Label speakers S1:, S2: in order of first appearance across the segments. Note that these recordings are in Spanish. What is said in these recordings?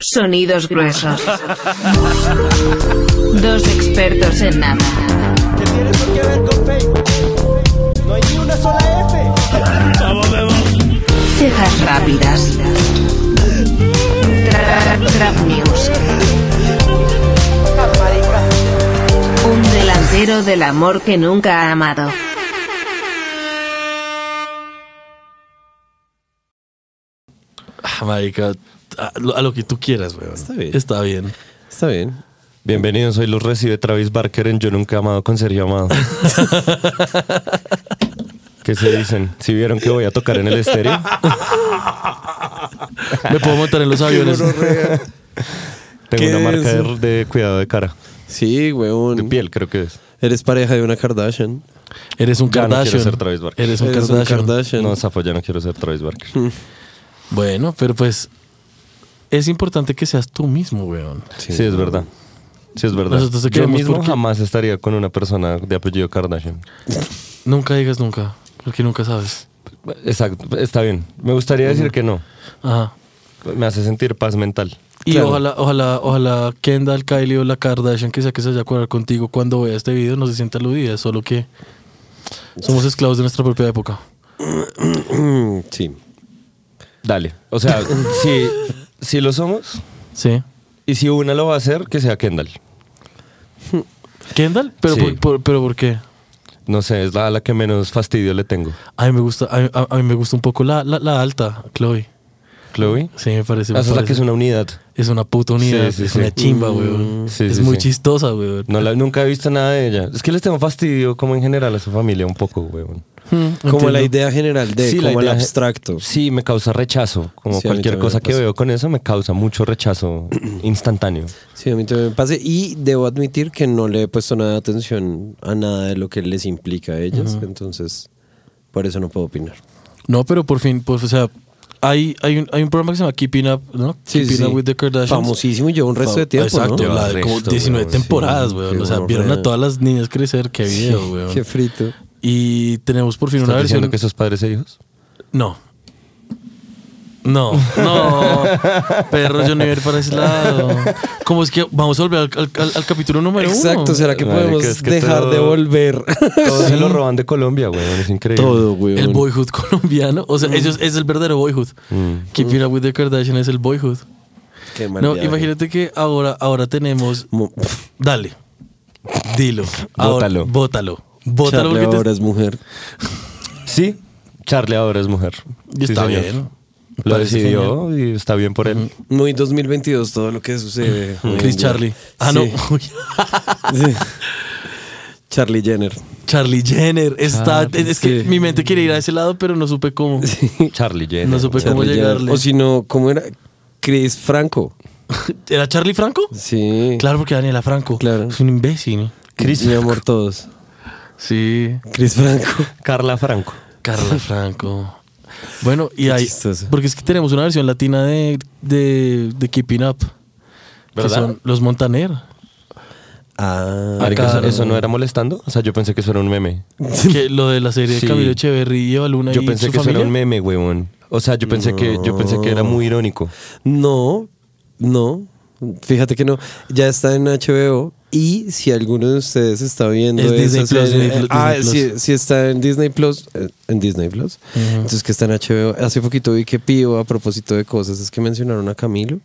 S1: Sonidos gruesos. Dos expertos en nada.
S2: ¿Qué tiene por qué ver con Facebook? No hay ni una sola F.
S3: Vamos, vemos.
S1: Cejas rápidas. Tra- Trap News. Un delantero del amor que nunca ha amado.
S3: Ah, marica, a lo, a lo que tú quieras, weón.
S4: Está bien.
S3: Está bien.
S4: Está bien.
S5: Bienvenidos, hoy los recibe Travis Barker en Yo Nunca he Amado con Sergio Amado. ¿Qué se dicen? ¿Si vieron que voy a tocar en el estéreo?
S3: Me puedo montar en los aviones.
S5: Tengo
S4: ¿Qué
S5: una marca
S4: es?
S5: de, de cuidado de cara.
S4: Sí,
S5: De
S4: weón.
S5: piel, creo que es.
S4: Eres pareja de una Kardashian.
S3: Eres un
S5: Ya no quiero
S3: Kardashian.
S5: ser Travis Barker.
S3: Eres un
S4: Eres un
S3: Kardashian.
S4: Kardashian.
S5: No, Zafo, ya no quiero ser Travis Barker.
S3: Bueno, pero pues es importante que seas tú mismo, weón.
S5: Sí, es verdad. Sí, es verdad.
S3: Nosotros te
S5: Yo
S3: queremos
S5: mismo
S3: porque-
S5: jamás estaría con una persona de apellido Kardashian.
S3: Nunca digas nunca, porque nunca sabes.
S5: Exacto, está bien. Me gustaría decir que no.
S3: Ajá.
S5: Me hace sentir paz mental.
S3: Y
S4: Claro.
S3: ojalá, ojalá, ojalá Kendall, Kylie o la Kardashian que sea que se haya acordado contigo cuando vea este video no se sienta aludida, solo que somos esclavos de nuestra propia época.
S4: Mm, Sí.
S5: Dale. O sea, si, si lo somos
S3: Sí.
S5: y si una lo va a hacer, que sea Kendall.
S3: ¿Kendall? ¿Pero,
S5: Sí.
S3: por, por- pero por qué?
S5: No sé, es la, la que menos fastidio le tengo.
S3: A mí me gusta, a, a- a mí me gusta un poco la, la, la alta, Chloe.
S5: Chloe.
S3: Sí, me parece.
S5: Ah,
S3: me
S5: Esa es la
S3: parece.
S5: que es una unidad.
S3: Es una puta unidad,
S5: Sí, sí,
S3: es
S5: sí. Mm,
S3: una chimba, weón.
S5: sí,
S3: es
S5: sí,
S3: muy
S5: sí.
S3: chistosa, weón.
S5: No la- nunca he visto nada de ella. Es que les tengo fastidio como en general a su familia un poco, weón.
S4: Como la
S3: Mm, entiendo.
S4: idea general de,
S5: la
S4: como el
S5: idea-
S4: abstracto.
S5: Sí, me causa rechazo. Como
S4: Sí, a mí también
S5: cualquier
S4: me
S5: cosa que
S4: pasa.
S5: veo con eso me causa mucho rechazo instantáneo.
S4: Sí, a mí también me pasa. Y debo admitir que no le he puesto nada de atención a nada de lo que les implica a ellas. Entonces, por eso no puedo opinar.
S3: No, pero por fin, pues, o sea, hay, hay, un, hay un programa que se llama Keeping Up, ¿no?
S4: Sí,
S3: Keeping
S4: sí.
S3: Up with the Kardashians.
S4: Famosísimo y lleva un resto de tiempo,
S3: Exacto,
S4: ¿no?
S3: la de
S5: Lleva
S3: como
S5: resto,
S3: 19
S5: weón, sí.
S3: temporadas, weón.
S4: Qué
S3: O sea, vieron a
S4: gonorrea.
S3: todas las niñas crecer, qué video, weón.
S4: Qué frito.
S3: Y tenemos por fin una
S5: ¿Estás
S3: versión.
S5: diciendo que sos padres e hijos?
S3: No. No, no, perro, yo no iba a ir para ese lado. ¿Cómo es que vamos a volver al, al- al- al capítulo número uno?
S4: Exacto, ¿será que
S5: Marica,
S4: podemos
S5: es que
S4: dejar
S5: todo-
S4: de volver?
S5: Todos se lo roban de Colombia, weón. Es increíble.
S4: güey.
S3: El boyhood colombiano. O sea,
S4: Mm.
S3: ellos es el verdadero boyhood. Keeping up with the Kardashian es el boyhood.
S4: Qué eh. mal
S3: No,
S4: viaje.
S3: imagínate que ahora, ahora tenemos.
S4: Mo-
S3: Dale. Dilo. Ahora,
S5: Bótalo.
S3: Bótalo. Bótalo
S4: Charlie
S3: porque te-
S4: ahora es mujer.
S5: Sí, Charlie ahora es mujer.
S3: Y
S5: Sí,
S3: está
S5: señor.
S3: bien.
S5: Lo
S3: Parece
S5: decidió y está bien por él.
S4: Muy 2022 todo lo que sucede. hoy en
S3: Chris
S4: día.
S3: Charlie. Ah,
S4: Mm, Sí.
S3: no. Uy,
S4: Sí. Charlie Jenner.
S3: Charlie Jenner. Está, es que
S4: sí.
S3: mi mente quería ir a ese lado, pero no supe cómo.
S5: Charlie Jenner.
S3: No supe cómo
S4: Charlie Jenner.
S3: llegarle.
S4: O si no, ¿cómo era? Chris Franco.
S3: ¿Era Charlie Franco?
S4: Sí.
S3: Claro, porque Daniela Franco.
S4: Claro.
S3: Es un imbécil.
S4: Chris Mi amor, todos.
S3: Sí.
S4: Chris Franco.
S5: Carla Franco.
S3: Carla Franco. Bueno, y hay.
S4: chistoso.
S3: Porque es que tenemos una versión latina de, de, de Keeping Up. Que
S5: ¿Verdad?
S3: son los Montaner.
S4: Ah,
S5: Marica,
S3: Acá-
S5: ¿eso- ¿Eso no era molestando? O sea, yo pensé que eso era un meme.
S3: Que lo de la serie de
S5: Sí.
S3: Camilo Echeverry y Eva Luna
S5: Yo
S3: y
S5: pensé
S3: su
S5: que eso era
S3: familia.
S5: un meme, weón. O sea, yo pensé que yo pensé que era muy irónico.
S4: No, no. Fíjate que no. Ya está en HBO. Y si alguno de ustedes está viendo.
S3: Es
S4: esa
S3: Disney Plus,
S4: serie-
S3: Disney Plus,
S4: ah,
S3: Disney
S4: si,
S3: Plus.
S4: si está en Disney Plus. eh, En Disney Plus. Entonces, que está en HBO. Hace poquito vi que Pío, a propósito de cosas, es que mencionaron a Camilo.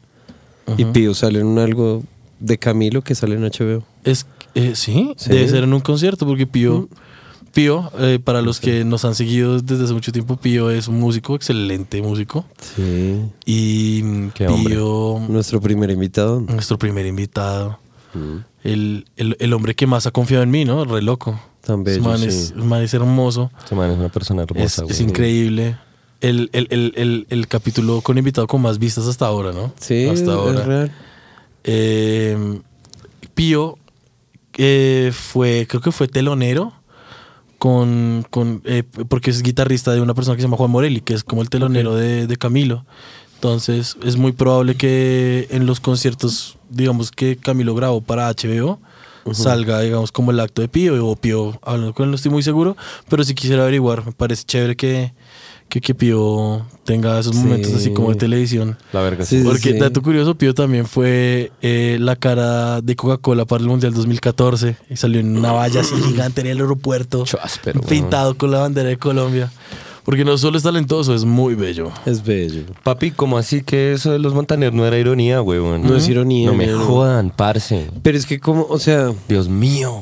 S4: Y Pío sale en un algo de Camilo que sale en HBO.
S3: Es, eh, ¿sí?
S4: Sí.
S3: debe ser en un concierto porque Pío,
S5: Mm.
S3: Pío eh, para los que nos han seguido desde hace mucho tiempo, Pío es un músico, excelente músico.
S4: Sí.
S3: Y mm,
S5: Qué hombre.
S3: Pío,
S4: Nuestro primer invitado.
S3: nuestro primer invitado, el, el- el hombre que más ha confiado en mí, ¿no? Re loco.
S4: Tan
S3: Ese
S4: bello,
S3: man,
S4: sí.
S3: es, ese man es hermoso,
S5: Ese man es una persona
S3: es,
S5: hermosa,
S3: es
S5: weón.
S3: increíble. El, el- el- el- el capítulo con invitado con más vistas hasta ahora, ¿no?
S4: Sí,
S3: hasta
S4: es real.
S3: Eh, Pío eh, fue, creo que fue telonero con, con eh, porque es guitarrista de una persona que se llama Juan Morelli, que es como el telonero de, de Camilo. Entonces es muy probable que en los conciertos, digamos que Camilo grabó para HBO, salga, digamos, como el acto de Pío o Pío hablando con él, no estoy muy seguro, pero si quisiera averiguar, me parece chévere que, que, que Pío tenga esos momentos
S4: Sí.
S3: así como de televisión.
S5: La verga.
S4: Sí,
S5: sí.
S4: sí.
S3: Porque, dato curioso, Pío también fue eh, la cara de Coca-Cola para el Mundial 2014 y salió en una valla así gigante en el aeropuerto,
S5: Mucho áspero, weón.
S3: pintado con la bandera de Colombia. Porque no solo es talentoso, es muy bello.
S4: Es bello.
S5: Papi, como así que eso de los montaneros no era ironía, weón?
S4: No es ironía,
S5: No me
S4: weón.
S5: jodan, parce.
S4: Pero es que como, o sea,
S5: Dios mío.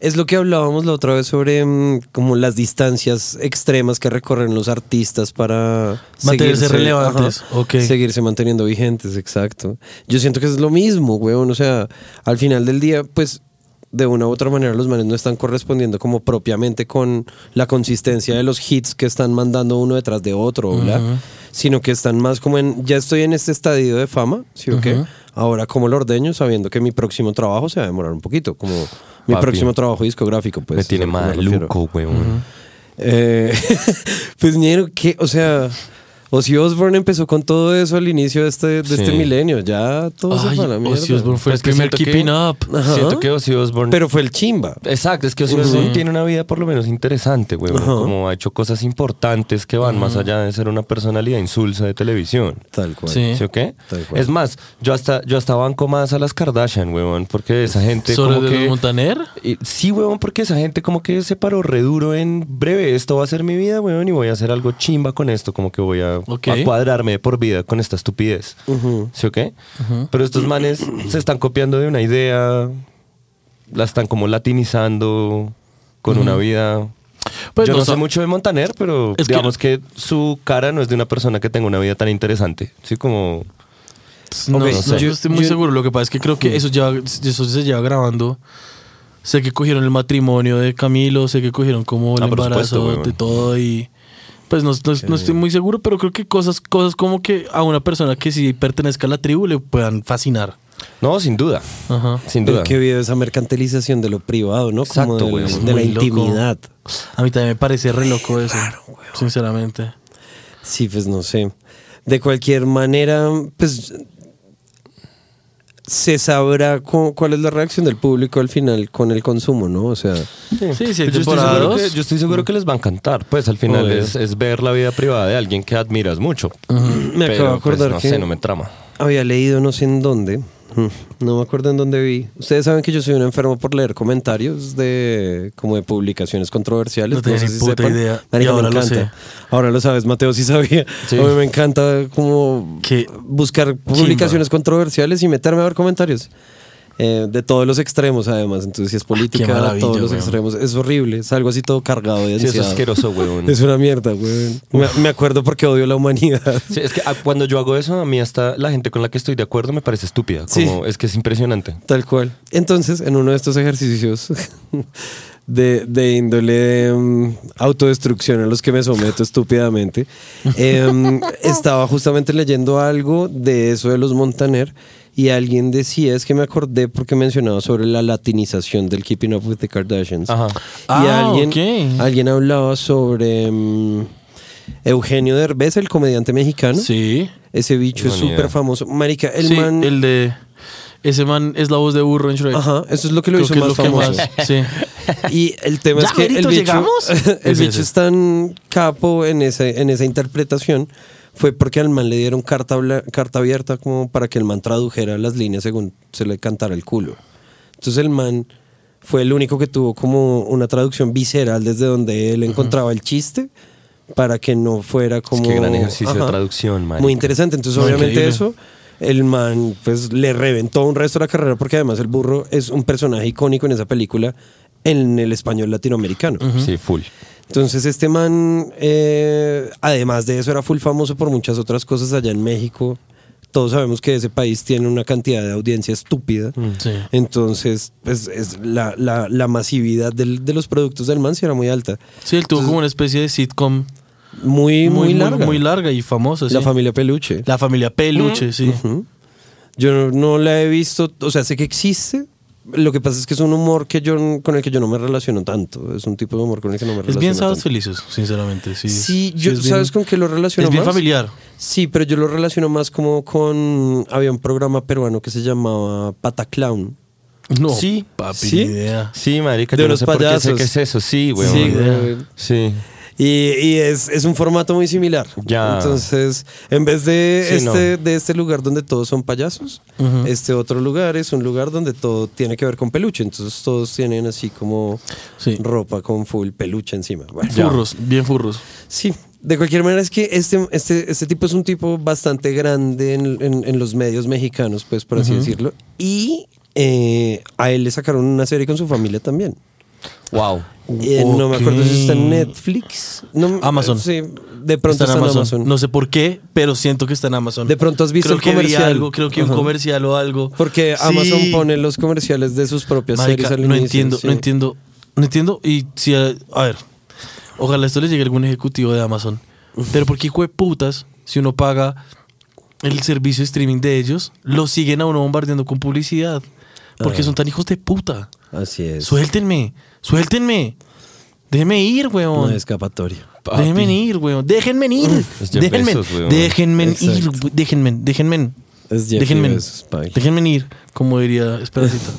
S4: es lo que hablábamos la otra vez sobre mm, como las distancias extremas que recorren los artistas para
S3: Mantenerse relevantes,
S4: ajá,
S3: ok.
S4: seguirse manteniendo vigentes, exacto. Yo siento que es lo mismo, weón, o sea, al final del día, pues de una u otra manera los manes no están correspondiendo como propiamente con la consistencia de los hits que están mandando uno detrás de otro, bla, sino que están más como en, ya estoy en este estadio de fama, ¿sí o qué? Ahora como lo ordeño, sabiendo que mi próximo trabajo se va a demorar un poquito, como mi
S5: Papi.
S4: próximo trabajo discográfico, pues.
S5: me tiene
S4: es a lo que me refiero.
S5: maluco, weón.
S4: Eh, pues Niero, que, o sea, Ozzy Osbourne empezó con todo eso al inicio de este, de este
S5: Sí.
S4: milenio, ya todo se
S3: Ay,
S4: fue a la mierda.
S3: Ozzy Osbourne fue el
S5: Pero Pues es que
S3: primer
S5: siento que-
S3: Keeping Up.
S4: Ajá.
S5: Siento que Ozzy Osbourne...
S4: Pero fue el chimba.
S5: Exacto, es que Ozzy Osbourne tiene una vida por lo menos interesante, weón.
S4: Ajá.
S5: Como ha hecho cosas importantes que van más allá de ser una personalidad insulsa de televisión.
S4: Tal cual.
S3: Sí.
S5: ¿Sí o qué?
S4: Tal cual.
S5: Es más, yo hasta, yo hasta banco más a las Kardashian, weón, porque esa gente
S3: ¿Sobre
S5: como
S3: de
S5: que...
S3: los Montaner?
S5: Y- Sí, weón, porque esa gente como que se paró re duro en breve. Esto va a ser mi vida, weón, y voy a hacer algo chimba con esto. Como que voy a,
S3: Ok.
S5: a cuadrarme de por vida con esta estupidez. ¿Sí o qué? Pero estos manes se están copiando de una idea, la están como latinizando con una vida.
S3: Pues
S5: Yo
S3: no
S5: no, sé
S3: sab-
S5: mucho de Montaner, pero
S3: Es que-
S5: digamos que... su cara no es de una persona que tenga una vida tan interesante. Sí, como.
S3: No,
S4: Ok,
S3: no
S5: sé.
S3: yo estoy muy
S4: Yo-
S3: seguro. Lo que pasa es que creo que eso, ya, eso se lleva grabando. Sé que cogieron el matrimonio de Camilo, sé que cogieron como el
S5: Ah, por
S3: embarazo
S5: supuesto, weón.
S3: de todo y... Pues no, no- no estoy muy seguro, pero creo que cosas, cosas como que a una persona que si pertenezca a la tribu le puedan fascinar.
S5: No, sin duda.
S3: Ajá.
S5: Sin
S4: Pero
S5: duda.
S4: qué video esa mercantilización de lo privado, ¿no? Como
S5: Exacto,
S4: del-
S5: weón.
S4: de la
S3: Muy loco.
S4: intimidad.
S3: A mí también me parece re loco eso, sinceramente.
S4: Sí, pues no sé. De cualquier manera, pues se sabrá cu- cuál es la reacción del público al final con el consumo, ¿no? O sea,
S3: Sí, sí, hay
S5: Pues yo estoy, seguro
S3: temporadas.
S5: que, yo estoy seguro que les va a encantar. Pues al final
S4: Obvio.
S5: es, es ver la vida privada de alguien que admiras mucho.
S4: me acabo
S5: Pero,
S4: de
S5: pues,
S4: acordar
S5: no
S4: que
S5: sé, no me trama.
S4: había leído no sé en dónde. Mm, No me acuerdo en dónde vi. Ustedes saben que yo soy un enfermo por leer comentarios de como de publicaciones controversiales.
S3: No tenía
S4: sé
S3: ni
S4: si
S3: puta
S4: sepan.
S3: idea.
S4: Marica,
S3: Y ahora
S4: me
S3: lo
S4: encanta. Ahora lo sabes, Mateo sí sabía.
S5: Sí.
S4: A mí me encanta como
S3: Qué
S4: buscar publicaciones controversiales y meterme a ver comentarios. Eh, de todos los extremos, además. Entonces, si es
S3: Ah, qué
S4: política,
S3: maravilla,
S4: todos los
S3: weón.
S4: extremos. Es horrible. Es algo así todo cargado de
S5: Sí, eso es
S4: ansiedad.
S5: asqueroso, weón.
S4: Es una mierda, güey. Me, me acuerdo porque odio la humanidad.
S5: Sí, es que ah, cuando yo hago eso, a mí hasta la gente con la que estoy de acuerdo me parece estúpida.
S4: Sí.
S5: Como, es que es impresionante.
S4: Tal cual. Entonces, en uno de estos ejercicios de, de índole de mm, autodestrucción a los que me someto estúpidamente, em, estaba justamente leyendo algo de eso de los Montaner y alguien decía, es que me acordé porque mencionaba sobre la latinización del Keeping Up with the Kardashians.
S5: Ajá.
S4: Y
S3: Ah,
S4: alguien,
S3: ok.
S4: alguien hablaba sobre mm, Eugenio Derbez, el comediante mexicano.
S3: Sí.
S4: Ese bicho es
S5: Buena idea.
S4: súper famoso. Marica, el
S3: Sí,
S4: man...
S3: el de... Ese man es la voz de burro en Shrek.
S4: Ajá, eso es lo que lo
S3: Creo
S4: hizo
S3: que es
S4: más famoso.
S3: sí.
S4: Y el tema
S3: ¿Ya
S4: es que el
S3: merito
S4: bicho,
S3: llegamos?
S4: el
S3: Es
S4: bicho
S3: ese.
S4: es tan capo en, ese, en esa interpretación fue porque al man le dieron carta, abla- carta abierta como para que el man tradujera las líneas según se le cantara el culo. Entonces el man fue el único que tuvo como una traducción visceral desde donde él encontraba el chiste para que no fuera como...
S5: que gran ejercicio de traducción, marica.
S4: Muy interesante. Entonces
S3: No,
S4: obviamente
S3: increíble.
S4: eso el man pues le reventó un resto de la carrera porque además el burro es un personaje icónico en esa película en el español latinoamericano.
S5: Sí, full.
S4: Entonces este man, eh, además de eso, era full famoso por muchas otras cosas allá en México. Todos sabemos que ese país tiene una cantidad de audiencia estúpida.
S3: Mm, Sí.
S4: Entonces, pues es la, la- la masividad del- de los productos del man sí era muy alta.
S3: Sí, él tuvo como una especie de sitcom
S4: Muy, muy, larga.
S3: muy larga y famosa. sí.
S4: La familia Peluche.
S3: La familia Peluche, sí.
S4: Yo no, no la he visto, o sea, sé que existe. Lo que pasa es que es un humor que yo, n- con el que yo no me relaciono tanto. Es un tipo de humor con el que no me
S3: Es
S4: relaciono
S3: bien
S4: tanto.
S3: Sábados Felices, sinceramente. Sí,
S4: Sí, yo,
S3: es bien-
S4: ¿sabes con qué lo relaciono
S3: Es bien
S4: más?
S3: familiar.
S4: Sí, pero yo lo relaciono más como con... Había un programa peruano que se llamaba Pataclown.
S3: No,
S5: Sí.
S3: papi,
S4: ¿Sí?
S3: ni idea.
S5: Sí, marica,
S4: De
S5: yo no
S4: los
S5: sé por qué sé
S4: payasos.
S5: que es eso. Sí, weón.
S4: Sí,
S5: Sí,
S4: weón. Y, y es, es un formato muy similar.
S5: Ya.
S4: Entonces, en vez de,
S5: Sí, no.
S4: este, de este lugar donde todos son payasos, este otro lugar es un lugar donde todo tiene que ver con peluche. Entonces, todos tienen así como
S3: Sí.
S4: ropa con full peluche encima. Bueno.
S5: Ya.
S3: Furros, bien furros.
S4: Sí, de cualquier manera es que este, este, este tipo es un tipo bastante grande en, en- en los medios mexicanos, pues por así decirlo. Y eh, a él le sacaron una serie con su familia también.
S5: Wow.
S4: Eh, No me acuerdo si está en
S3: Ok.
S4: Netflix. No,
S3: Amazon.
S4: Sí, de pronto
S3: está en Amazon. No sé por qué, pero siento que está en Amazon.
S4: De pronto has
S3: creo
S4: visto el
S3: que vi
S4: comercial.
S3: algo, creo que un
S4: Ajá.
S3: comercial o algo.
S4: Porque
S3: Sí.
S4: Amazon pone los comerciales de sus propias
S3: Marica,
S4: series al
S3: no
S4: inicio,
S3: entiendo,
S4: sí.
S3: no entiendo, no entiendo. Y si, a, a ver, ojalá esto le llegue a algún ejecutivo de Amazon. Pero porque hijo de putas, si uno paga el servicio de streaming de ellos, lo siguen a uno bombardeando con publicidad. Porque son tan hijos de puta.
S4: Así Ah. es.
S3: Suéltenme, suéltenme. Déjenme ir,
S4: No
S3: weón.
S4: hay escapatoria.
S5: Papi.
S3: Déjenme ir, weón. Déjenme ir.
S5: Es Jeff
S3: Déjenme,
S5: Bezos, weón.
S3: déjenme ir.
S4: Exacto.
S3: we- Déjenme, déjenme.
S4: Es Jeffrey
S3: déjenme,
S4: Bezos, paila.
S3: déjenme ir, como diría Esperancita.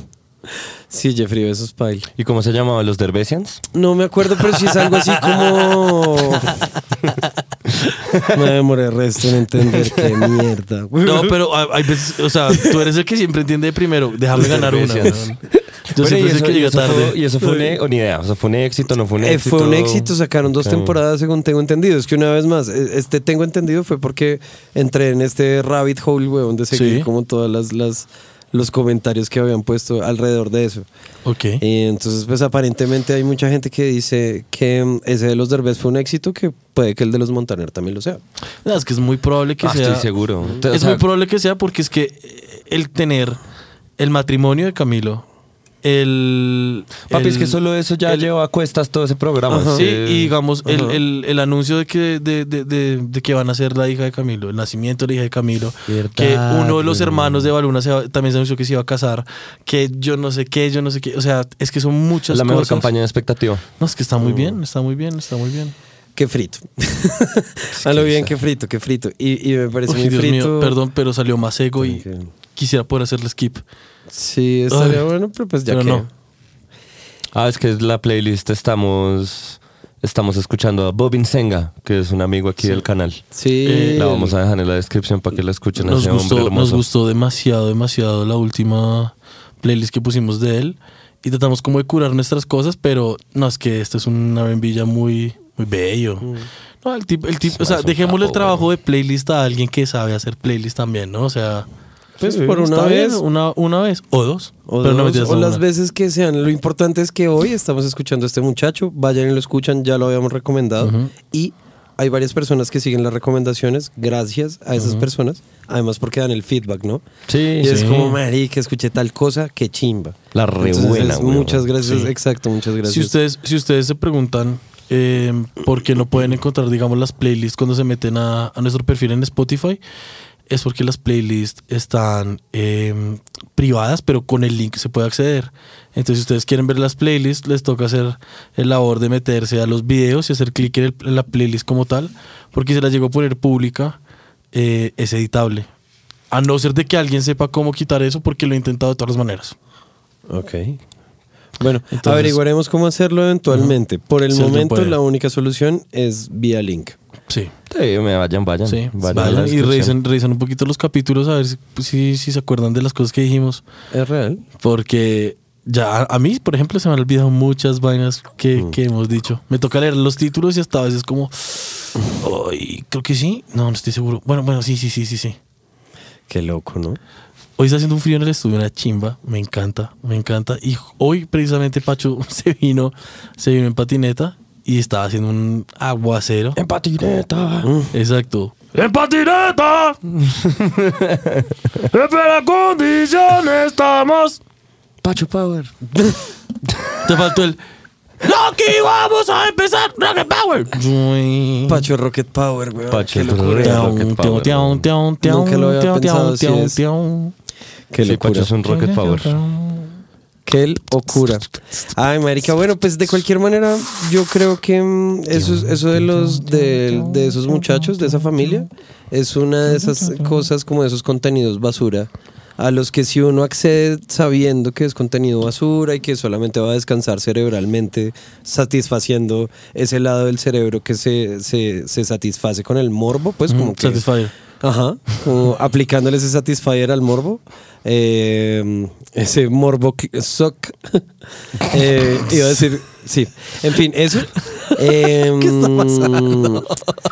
S4: Sí, Jeffrey Bezos Pyle.
S5: ¿Y cómo se llamaban los Derbesians?
S4: No me acuerdo, pero si es algo así como. Me demoré el resto en entender qué mierda. güey.
S3: No, pero hay hay veces, o sea, tú eres el que siempre entiende primero. Déjame ganar una. weón.
S5: Derbesians.
S3: Yo
S5: Bueno,
S3: siempre soy
S5: y
S3: el
S5: eso-
S3: que
S5: y
S3: llega
S5: eso
S3: tarde.
S5: fue- y eso fue un, e- o ni idea. O sea, fue un éxito, no fue un
S4: Eh,
S5: éxito.
S4: fue un éxito, sacaron dos
S3: Ah.
S5: Ok.
S4: temporadas según tengo entendido. Es que una vez más, e- este tengo entendido fue porque entré en este rabbit hole, weón, de seguir
S3: Sí.
S4: como todas las, las los comentarios que habían puesto alrededor de eso.
S3: Ok.
S4: Y entonces, pues aparentemente hay mucha gente que dice que mm, ese de los Derbez fue un éxito, que puede que el de los Montaner también lo sea.
S3: No, es que es muy probable que
S5: Ah,
S3: sea.
S5: estoy seguro. O
S3: Es
S5: sea,
S3: muy probable que sea porque es que eh, el tener el matrimonio de Camilo, el.
S5: Papi, es
S3: el-
S5: que solo eso ya
S3: el-
S5: lleva a cuestas todo ese programa.
S3: Sí,
S5: Eh,
S3: y digamos, el, el- el anuncio de que, de, de- de- de que van a ser la hija de Camilo, el nacimiento de la hija de Camilo,
S4: Verdad,
S3: que uno de los
S4: güey.
S3: hermanos de Baluna se va- también se anunció que se iba a casar, que yo no sé qué, yo no sé qué, o sea, es que son muchas
S5: la mejor
S3: cosas.
S5: campaña Oh. de expectativa.
S3: No, es que está muy bien, está muy bien, está muy bien.
S4: Qué frito. a lo bien, qué frito, qué frito. Y, y me parece
S3: Uy,
S4: muy
S3: Dios
S4: frito.
S3: mío, perdón, pero salió más ego y
S4: Tranquilo.
S3: quisiera poder hacerle skip.
S4: Sí, estaría
S3: Ay,
S4: bueno, pero pues ya
S3: pero
S4: que.
S3: no.
S5: Ah, es que es la playlist estamos, estamos escuchando a Bobin Senga, que es un amigo aquí del canal.
S4: Sí.
S3: Eh,
S5: La vamos a dejar en la descripción para que la escuchen a
S3: Nos
S5: ese hombre
S3: gustó, nos
S5: hermoso.
S3: gustó demasiado, demasiado la última playlist que pusimos de él. Y tratamos como de curar nuestras cosas, pero no, es que esto es una rembilla muy, muy bello. No, el tipo, el tipo, o
S5: Es
S3: sea,
S5: más Mm. un
S3: dejémosle el
S5: capo,
S3: trabajo de playlist a alguien que sabe hacer playlist también, ¿no? O sea,
S4: Pues por una
S3: está bien,
S4: vez.
S3: una, una vez, o dos,
S4: O,
S3: pero no
S4: dos,
S3: mentiras,
S4: o
S3: no,
S4: las
S3: una.
S4: veces que sean. Lo importante es que hoy estamos escuchando a este muchacho. Vayan y lo escuchan, ya lo habíamos recomendado. Y hay varias personas que siguen las recomendaciones. Gracias a esas personas. Además, porque dan el feedback, ¿no?
S5: Sí,
S4: Y es
S5: sí.
S4: como, Mari, que escuché tal cosa, que chimba.
S5: La re
S4: Entonces,
S5: buena,
S4: es-
S5: weón.
S4: Muchas gracias, exacto, muchas gracias.
S3: Si ustedes, si ustedes se preguntan eh, por qué no pueden encontrar, digamos, las playlists cuando se meten a, a nuestro perfil en Spotify, es porque las playlists están eh, privadas, pero con el link se puede acceder. Entonces, si ustedes quieren ver las playlists, les toca hacer el labor de meterse a los videos y hacer clic en, el- en la playlist como tal, porque se la llegó a poner pública, eh, es editable. A no ser de que alguien sepa cómo quitar eso, porque lo he intentado de todas las maneras.
S4: Ok. Bueno,
S3: Entonces-
S4: averiguaremos cómo hacerlo eventualmente. Por el
S3: Si alguien
S4: momento,
S3: puede.
S4: la única solución es vía link.
S3: Sí.
S5: Sí, me vayan, vayan.
S3: Sí,
S5: a la
S3: vayan y
S5: descripción.
S3: revisen, revisen un poquito los capítulos a ver si, pues, si, si se acuerdan de las cosas que dijimos.
S4: Es real.
S3: Porque ya a mí, por ejemplo, se me han olvidado muchas vainas que, que hemos dicho. Me toca leer los títulos y hasta a veces como... Ay, creo que sí. No, no estoy seguro. Bueno, bueno, sí, sí, sí, sí, sí.
S4: Qué loco, ¿no?
S3: Hoy está haciendo un frío en el estudio, una chimba. Me encanta, me encanta. Y hoy precisamente Pacho se vino, se vino en patineta y estaba haciendo un aguacero. Mm.
S5: En patineta.
S3: Exacto. ¡En patineta! ¡En buena condición estamos!
S5: Pacho Power.
S3: Te faltó el... ¡Aquí vamos a empezar! ¡Rocket Power!
S4: Pacho Rocket Power, weón.
S5: Mm. Pacho
S4: Qué locura.
S5: Rocket
S3: Tiaun,
S5: Power,
S3: tiaun, tiaun, tiaun, tiaun,
S4: Nunca lo había
S3: tiaun,
S4: pensado,
S3: tiaun,
S4: sí es.
S3: tiaun,
S4: Qué
S5: sí,
S4: locura.
S5: Pacho es un Rocket Power.
S3: tiaun.
S4: Qué locura. Ay, marica, bueno, pues de cualquier manera, yo creo que mm, eso, es- eso de los de, de esos muchachos, de esa familia, es una de esas cosas como de esos contenidos basura a los que si uno accede sabiendo que es contenido basura y que solamente va a descansar cerebralmente, satisfaciendo ese lado del cerebro que se, se, se satisface con el morbo, pues como que...
S3: Satisfyer.
S4: Ajá, como aplicándole ese satisfier al morbo. eh, ese morbo cl- sock. Eh, iba a decir, sí. En fin, eso. Em,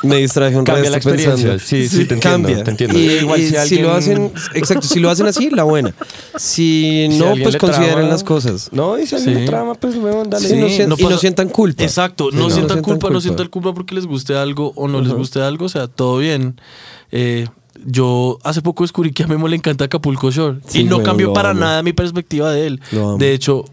S4: Me distraje un
S5: Cambia la
S4: resto
S5: experiencia,
S4: pensando.
S5: sí, sí, te entiendo,
S4: Cambia.
S5: te entiendo.
S4: Y,
S5: Y igual
S4: y
S5: si
S4: si,
S5: alguien-
S4: lo hacen, exacto, si lo hacen así, la buena. Si,
S5: Si
S4: no,
S5: alguien
S4: pues
S5: le trama-
S4: consideren las cosas.
S5: No, y si alguien
S3: Sí.
S5: le trama, pues weón, dale.
S4: Sí, no
S5: sé.
S4: sientan- y no sientan culpa.
S3: Exacto,
S4: Sí,
S3: no,
S4: no.
S3: sientan,
S4: No sientan
S3: culpa, no
S4: culpa.
S3: sientan culpa porque les guste algo o no les guste algo, o sea, todo bien. Eh, yo hace poco descubrí que a Memo le encanta Acapulco Shore
S4: Sí,
S3: y no
S4: weón,
S3: cambió
S4: lo
S3: para
S4: amo.
S3: nada mi perspectiva de él.
S4: Lo amo.
S3: De hecho,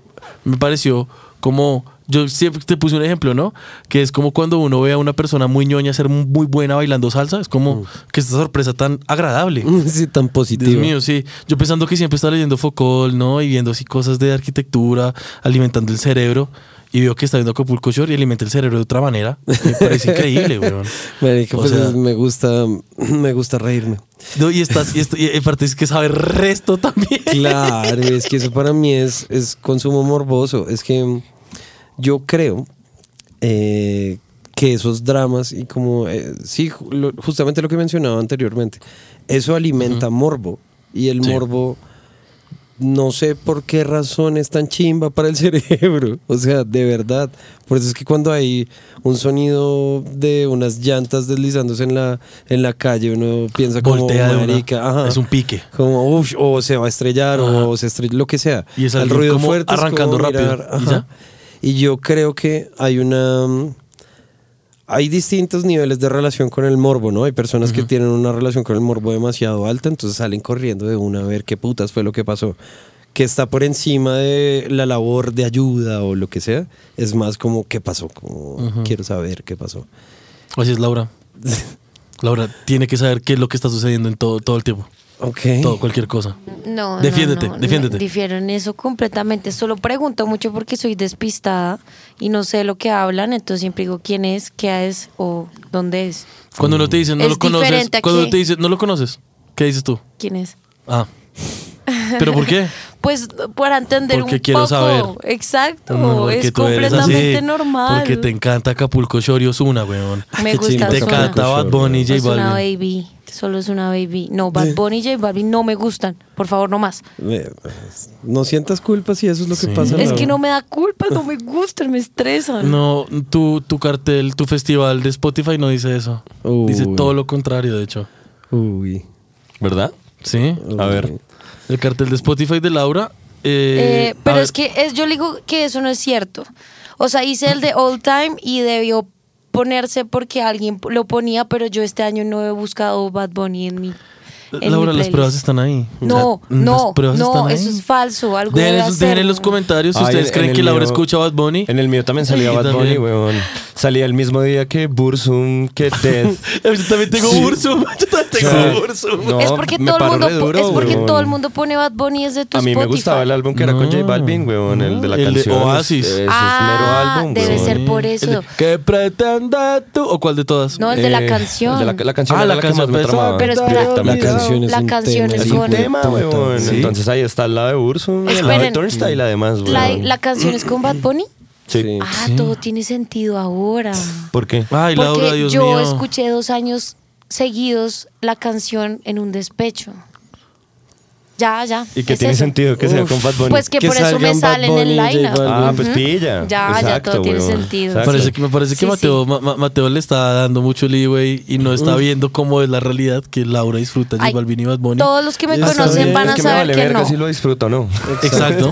S3: me pareció como yo siempre te puse un ejemplo, ¿no? Que es como cuando uno ve a una persona muy ñoña ser muy buena bailando salsa, es como
S4: Mm.
S3: que esta sorpresa tan agradable.
S4: Sí, tan positivo.
S3: Dios mío, sí. Yo pensando que siempre estaba leyendo Foucault, ¿no? Y viendo así cosas de arquitectura, alimentando el cerebro. Y veo que está viendo Acapulco Shore y alimenta el cerebro de otra manera. Me parece increíble, weón.
S4: Marica,
S3: O
S4: pues,
S3: sea-
S4: me gusta, me gusta reírme.
S3: No, y estás, y, esto- y aparte es que sabe resto también.
S4: Claro, es que eso para mí es, es consumo morboso. Es que mm, yo creo eh, que esos dramas y como, eh, sí, ju- lo- justamente lo que mencionaba anteriormente, eso alimenta morbo y el
S3: Sí.
S4: morbo no sé por qué razón es tan chimba para el cerebro. O sea, de verdad. Por eso es que cuando hay un sonido de unas llantas deslizándose en la, en la calle, uno piensa como "Oh,
S3: Voltea de una.
S4: "Marica, ajá".
S3: Es un pique.
S4: Como, uff, o se va a estrellar, o se estrella, lo que sea.
S3: Y es
S4: Al
S3: alguien
S4: ruido
S3: como
S4: fuerte. es
S3: arrancando
S4: como
S3: rápido,
S4: mirar,
S3: y
S4: ajá.
S3: ya.
S4: Y yo creo que hay una. mm, Hay distintos niveles de relación con el morbo, ¿no? Hay personas que tienen una relación con el morbo demasiado alta, entonces salen corriendo de una a ver qué putas fue lo que pasó. Que está por encima de la labor de ayuda o lo que sea. Es más como, ¿qué pasó? Como, quiero saber qué pasó.
S3: Así es, Laura. Laura tiene que saber qué es lo que está sucediendo en todo, todo el tiempo.
S4: Ok.
S3: Todo, cualquier cosa.
S6: No, no,
S3: Defiéndete,
S6: no,
S3: defiéndete.
S6: no, Difiero en eso completamente. Solo pregunto mucho porque soy despistada y no sé lo que hablan, entonces siempre digo quién es, qué es o dónde es.
S3: Cuando uno te dice no
S6: Es
S3: lo conoces,
S6: diferente a
S3: cuando
S6: que-
S3: te dice no lo conoces, ¿qué dices tú?
S6: ¿Quién es?
S3: Ah. ¿Pero por qué?
S6: Pues para entender
S3: Porque
S6: un
S3: quiero
S6: poco.
S3: saber.
S6: Exacto,
S3: No, porque
S6: Oh, es
S3: tú eres
S6: completamente
S3: así,
S6: normal.
S3: Porque te encanta Acapulco Shore y Ozuna, weón.
S6: Me
S4: Qué
S6: gusta
S4: chimba,
S3: Te
S4: Ozuna.
S3: encanta Bad Bunny y J
S6: Es una
S3: Balvin.
S6: baby, solo es una baby. No, Bad Bunny y J Balvin no me gustan, por favor, no más.
S4: Me- No sientas culpa si eso es lo que pasa.
S6: Es
S4: Laura.
S6: que no me da culpa, no me gustan, me estresan.
S3: No, tu, tu cartel, tu festival de Spotify no dice eso.
S5: Uh,
S4: Uy.
S3: Dice todo lo contrario, de hecho.
S4: Uy.
S5: ¿Verdad?
S3: ¿Sí?
S5: A ver.
S3: El cartel de Spotify de Laura. eh,
S6: Eh, pero
S3: a
S6: es
S3: ver,
S6: que es, yo le digo que eso no es cierto. O sea, hice el de All Time y debió ponerse porque alguien lo ponía, pero yo este año no he buscado Bad Bunny en mi. en
S3: Laura,
S6: mi
S3: las
S6: playlist.
S3: pruebas están ahí.
S6: No,
S3: O sea,
S6: no,
S3: las pruebas
S6: no,
S3: están ahí.
S6: eso es falso, algo
S3: Dejen,
S6: debe
S3: eso-
S6: hacer.
S3: dejen en los comentarios si
S5: Ay,
S3: ustedes
S5: en
S3: creen
S5: el
S3: que Laura
S5: mío-
S3: escucha Bad Bunny.
S5: En el mío también salía
S3: Sí,
S5: Bad
S3: también.
S5: Bunny, weón. Salía el mismo día que Bursum, que Death.
S3: Yo también tengo Ursum. Yo también tengo
S5: Sí.
S3: Ursum.
S5: No,
S6: es porque,
S5: me
S6: todo el,
S5: paro
S6: mundo,
S5: re
S6: po-
S5: duro,
S6: es porque
S5: weón.
S6: todo el mundo pone Bad Bunny desde tu
S5: A mí
S6: Spotify.
S5: me gustaba el álbum que era con J Balvin, weón, el de la
S3: El de
S5: canción.
S3: Oasis.
S5: Eso es
S6: Ah,
S5: mero álbum,
S6: debe
S5: weón.
S6: ser por
S3: El de,
S6: eso.
S3: ¿Qué pretenda tú? ¿O cuál de todas?
S6: No, el de la
S5: Eh,
S6: canción.
S5: el de la, la canción
S3: Ah,
S5: era
S3: la
S5: la, que
S3: canción
S5: más me
S3: pesada,
S5: tramaba.
S6: pero espera.
S4: La
S5: directamente.
S4: canción es
S6: La
S4: un
S6: canción
S4: tema.
S6: es
S5: Es
S6: con-
S5: un tema, weón.
S3: Sí.
S5: Entonces ahí está la de Urso, la de
S6: Esperen.
S5: Turnstile, además, weón.
S6: La, la canción es con Bad Bunny.
S5: Sí.
S6: Ah, todo tiene sentido ahora.
S5: ¿Por qué?
S3: Ay,
S6: Porque
S3: Laura, Dios
S6: yo
S3: mío.
S6: escuché dos años seguidos la canción en un despecho. Ya, ya.
S5: ¿Y que
S6: es
S5: tiene
S6: eso.
S5: sentido que sea con Bad Bunny?
S6: Pues que,
S4: Que
S6: por eso me
S4: salgan Bad
S6: salen
S4: Bunny
S6: en
S4: y J
S6: line.
S4: Balvin.
S5: Ah, pues pilla.
S6: Ya, ya,
S5: Exacto,
S6: todo tiene
S5: weón.
S6: sentido.
S5: Exacto.
S3: Parece que, me parece que
S6: Sí,
S3: Mateo, Ma- Ma- Mateo le está dando mucho leeway y no está viendo cómo es la realidad que Laura disfruta J
S6: Ay,
S3: Balvin y Bad Bunny.
S6: Todos los que me
S4: Ya está
S6: conocen
S4: bien.
S6: van
S5: es
S6: a
S5: que me
S6: saber
S5: vale
S6: que
S5: verga
S6: no.
S5: si lo disfruto o no.
S3: Exacto.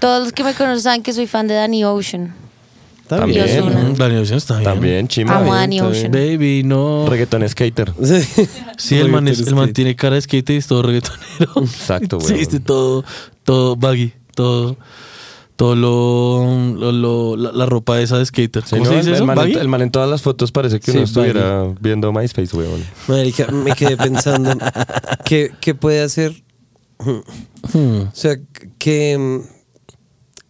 S6: Todos los que me conocen saben que soy fan de Danny Ocean.
S4: Está
S5: También.
S6: Y Ozuna.
S5: ¿no?
S3: Mm, Daniel Ocean está bien.
S5: También, chimba.
S6: Amo a
S5: weón.
S6: Danny Ocean.
S3: Baby, no.
S5: Reggaetón skater.
S3: Sí, el man, es-
S4: Reggaeton
S3: el man
S4: skate.
S3: tiene cara de skate y es todo reggaetonero.
S5: Exacto,
S3: Sí,
S5: weón.
S3: este todo, todo baggy, todo, todo lo, lo- lo- la, la ropa esa de skater.
S5: Sí,
S3: ¿Cómo
S5: no,
S3: se
S5: el-
S3: dice
S5: el,
S3: eso?
S5: man,
S3: ¿Baggy?
S5: en- el man en todas las fotos parece que
S4: Sí,
S5: uno estuviera viendo MySpace, weón.
S4: Marica, me quedé pensando
S3: Hmm.
S4: ¿qué, qué puede hacer. O sea, que mm,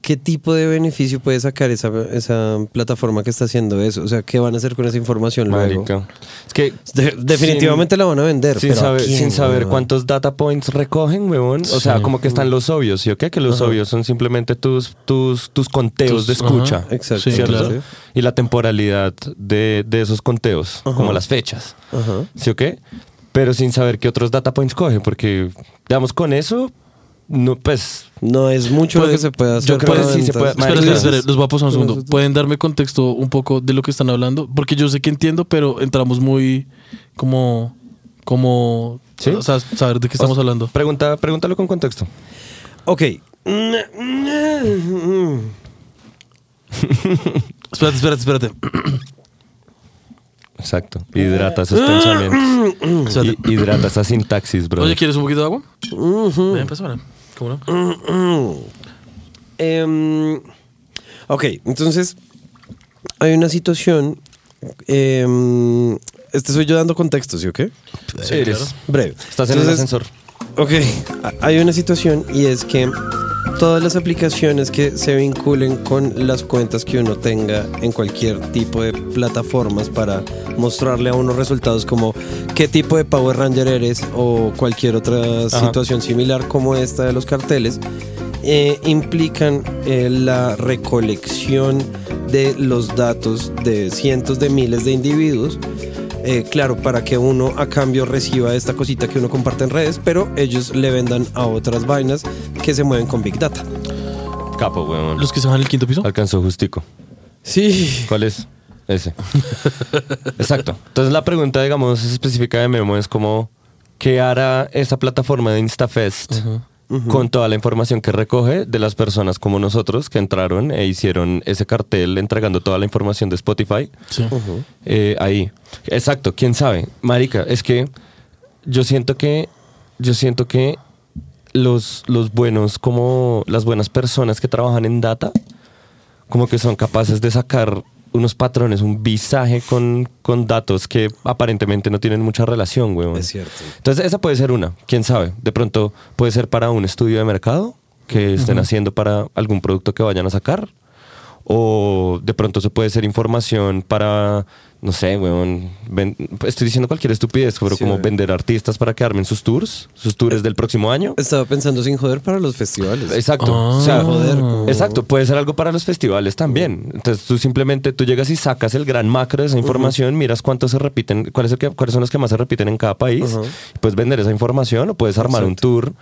S4: ¿Qué tipo de beneficio puede sacar esa, esa plataforma que está haciendo eso? O sea, ¿qué van a hacer con esa información luego?
S5: Marica. Es que
S4: De- definitivamente
S5: sin-
S4: la van a vender.
S5: Sin
S4: pero ¿a
S5: saber,
S4: quién,
S5: sin saber
S4: weón?
S5: cuántos data points recogen, huevón. O sea, como que están los obvios, ¿sí o qué? Que los obvios son simplemente tus, tus, tus conteos
S3: Tus-
S5: de escucha.
S3: ajá.
S4: Exacto.
S3: Sí,
S5: ¿cierto?
S3: claro.
S5: Y la temporalidad de, de esos conteos, como las fechas.
S4: Ajá.
S5: ¿Sí o qué? Pero sin saber qué otros data points coge, porque, digamos, con eso, no, pues,
S4: No es mucho lo
S3: Puede-
S4: que se puede hacer.
S5: yo creo
S4: para
S5: que sí
S4: ventas.
S5: se puede-
S3: Pues, Espera,
S5: Pues, Marica.
S3: espera, espera, los voy a pausar un segundo. ¿Pueden darme contexto un poco de lo que están hablando? Porque yo sé que entiendo, pero entramos muy como... como
S5: ¿Sí?
S3: o sea, saber de qué estamos hablando.
S5: pregunta, pregúntalo con contexto.
S4: Ok. Mm,
S3: Espérate, espérate, espérate.
S5: Exacto. Hidrata
S3: Ah.
S5: esos pensamientos.
S3: Espérate.
S5: Hi- hidrata esa sintaxis, bro.
S3: Oye, ¿quieres un poquito de agua? Ven, pásame. ¿Cómo no?
S4: Em, ok, entonces hay una situación. em, este soy yo dando contexto, ¿sí o qué?
S5: Sí, eres-
S4: Breve.
S5: Estás en el
S4: Entonces,
S5: ascensor.
S4: Ok, a- hay una situación y es que todas las aplicaciones que se vinculen con las cuentas que uno tenga en cualquier tipo de plataformas para mostrarle a uno resultados como qué tipo de Power Ranger eres o cualquier otra situación similar como esta de los carteles, eh, implican eh, la recolección de los datos de cientos de miles de individuos. eh, claro, para que uno a cambio reciba esta cosita que uno comparte en redes, pero ellos le vendan a otras vainas que se mueven con Big Data.
S5: Capo, huevón.
S3: ¿Los que se van al quinto piso?
S5: Alcanzó justico.
S4: Sí.
S5: ¿Cuál es? Ese. Exacto. Entonces la pregunta, digamos, específica de Memo es como, ¿qué hará esa plataforma de InstaFest con toda la información que recoge de las personas como nosotros que entraron e hicieron ese cartel entregando toda la información de Spotify?
S3: Sí.
S5: Eh, ahí. Exacto, quién sabe. Marica, es que yo siento que. Yo siento que los, los buenos, como las buenas personas que trabajan en data, como que son capaces de sacar unos patrones, un visaje con, con datos que aparentemente no tienen mucha relación, weón.
S4: Es cierto.
S5: Entonces, esa puede ser una, quién sabe. De pronto puede ser para un estudio de mercado que estén haciendo para algún producto que vayan a sacar. O de pronto eso puede ser información para, no sé, weón. ven- estoy diciendo cualquier estupidez, pero
S4: Sí,
S5: como
S4: weón.
S5: vender artistas para que armen sus tours, sus tours del próximo año.
S4: Estaba pensando sin joder para los festivales.
S5: Exacto.
S3: Ah.
S5: o sea,
S4: Joder, como-
S5: Exacto, puede ser algo para los festivales también. Entonces tú simplemente tú llegas y sacas el gran macro de esa información, miras cuántos se repiten, cuál es el que- cuáles son los que más se repiten en cada país, puedes vender esa información o puedes armar un tour,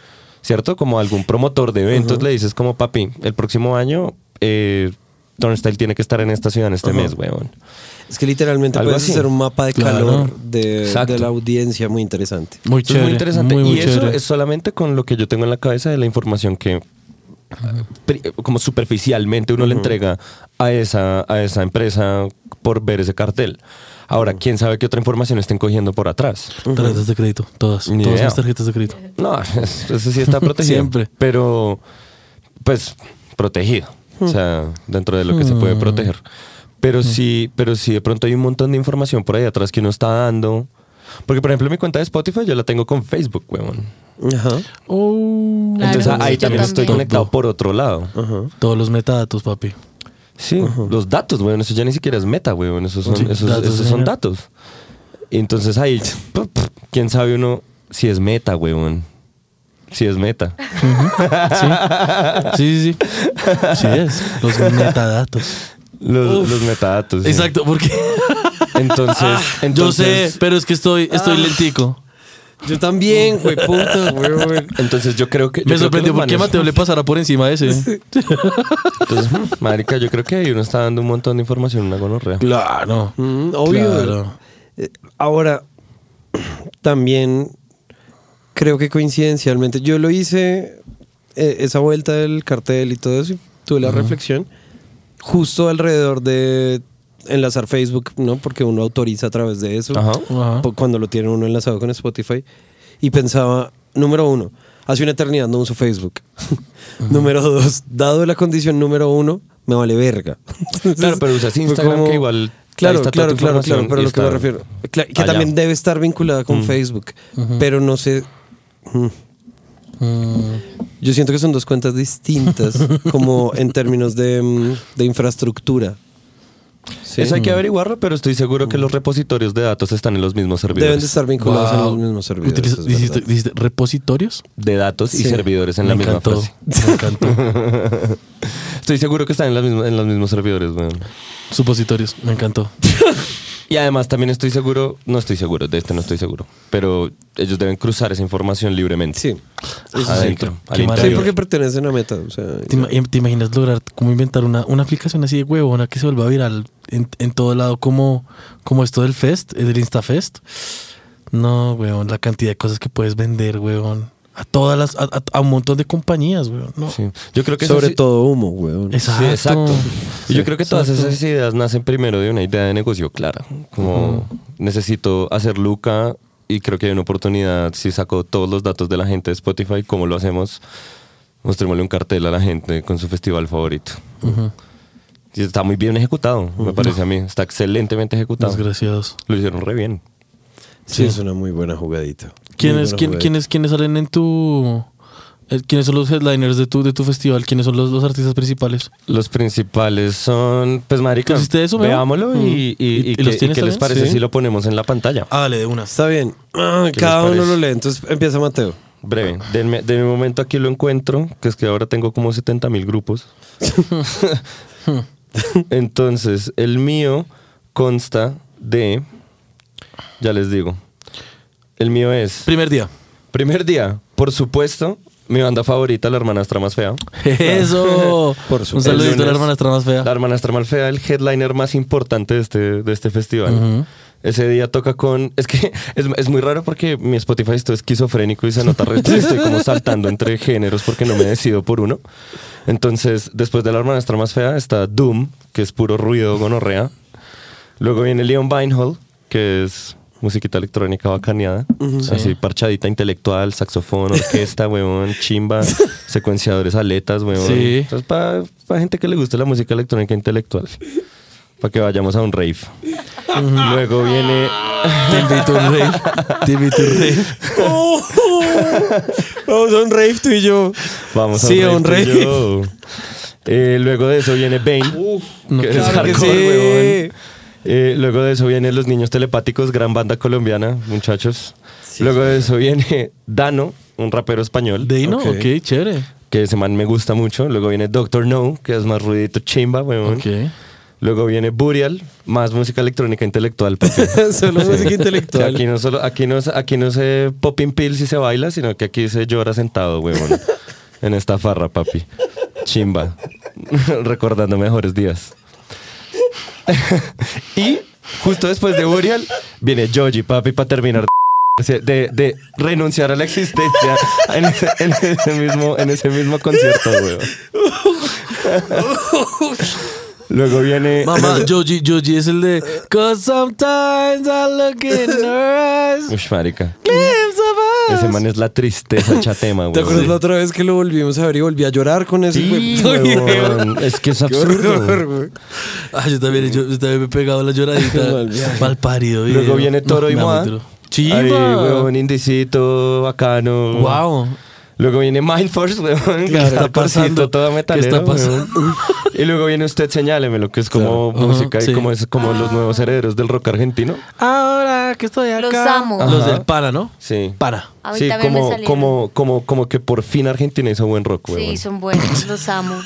S5: ¿cierto? Como algún promotor de eventos le dices como, papi, el próximo año eh, Turnstile tiene que estar en esta ciudad en este mes, weón.
S4: Es que literalmente
S5: Algo
S4: puedes
S5: así.
S4: hacer un mapa de
S3: Claro.
S4: calor de,
S5: Exacto.
S4: de la audiencia muy interesante.
S3: Muy
S5: Eso es
S3: chévere.
S5: muy interesante.
S3: Muy, muy
S5: y eso
S3: chévere.
S5: es solamente con lo que yo tengo en la cabeza de la información que eh, pri- como superficialmente uno le entrega a esa, a esa empresa por ver ese cartel. Ahora, quién sabe qué otra información estén cogiendo por atrás.
S3: Tarjetas de crédito, todas.
S5: Ni
S3: todas
S5: idea.
S3: mis tarjetas de crédito.
S5: No, eso sí está protegido.
S3: Siempre.
S5: Pero, pues, protegido. O sea, dentro de lo que se puede proteger. Pero sí, pero sí, de pronto hay un montón de información por ahí atrás que uno está dando. Porque, por ejemplo, mi cuenta de Spotify yo la tengo con Facebook, huevón.
S4: Ajá.
S3: Oh.
S6: Claro,
S5: Entonces ahí
S6: yo
S5: también estoy
S6: también.
S5: conectado por otro lado.
S3: Todos los metadatos, papi.
S5: Sí, los datos, weón. Eso ya ni siquiera es meta, weón. Esos son,
S3: Sí,
S5: esos,
S3: datos,
S5: esos son
S3: señor.
S5: datos. Y entonces ahí, p- p- quién sabe uno si es meta, weón. Si es meta.
S3: Sí, sí, sí. Sí es. Los metadatos.
S5: Los, los metadatos. sí.
S3: Exacto, porque
S5: Entonces,
S3: yo
S5: entonces, ah,
S3: sé, pero es que estoy, estoy lentico.
S4: Yo también, güey, puta, güey.
S5: Entonces yo creo que. yo creo
S3: Me
S5: que
S3: sorprendió
S5: los
S3: por qué
S5: manes-
S3: Mateo le pasará por encima de ese. ¿eh?
S5: Entonces, mm, marica, yo creo que ahí uno está dando un montón de información, una gonorrea.
S3: Claro.
S4: Mm, obvio.
S3: Claro.
S4: Eh, Ahora, también creo que coincidencialmente, yo lo hice, eh, esa vuelta del cartel y todo eso, y tuve la reflexión, justo alrededor de enlazar Facebook, ¿no? Porque uno autoriza a través de eso,
S5: Ajá.
S3: Ajá.
S4: po- cuando lo tiene uno enlazado con Spotify, y pensaba, número uno, hace una eternidad no uso Facebook. número dos, dado la condición número uno, me vale verga.
S5: Claro, pero usas
S4: Fue
S5: Instagram, que igual ahí
S4: Claro,
S5: está toda
S4: claro,
S5: tu
S4: claro, claro,
S5: información
S4: pero
S5: y
S4: lo que me
S5: está
S4: refiero. cla- que
S5: allá.
S4: también debe estar vinculada con Facebook, pero no sé. Mm. Yo siento que son dos cuentas distintas, como en términos de, mm, de infraestructura. Sí.
S5: Eso hay
S3: Mm.
S5: que averiguarlo, pero estoy seguro que los repositorios de datos están en los mismos servidores.
S4: Deben de estar vinculados en
S3: Wow.
S4: los mismos servidores.
S3: Utiliza-
S4: es
S3: dijiste,
S4: verdad.
S3: dijiste repositorios.
S5: De datos y
S4: Sí.
S5: servidores en
S3: me
S5: la misma
S3: encantó.
S5: frase.
S3: Me encantó.
S5: Estoy seguro que están en, las mismas- en los mismos servidores, weón.
S3: Supositorios. Me encantó.
S5: Y además también estoy seguro, no estoy seguro, de este no estoy seguro, pero ellos deben cruzar esa información libremente.
S4: Sí.
S5: Adentro,
S3: Qué
S5: al
S3: maravilla.
S4: Sí,
S5: interior.
S4: porque pertenecen a Meta. O sea,
S3: ¿Te, ima- im- te imaginas lograr cómo inventar una, una aplicación así de huevona que se vuelva viral en, en todo lado, como, como esto del Fest, eh, del InstaFest? No, weón, la cantidad de cosas que puedes vender, weón. A todas las, a, a- a un montón de compañías, weón. No.
S5: Sí. Yo creo que eso
S4: sobre
S5: sí-
S4: todo humo, weón.
S3: Exacto.
S5: Sí, exacto. Y yo creo que todas
S3: exacto.
S5: esas ideas nacen primero de una idea de negocio clara. Como necesito hacer Luca y creo que hay una oportunidad. Si saco todos los datos de la gente de Spotify, ¿cómo lo hacemos? Mostrémosle un cartel a la gente con su festival favorito. Y está muy bien ejecutado, me parece a mí. Está excelentemente ejecutado.
S3: Desgraciados.
S5: Lo hicieron re bien.
S4: Sí, es una muy buena jugadita. Muy
S3: ¿Quiénes,
S4: buena
S3: quién,
S4: jugadita.
S3: ¿quiénes, ¿Quiénes salen en tu... eh, ¿Quiénes son los headliners de tu, de tu festival? ¿Quiénes son los, los artistas principales?
S5: Los principales son, pues, marica,
S3: ¿Pusiste eso, Meo?
S5: veámoslo
S3: Mm.
S5: y, y,
S3: ¿Y-
S5: y
S3: y
S5: qué-
S3: los
S5: y
S3: tienes
S5: qué les
S3: también?
S5: parece
S3: Sí.
S5: si lo ponemos en la pantalla.
S3: Ah, dale, de una.
S4: Está bien. Ah,
S5: ¿Qué
S4: Cada
S5: les
S4: uno
S5: parece?
S4: lo lee. Entonces empieza Mateo.
S5: Breve, denme- de mi momento aquí lo encuentro, que es que ahora tengo como 70 mil grupos. Entonces, el mío consta de, ya les digo, el mío es,
S3: Primer día.
S5: primer día, por supuesto, mi banda favorita, la hermanastra más fea.
S3: Eso.
S4: Por
S3: un
S4: supuesto.
S5: El
S3: saludito a la
S5: lunes,
S3: hermana más fea.
S5: La hermanastra más fea, el headliner más importante de este, de este festival. Ese día toca con. Es que es, es muy raro porque mi Spotify está esquizofrénico y se nota re- Estoy como saltando entre géneros porque no me decido por uno. Entonces, después de la hermanastra más fea está Doom, que es puro ruido gonorrea. Luego viene Leon Beinhold, que es musiquita electrónica bacaneada, así parchadita intelectual, saxofón, orquesta, huevón, chimba, secuenciadores, aletas, huevón.
S3: Sí.
S5: Entonces, para gente que le guste la música electrónica intelectual, para que vayamos a un rave. Luego viene
S3: Te invito a un rey. Te invito a un rey.
S4: Vamos a un rave tú y yo.
S5: Vamos a
S4: Sí,
S5: un
S4: un
S5: rave. tú y
S4: rave.
S5: yo. Eh, luego de eso viene Bane.
S3: no,
S5: que es
S4: claro que
S5: hardcore,
S4: sí.
S5: huevón. Eh, luego de eso vienen Los Niños Telepáticos, gran banda colombiana, muchachos. luego de eso viene Dano, un rapero español,
S3: Deino,
S4: Ok.
S3: ok, chévere.
S5: que ese man me gusta mucho. Luego viene Doctor No, que es más ruidito chimba, huevón.
S3: Ok.
S5: Luego viene Burial, más música electrónica intelectual. papi.
S4: Solo música
S5: O sea,
S4: intelectual.
S5: aquí no solo, aquí no, se- aquí no se popping pills y se baila, sino que aquí se llora sentado, huevón. en esta farra, papi. Chimba. Recordando mejores días. y justo después de Uriel viene Joji, papi, para terminar de, de- de renunciar a la existencia en, ese- en ese, mismo, en ese mismo concierto, huevón. Luego viene...
S3: Mamá, Joji, Joji es el de Cause sometimes I look in her eyes.
S5: Ush, marica.
S3: glimpse of us".
S5: Ese man es la tristeza chatema, güey.
S4: ¿Te acuerdas la otra vez que lo volvimos a ver y volví a llorar con ese
S5: Sí,
S4: hueputo video?
S5: huevón. Es que es
S4: Qué
S5: absurdo.
S4: horror, güey.
S3: Ah, yo también, yo, yo también me he pegado la lloradita.
S4: Mal viaje.
S3: Mal parido.
S5: Luego viene Toro y Moa.
S3: Chiva.
S5: Ahí, huevón, indicito, bacano.
S3: Wow.
S5: Luego viene Mind Force, huevón. que
S3: está
S5: está pasando?
S3: pasando?
S5: Todo
S3: ¿Qué
S5: metalero,
S3: está pasando?
S5: huevón. Y luego viene Usted Señálemelo, que es como
S3: Claro.
S5: música
S3: Ajá,
S5: y
S3: sí. Ah.
S5: como, es, como los nuevos herederos del rock argentino.
S3: Ahora que estoy acá.
S6: Los amo.
S3: Los
S5: Ajá.
S3: del pana, ¿no?
S5: Sí.
S3: Pana.
S6: A mí
S5: Sí,
S6: también me
S5: como,
S6: salieron.
S5: como, como, como que por fin Argentina hizo buen rock, huevón.
S6: Sí, son buenos, los amo.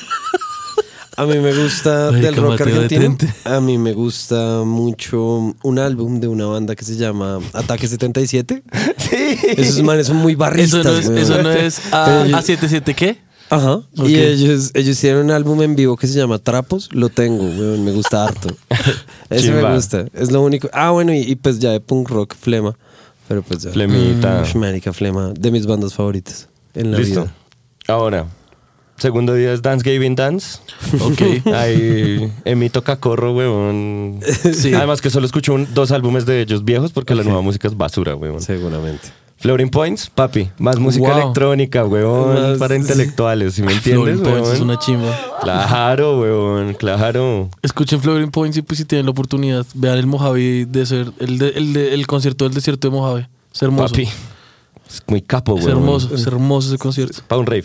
S4: A mí me gusta
S3: Marica,
S4: del rock
S3: Mateo,
S4: argentino.
S3: detente.
S4: A mí me gusta mucho un álbum de una banda que se llama Ataque 77.
S5: Sí.
S4: Esos manes son muy barristas. Eh,
S3: Eso no es,
S4: weón.
S3: eso no es ah, a,
S5: Eh,
S3: A77, ¿qué?
S4: Ajá.
S3: Ok.
S4: Y ellos, ellos hicieron un álbum en vivo que se llama Trapos. Lo tengo, weón. Me gusta harto. Ese
S5: Chimba.
S4: me gusta. Es lo único. Ah, bueno, y, y pues ya de punk rock, Flema. Pero pues ya.
S5: Flemita.
S4: Ush, marica, Flema. De mis bandas favoritas. En la
S5: Listo.
S4: vida.
S5: Ahora, segundo día es Dance Gaving Dance.
S3: Ok.
S5: Ahí emito cacorro, weón.
S3: Sí.
S5: Además que solo escucho un- dos álbumes de ellos viejos porque la nueva música es basura, weón.
S4: Seguramente.
S5: Flooring Points, papi. Más música
S3: Wow.
S5: electrónica, weón.
S4: Más-
S5: para intelectuales, ¿sí me entiendes,
S3: Flooring Points
S5: weón?
S3: es una chimba.
S5: Claro, weón. Claro.
S3: Escuchen Flooring Points y pues si tienen la oportunidad, vean el Mojave de ser, el, de- el, de- el concierto del desierto de Mojave. Es hermoso.
S5: Papi. Es muy capo,
S3: Es
S5: güey.
S3: hermoso, es hermoso ese concierto.
S5: Para un rave.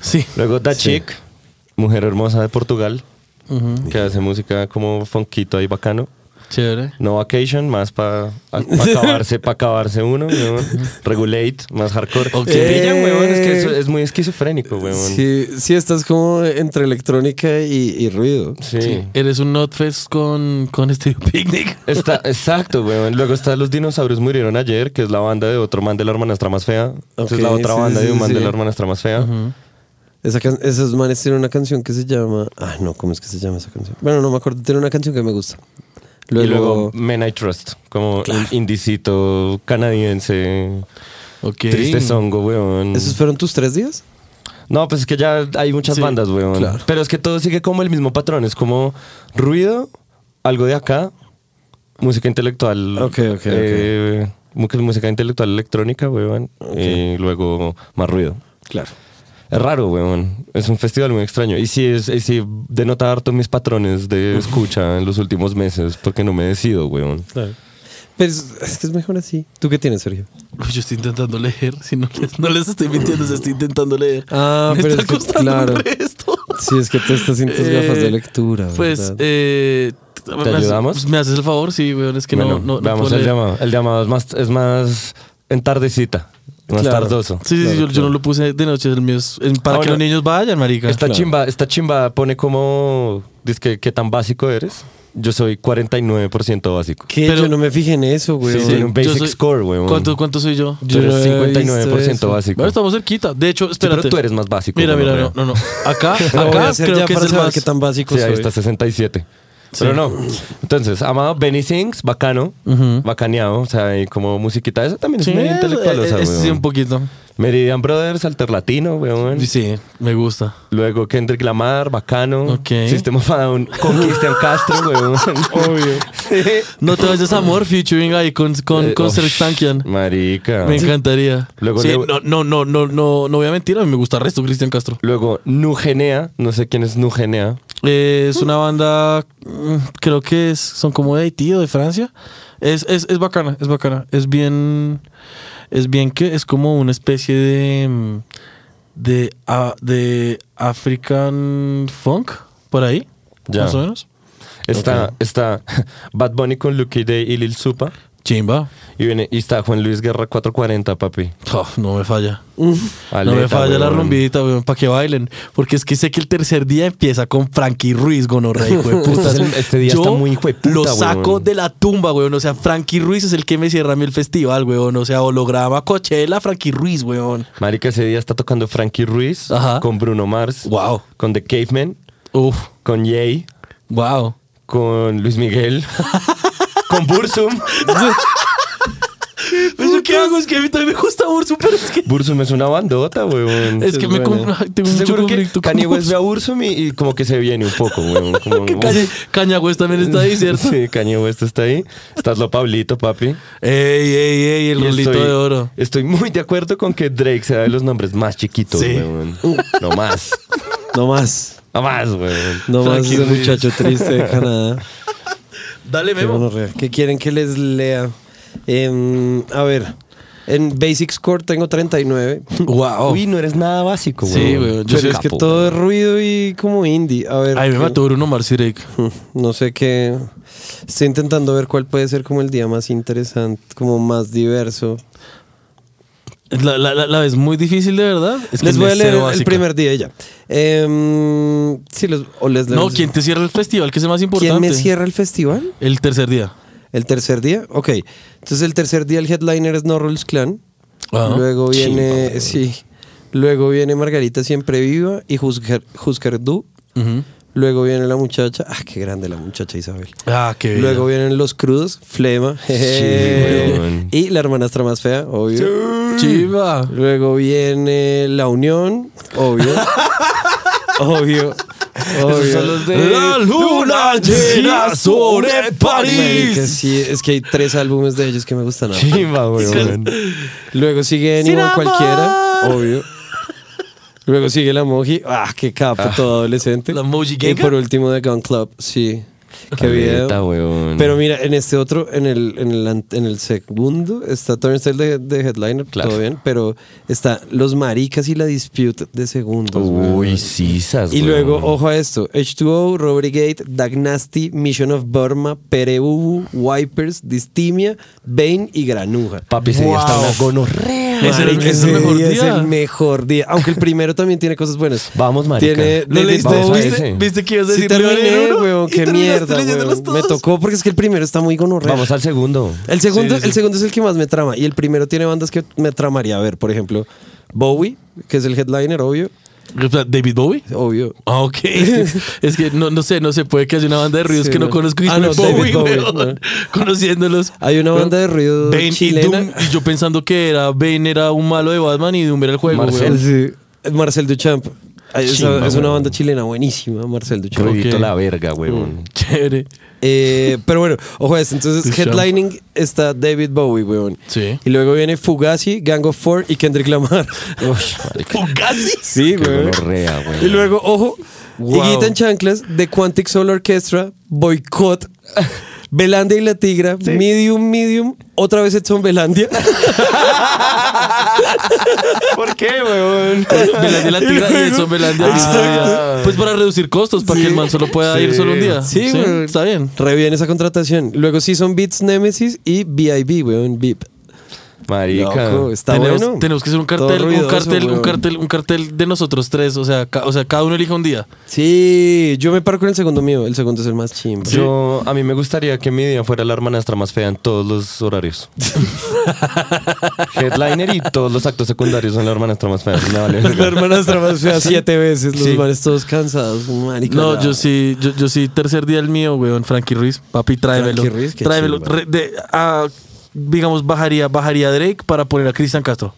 S3: Sí.
S5: Luego Da Chick, mujer hermosa de Portugal, que hace música como fonquito ahí bacano.
S3: Chévere.
S5: No Vacation, más para acabarse, pa acabarse uno. weón. Regulate, más hardcore.
S3: Ok.
S5: Se pillan,
S4: Eh.
S5: weón, es que eso es muy esquizofrénico, Pues, weón. Sí.
S4: Sí, sí, estás como entre electrónica y, y ruido.
S3: Eres un Notfest con, con Stereo Picnic.
S5: Está, exacto, weón. Luego está Los Dinosaurios Murieron Ayer, que es la banda de otro man de la hermanastra más fea. Esa es la
S4: Ok,
S5: otra
S4: sí,
S5: banda
S4: sí,
S5: de un man
S4: sí.
S5: de la hermanastra más fea.
S4: Esa can- esos manes tienen una canción que se llama. Ah, no, ¿cómo es que se llama esa canción? Bueno, no me acuerdo. Tiene una canción que me gusta. Luego,
S5: Y luego Men I Trust, como un indicito canadiense.
S3: Ok.
S5: Triste songo, weón.
S4: ¿Esos fueron tus tres días?
S5: No, pues es que ya hay muchas
S3: Sí,
S5: bandas, weón.
S4: claro.
S5: Pero es que todo sigue como el mismo patrón. Es como ruido, algo de acá, música intelectual.
S4: Ok, ok,
S5: eh, mu- Música intelectual electrónica, weón. Y luego más ruido.
S4: Claro.
S5: Es raro, weón. Es un festival muy extraño. Y sí, es, y sí denota harto mis patrones de escucha en los últimos meses porque no me decido, weón.
S4: Pero es, es que es mejor así. ¿Tú qué tienes, Sergio?
S3: Uy, Yo estoy intentando leer. Si no les, no les estoy mintiendo, se estoy intentando leer.
S4: Ah,
S3: Me
S4: pero
S3: está
S4: es que,
S3: costando
S4: claro.
S3: un resto.
S4: Sí, es que tú estás sin tus
S3: Eh,
S4: gafas de lectura.
S3: Pues,
S4: ¿verdad?
S3: eh, ¿me haces-
S5: ayudamos?
S3: ¿Me haces el favor? Sí, weón, es que no-
S5: bueno,
S3: no, no,
S5: veamos
S3: puedo
S5: el
S3: leer.
S5: llamado. El llamado es más, es más en tardecita, más
S4: Claro.
S5: tardoso.
S3: Sí, sí, sí, yo, yo no lo puse de noche, el mío es es para
S5: Ah,
S3: que
S5: bueno.
S3: los niños vayan, marica.
S5: Esta chimba, esta chimba pone como dice que qué tan básico eres. Yo soy 49% básico.
S4: ¿Qué?
S3: pero-
S4: Yo no me fijé en eso, güey.
S5: Sí, tiene un
S3: Yo
S5: basic
S3: soy-
S5: score, weón.
S3: ¿Cuánto, ¿Cuánto soy yo?
S5: Tú
S4: Yo no
S5: eres
S4: había visto
S5: 59%
S4: eso.
S5: básico.
S3: Bueno, estamos cerquita. De hecho,
S5: Sí,
S3: espérate.
S5: pero tú eres más básico.
S3: Mira, mira,
S5: gonorrea.
S3: no, no, no. Acá,
S4: Lo voy a
S3: acá
S4: hacer
S3: creo
S4: ya
S3: que es
S4: para
S3: el
S4: saber
S3: más.
S4: qué tan básico
S5: Sí, ahí
S4: soy.
S5: está 67.
S3: Sí.
S5: Pero no. Entonces, Amado Benny Sings, bacano, bacaneado, o sea, y como musiquita, eso también es
S3: Sí,
S5: muy intelectual, o sea,
S3: es- sí,
S5: weón.
S3: un poquito.
S5: Meridian Brothers, alterlatino, weón.
S3: Sí, me gusta.
S5: Luego Kendrick Lamar, bacano.
S3: Ok.
S5: Sistema of a Down con Cristian Castro, weón. Obvio.
S3: No te vayas a amor featuring ahí con, con, con Serj Tankian.
S5: Marica.
S3: Me encantaría.
S5: Eh, oh, Luego
S3: Sí,
S5: le-
S3: no, no, no, no, no, no voy a mentir, a mí me gusta el resto Cristian Castro.
S5: Luego, Nugenea, no sé quién es Nugenea.
S3: Eh, es una banda, mm, creo que es, son como de Haití o de Francia. Es, es, es bacana, es bacana. Es bien, es bien que es como una especie de, mm, de, a- de African funk, por ahí,
S5: Ya.
S3: más o menos.
S5: Está, está Bad Bunny con Lucky Day y Lil Supa.
S3: Chimba.
S5: Y, viene, y está Juan Luis Guerra 440, papi.
S3: Oh, no me falla.
S5: Aleta,
S3: no me falla la
S5: weón.
S3: rumbita, weón, para que bailen. Porque es que sé que el tercer día empieza con Frankie Ruiz, gonorrea, hijo de putas.
S5: Este es el- este día está muy hijo de puta,
S3: Lo saco
S5: weón.
S3: de la tumba, weón. O sea, Frankie Ruiz es el que me cierra a mí el festival, weón. O sea, holograma, Coachella, Frankie Ruiz, weón.
S5: Marica, ese día está tocando Frankie Ruiz
S3: Ajá.
S5: con Bruno Mars.
S3: Wow.
S5: Con The Caveman.
S3: Uf,
S5: Con Jay.
S3: wow.
S5: Con Luis Miguel. con Bursum.
S3: ¿Yo qué hago? Es que a mí también me gusta Ursum, pero es que.
S5: Bursum es una bandota, weón.
S3: Es que me
S4: buena.
S3: compro- tengo mucho
S5: Seguro que
S3: conflicto con
S5: Kanye West
S3: Ursum.
S5: ve a Bursum y, y como que se viene un poco, weón. Como,
S3: Que Kanye- Kanye West también está ahí, ¿cierto?
S5: Sí, Kanye West está ahí. Estás lo Pablito, papi.
S3: Ey, ey, ey, el
S5: Y
S3: rolito
S5: estoy-
S3: de oro.
S5: Estoy muy de acuerdo con que Drake sea de los nombres más chiquitos,
S3: Sí.
S5: weón. No más.
S4: No más.
S5: No más, weón.
S4: No más
S3: Frankie
S4: ese
S3: Ruiz.
S4: muchacho triste de Canadá.
S3: Dale,
S4: Qué
S3: Memo.
S4: gonorrea. ¿Qué quieren que les lea? Em, a ver. En Basic Score tengo 39.
S3: Wow.
S5: Uy, no eres nada básico, weón.
S3: Sí, weón, yo
S5: Tú
S4: Pero
S5: eres
S4: es que
S5: capo,
S4: todo es ruido y como indie. A ver.
S3: Ay, me
S4: ¿qué?
S3: mató Bruno Mars y Drake.
S4: No sé qué. Estoy intentando ver cuál puede ser como el día más interesante, como más diverso.
S3: La, la, la, la es muy difícil, de verdad. Es que
S4: les
S3: es
S4: voy a
S3: cero
S4: leer el
S3: básica.
S4: primer día ya. Em, sí, los- o les leo
S3: No,
S4: el-
S3: ¿quién te cierra el festival? Que es el más importante.
S4: ¿Quién me cierra el festival?
S3: El tercer día.
S4: ¿El tercer día? Ok. Entonces el tercer día el headliner es No Rules Clan.
S3: Ajá.
S4: Luego viene, eh, sí. Luego viene Margarita Siempre Viva y Husker, Husker Du.
S3: Ujú.
S4: Luego viene la muchacha. Ah, qué grande la muchacha Isabel.
S3: Ah, qué bien.
S4: Luego vienen los crudos, Flema. jeje.
S5: weón.
S4: y la hermanastra más fea, obvio.
S3: Chiva.
S4: Luego viene La Unión, obvio. obvio.
S5: Esos
S4: obvio.
S5: son los de-
S3: La luna llena sobre
S4: Marica,
S3: París.
S4: sí, es que hay tres álbumes de ellos que me gustan. harto.
S5: Chimba, weón.
S4: Luego sigue
S3: Sin
S4: Anyone
S3: amor.
S4: Cualquiera, obvio. Luego sigue La Moji. Ah, qué capo, todo adolescente.
S3: ¿La Moji
S4: Y
S3: Genga?
S4: por último, The Gun Club, sí. Qué
S5: Caleta,
S4: video.
S5: weón.
S4: Pero mira, en este otro, en el, en el, an- en el segundo, está Turnstile de, de headliner,
S5: Claro.
S4: todo bien, pero está Los Maricas y la Dispute de segundos.
S5: Uy,
S4: weón.
S5: sisas,
S4: Y
S5: weón.
S4: luego, oh, ojo a esto: H2O, Robbery E. Gate, Dagnasty, Mission of Burma, Pereubu, Wipers, Distimia, Bane y Granuja.
S5: Papi, ese día está una gonorrea.
S3: Ese era el-
S4: Marica,
S3: ese es el
S4: ese
S3: mejor
S4: día es
S3: día.
S4: el mejor día. Aunque el primero también tiene cosas buenas.
S5: Vamos, marica.
S4: Tiene
S3: ¿Lo
S4: The
S3: leíste?
S5: vamos
S4: Disposed-
S5: a
S3: ¿Viste,
S5: ese.
S3: viste que ibas a
S4: Sí
S3: decir
S4: terminé,
S3: Leonero,
S4: weón,
S3: y
S4: qué
S3: terminaste
S4: mierda,
S3: leyéndolos
S4: weón. Me
S3: todos?
S4: tocó porque es que el primero está muy gonorrea.
S5: Vamos al segundo.
S4: El
S3: Sí,
S4: segundo,
S3: sí, sí.
S4: el segundo es el que más me trama y el primero tiene bandas que me tramaría a ver, por ejemplo, Bowie, que es el headliner, obvio,
S3: David Bowie.
S4: obvio.
S3: Ah, ok. es que no, no sé, no se puede que haya una banda de ruidos
S4: Sí,
S3: que no
S4: no.
S3: conozco. y
S4: Ah, no,
S3: Bowie,
S4: David Bowie,
S3: weón.
S4: no.
S3: Conociéndolos.
S4: Hay una banda de ruido
S3: Bane y
S4: chilena.
S3: Doom. Y yo pensando que era Bane era un malo de Batman y Doom era el juego,
S5: Marcel.
S3: weón.
S4: Sí. Marcel Duchamp. Ay, esa-
S5: Chimba,
S4: es una
S5: weón.
S4: banda chilena buenísima, Marcel Duchamp.
S5: Ruidito
S3: Ok.
S5: la verga, weón.
S3: Chévere.
S4: Eh, pero bueno, ojo a esto. Entonces,
S3: Duchamp.
S4: headlining está David Bowie, weón.
S3: Sí.
S4: Y luego viene Fugazi, Gang of Four y Kendrick Lamar.
S3: Fugazi.
S4: sí,
S5: Qué
S4: weón.
S5: gonorrea, weón.
S4: Y luego, ojo,
S3: Wow.
S4: Higuita en Chanclas, The Quantic Soul Orchestra, Boycott, Belandia y la Tigra, Medium, Medium, otra vez Edson Belandia.
S5: ¿Por qué, weón?
S3: Belandia la tigra y Edson Belandia. la
S4: Exacto.
S3: tigra. Pues para reducir costos, para que el man solo pueda ir solo un día.
S4: Sí, weón.
S3: Está bien.
S4: Re bien esa contratación. Luego Season Beats, Nemesis y B.I.B., weón, VIP.
S5: Marica.
S4: Loco, está
S3: tenemos,
S4: bueno.
S3: tenemos que hacer un
S4: Todo
S3: cartel,
S4: ruidoso,
S3: un cartel, un
S4: weón.
S3: cartel, un cartel de nosotros tres. O sea, ca- o sea, cada uno elige un día.
S4: Sí, yo me paro con el segundo mío. El segundo es el más chimba.
S5: Yo, a mí me gustaría que mi día fuera la hermanastra más fea en todos los horarios. Headliner y todos los actos secundarios son la hermanastra más fea. Me vale
S4: La
S5: verga.
S4: hermana más fea siete veces. Los
S5: Sí.
S4: manes todos cansados. marica,
S3: No,
S4: la-
S3: yo sí, yo, yo sí, tercer día el mío, weón, Frankie Ruiz. Papi, tráemelo.
S4: Frankie Ruiz, qué
S3: tráemelo.
S4: chimba.
S3: Re- de- ah, digamos, bajaría, bajaría a Drake para poner a Cristian Castro.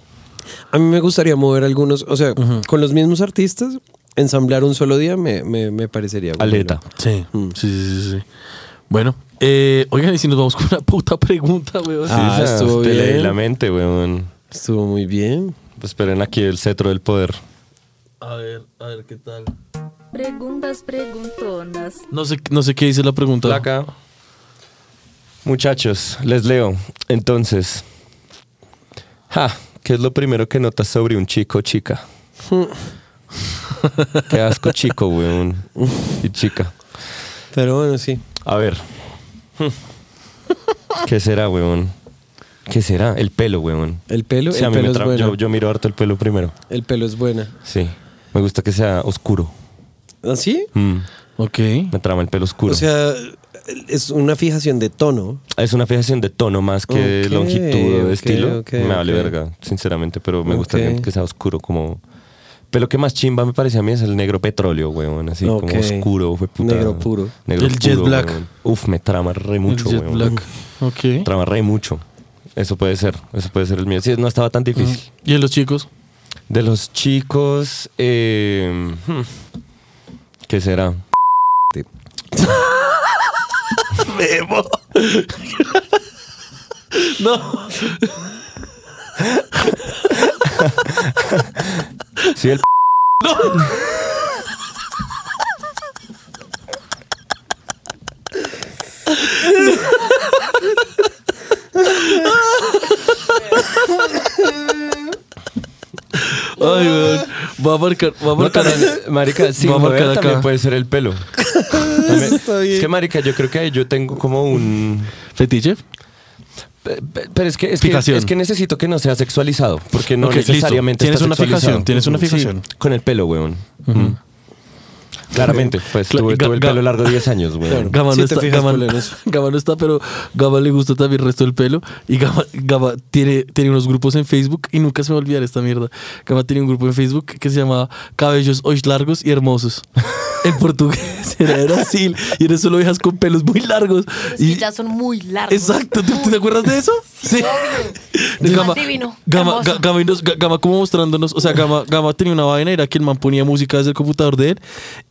S4: A mí me gustaría mover algunos, o sea, con los mismos artistas, ensamblar un solo día me, me, me parecería. bueno.
S5: Aleta.
S3: Sí,
S4: Mm.
S3: sí, sí, sí, sí. Bueno, eh, oigan, y si nos vamos con una puta pregunta, weón.
S4: Ah,
S5: o sea,
S4: estuvo
S5: te leí
S4: bien.
S5: la mente, weón.
S4: Estuvo muy bien.
S5: Esperen aquí el cetro del poder.
S3: A ver, a ver qué tal.
S7: Preguntas preguntonas.
S3: No sé, no sé qué dice la pregunta.
S5: Placa. Muchachos, les leo. Entonces, ja, ¿qué es lo primero que notas sobre un chico o chica?
S4: Hmm.
S5: Qué asco chico, weón. Y chica.
S4: Pero bueno, sí.
S5: A ver. ¿Qué será, weón? ¿Qué será? El pelo, weón.
S4: El pelo,
S5: Sí,
S4: el
S5: a mí
S4: pelo
S5: me
S4: es
S5: tra-
S4: bueno.
S5: yo, yo miro harto el pelo primero.
S4: El pelo es buena.
S5: Sí. Me gusta que sea oscuro.
S4: ¿Así?
S5: Mm,
S3: Ok.
S5: Me trama el pelo oscuro.
S4: O sea, es una fijación de tono.
S5: Es una fijación de tono más que
S4: Ok,
S5: longitud o
S4: ok,
S5: de estilo.
S4: ok,
S5: me vale
S4: ok.
S5: verga, sinceramente, pero me gusta
S4: Ok.
S5: que, que sea oscuro como... Pero lo que más chimba me parece a mí es el negro petróleo, weón. Así
S4: Ok.
S5: como oscuro, fue puta.
S4: Negro puro.
S5: Negro
S3: El jet
S5: puro,
S3: black.
S5: weón. Uf, me trama re
S3: El
S5: mucho,
S3: Jet
S5: weón.
S3: Black. Ok.
S5: Trama re mucho. Eso puede ser, eso puede ser el mío. Sí, no estaba tan difícil.
S3: ¿Y en los chicos?
S5: De los chicos, eh, hmm, ¿qué será?
S3: No.
S5: Sí, el
S3: Ay, weón. Va a marcar, va a
S5: No,
S3: marcar.
S5: también, marica, sin
S3: Va a
S5: mover
S3: marcar acá.
S5: también puede ser el pelo.
S4: está bien.
S5: Es que, marica, yo creo que ahí yo tengo como un...
S3: ¿Fetiche?
S5: Pe- pe- Pero es que, es, que,
S3: Fijación.
S5: es que necesito que no sea sexualizado, porque no
S3: Ok, listo.
S5: necesariamente
S3: Tienes
S5: está
S3: una
S5: sexualizado.
S3: fijación, tienes una
S5: Sí,
S3: fijación.
S5: con el pelo, weón. Mm. Claramente, pues
S3: Cla-
S5: tuve,
S3: ga-
S5: tuve el
S3: ga-
S5: pelo largo 10 años, weón.
S3: Gama no,
S4: Sí te
S3: está,
S4: fijas,
S3: Gama-
S4: Polo, en eso.
S3: Gama no está, pero Gama le gusta también el resto del pelo. Y Gama, Gama tiene, tiene unos grupos en Facebook y nunca se me va a olvidar esta mierda. Gama tiene un grupo en Facebook que se llama Cabellos Hoy Largos y Hermosos. En portugués era de Brasil y eran solo viejas con pelos muy largos.
S6: Y
S3: Y,
S6: ya son muy largos.
S3: exacto, ¿tú, tú te acuerdas de eso? Sí.
S6: El man divino,
S3: Gama,
S6: hermoso.
S3: Ga- Gama y nos- Ga- Gama como mostrándonos, o sea, Gama, Gama tenía una vaina, era que el man ponía música desde el computador de él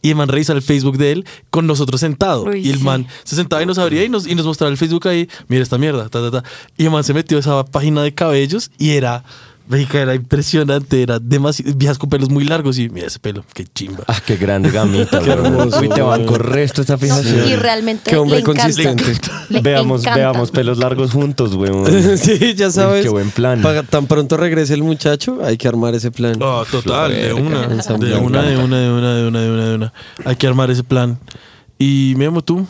S3: y el man revisaba el Facebook de él con nosotros sentado.
S6: Uy,
S3: y el
S6: sí.
S3: man se sentaba y nos abría y nos, y nos mostraba el Facebook ahí, mira esta mierda, ta, ta, ta. Y el man se metió a esa página de cabellos y era Marica, era impresionante, era demasiado. Viejas con pelos muy largos y mira ese pelo, qué chimba.
S5: Ah, qué grande gamita.
S4: Qué
S5: weón.
S4: hermoso,
S5: Uy, te
S4: weón.
S5: banco resto esta
S6: No,
S5: fijación.
S6: Y realmente
S4: Qué hombre
S6: le encanta.
S4: consistente.
S6: Le
S5: veamos,
S6: encanta.
S5: veamos pelos largos juntos, weón.
S4: sí, ya
S5: Uy,
S4: sabes.
S5: qué buen plan.
S4: Para tan pronto regrese el muchacho, hay que armar ese plan.
S3: Ah, total, de una,
S4: Ensamble
S3: de una, de una, de una, de una, de una, de una. Hay que armar ese plan. Y Memo, tú,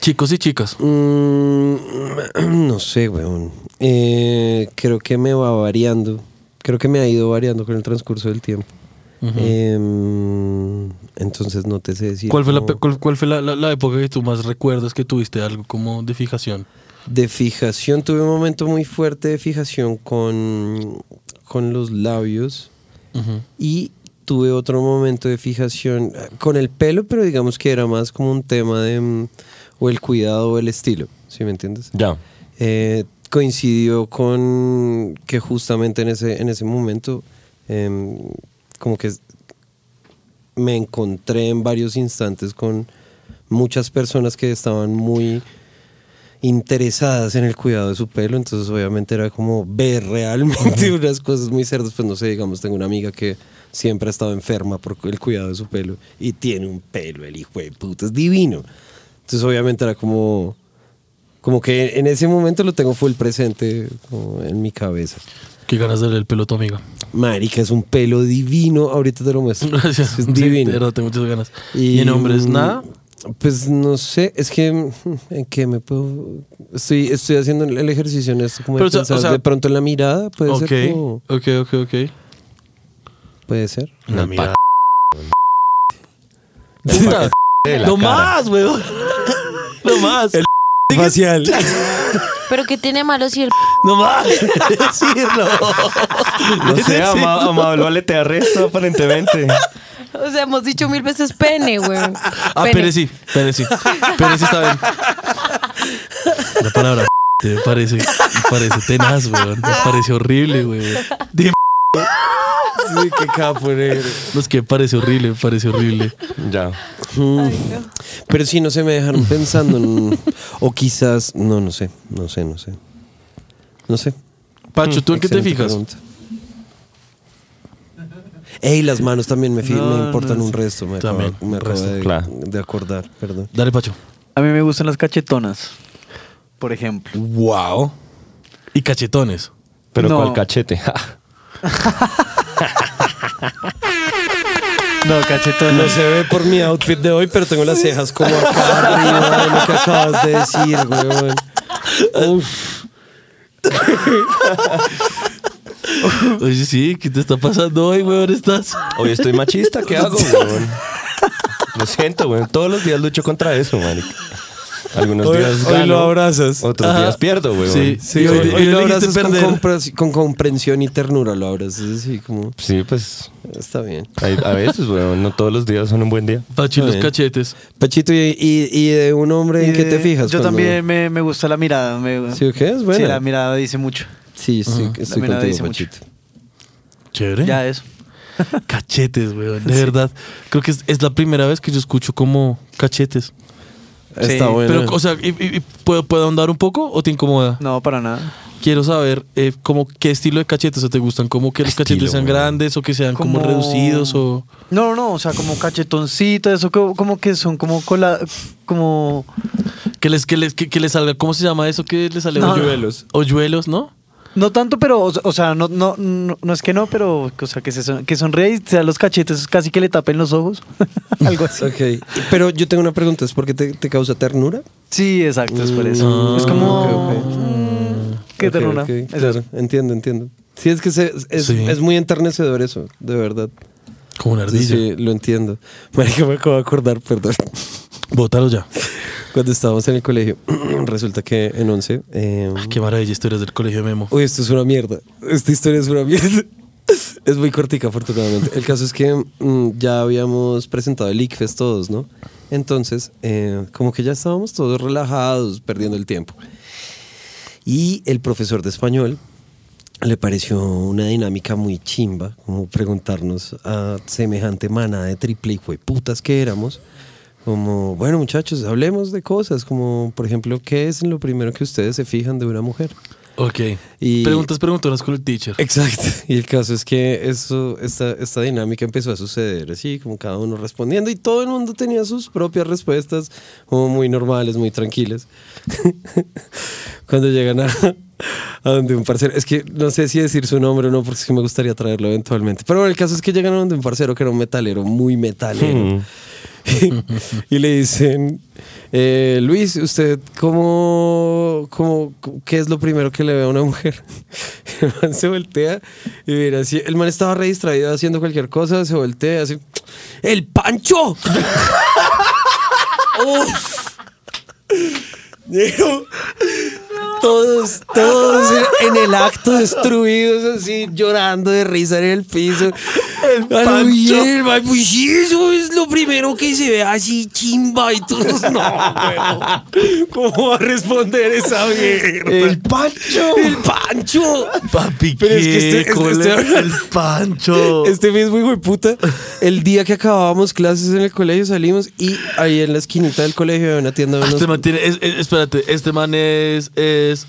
S3: chicos y chicas.
S4: Mm, no sé, weón. Eh, creo que me va variando. Creo que me ha ido variando con el transcurso del tiempo. Em, entonces no te sé decir.
S3: ¿Cuál fue, la,
S4: como
S3: pe- cuál, cuál fue la, la- la época que tú más recuerdas que tuviste algo como de fijación?
S4: De fijación, tuve un momento muy fuerte de fijación con, con los labios.
S3: Ujú.
S4: Y tuve otro momento de fijación eh, con el pelo, pero digamos que era más como un tema de. mm, o el cuidado o el estilo, ¿sí me entiendes?
S5: Ya.
S4: Eh, coincidió con que justamente en ese, en ese momento, em, como que me encontré en varios instantes con muchas personas que estaban muy interesadas en el cuidado de su pelo, entonces obviamente era como ver realmente unas cosas muy cerdas, pues no sé, digamos, tengo una amiga que siempre ha estado enferma por el cuidado de su pelo y tiene un pelo, el hijo de puta, es divino. Entonces obviamente era como, como que en ese momento lo tengo full presente como en mi cabeza.
S3: ¿Qué ganas de ver el pelo a tu amiga?
S4: Marica, es un pelo divino, ahorita te lo muestro.
S3: Gracias.
S4: Es
S3: Sí,
S4: divino.
S3: de verdad, tengo muchas ganas. Y, en hombres,
S4: mm,
S3: nada.
S4: Pues no sé, es que mm, en qué me puedo. Estoy, estoy haciendo el ejercicio en esto, como de
S3: Pero, o sea,
S4: pensar
S3: o sea-
S4: de pronto en la mirada, puede
S3: Ok,
S4: ser. como-
S3: ok, ok, ok.
S4: puede ser.
S5: Una
S3: Una
S5: mirada.
S3: Puta,
S5: De la
S3: no
S5: cara.
S3: más, weón. No más.
S4: Facial.
S6: Pero que tiene malo si el
S3: No más. Decirlo.
S5: No sé, ama, amable aletea resto, aparentemente.
S6: O sea, hemos dicho mil veces pene, güey.
S3: Ah, Pérez sí, Pérez sí. Pérez sí está bien. La palabra te me parece, me parece tenaz, weón. Me parece horrible, weón. Dime,
S4: sí, qué capo negro.
S3: no es que me parece horrible, me parece horrible.
S5: Ya.
S4: Pero sí, no sé, me dejaron pensando. en- o quizás, no, no sé, no sé, no sé. No sé.
S3: Pacho, ¿tú en qué te
S4: Excelente
S3: fijas?
S4: pregunta. Ey, las manos también me, fi-
S8: No,
S4: me importan
S8: no,
S4: un
S8: sí.
S4: resto. Me acabo,
S3: También,
S4: me
S3: un
S4: acabo
S3: resto,
S4: de,
S5: claro.
S4: de acordar, perdón.
S3: Dale, Pacho.
S8: A mí me gustan las cachetonas, por ejemplo.
S3: Wow. Y cachetones.
S5: Pero
S8: No.
S5: con el cachete.
S8: No, cachetonas.
S4: No se ve por mi outfit de hoy, pero tengo las cejas como acá arriba de lo que acabas de decir, weón. Uf,
S3: Oye, sí, ¿qué te está pasando hoy, weón? Estás.
S5: Hoy estoy machista, ¿qué hago, weón? Lo siento, weón. Todos los días lucho contra eso, marica. Algunos
S4: hoy,
S5: días
S4: hoy
S5: gano,
S4: lo abrazas.
S5: otros
S3: Ajá.
S5: días pierdo, weón.
S3: Sí, sí.
S4: Sí,
S3: hoy-
S4: hoy, hoy
S3: hoy
S4: lo
S3: elegiste
S4: abrazas con,
S3: perder.
S4: compras- con comprensión y ternura, lo abrazas así como,
S5: Sí, pues
S4: está bien.
S5: hay- a veces, weón, no todos los días son un buen día.
S3: Pacho y los
S4: Bien.
S3: cachetes.
S4: Pachito, ¿y, y- y de un hombre en qué te
S8: Eh,
S4: fijas?
S8: Yo
S4: cuando-
S8: también me, me gusta la mirada. me-
S4: ¿Sí o qué? Es buena.
S8: Sí, la mirada dice mucho.
S4: Sí, sí, estoy
S8: También la dice
S4: contigo,
S8: mucho.
S4: Pachito. ¿Eh?
S3: Chévere.
S8: Ya eso.
S3: Cachetes, weón. De verdad. Creo que es, es la primera vez que yo escucho como cachetes.
S8: Sí,
S4: Está bueno.
S3: Pero, o sea, ¿y- y- y ¿puedo, ¿puedo ahondar un poco o te incomoda?
S8: No, para nada.
S3: Quiero saber eh, como qué estilo de cachetes o te gustan, como que los cachetes sean grandes o que sean como, reducidos o
S8: No, no, o sea, como cachetoncito, eso co- como, que son como cola... Como...
S3: que les que les que, que les salga, ¿cómo se llama eso que les sale
S8: No.
S3: hoyuelos? Hoyuelos, ¿no?
S8: No tanto, pero, o, o sea, no, no, no, no es que no, pero, o sea, que, se son- que sonríe y sea los cachetes casi que le tapen los ojos. Algo así.
S4: Ok, pero yo tengo una pregunta, ¿es por qué te, te causa ternura?
S8: Sí, exacto, es por eso.
S3: Mm,
S8: es como...
S4: Ah, ok, ok.
S8: mm, qué
S4: Ok,
S8: ternura.
S4: ok,
S8: Es
S4: claro,
S8: eso.
S4: entiendo, entiendo. Sí, es que se- es, es-
S3: Sí.
S4: es muy enternecedor eso, de verdad.
S3: Como una
S4: Sí,
S3: ardilla.
S4: sí, lo entiendo. Marica, me acabo de acordar, perdón.
S3: Bótalo ya.
S4: Cuando estábamos en el colegio, resulta que en 11... eh,
S3: Ah, qué maravilla historias del colegio de Memo.
S4: Uy, esto es una mierda. Esta historia es una mierda. Es muy cortica, afortunadamente. El caso es que mm, ya habíamos presentado el ICFES todos, ¿no? Entonces, eh, como que ya estábamos todos relajados, perdiendo el tiempo. Y el profesor de español le pareció una dinámica muy chimba, como preguntarnos a semejante manada de triple hijo de putas que éramos, como, bueno muchachos, hablemos de cosas, como por ejemplo, ¿qué es lo primero que ustedes se fijan de una mujer?
S3: Ok.
S4: Y-
S3: Preguntas preguntonas con el teacher.
S4: Exacto. Y el caso es que eso, esta, esta dinámica empezó a suceder así, como cada uno respondiendo, y todo el mundo tenía sus propias respuestas, como muy normales, muy tranquilas. Cuando llegan a, a donde un parcero, es que no sé si decir su nombre o no, porque es que me gustaría traerlo eventualmente. Pero bueno, el caso es que llegan a donde un parcero que era un metalero, muy metalero. y le dicen, eh, Luis, ¿usted cómo, cómo, qué es lo primero que le ve a una mujer? El man se voltea y mira, así, el man estaba re distraído haciendo cualquier cosa, se voltea así, ¡El Pancho! Uf. Negro, Todos, todos en el acto destruidos, así, llorando de risa en el piso. El
S3: Pancho.
S4: pues sí, eso es lo primero que se ve así, chimba, y todos, no, huevón. ¿Cómo va a responder esa mierda?
S3: El Pancho.
S4: ¡El Pancho!
S3: Papi,
S4: Pero es
S3: ¿qué?
S4: que este- este-
S3: ¿Cómo le-
S4: este-
S3: el Pancho.
S4: Este mismo hijo de puta, el día que acabábamos clases en el colegio salimos y ahí en la esquinita del colegio había una tienda de unos...
S3: Este man tiene- es- es- espérate, este man es. es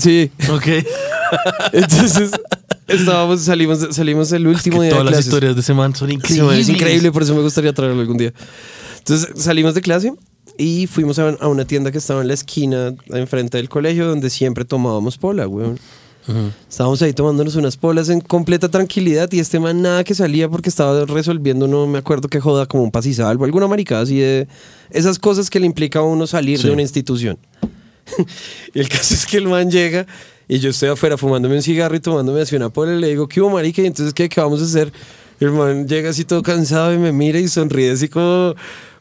S4: Sí,
S3: ok.
S4: entonces estábamos, salimos, salimos el último
S3: Que
S4: día de
S3: todas las
S4: clases.
S3: historias de ese man son
S4: Sí,
S3: increíbles.
S4: es increíble, por eso me gustaría traerlo algún día. Entonces salimos de clase y fuimos a, a una tienda que estaba en la esquina enfrente del colegio donde siempre tomábamos pola, weón. Estábamos ahí tomándonos unas polas en completa tranquilidad y este man nada que salía porque estaba resolviendo, no me acuerdo qué joda, como un pasisalvo, alguna maricada así de esas cosas que le implica a uno salir
S3: Sí.
S4: de una institución. Y el caso es que el man llega y yo estoy afuera fumándome un cigarro y tomándome así una pola y le digo, ¿qué hubo, marica? Y entonces, ¿qué, qué vamos a hacer? Y el man llega así todo cansado y me mira y sonríe así como...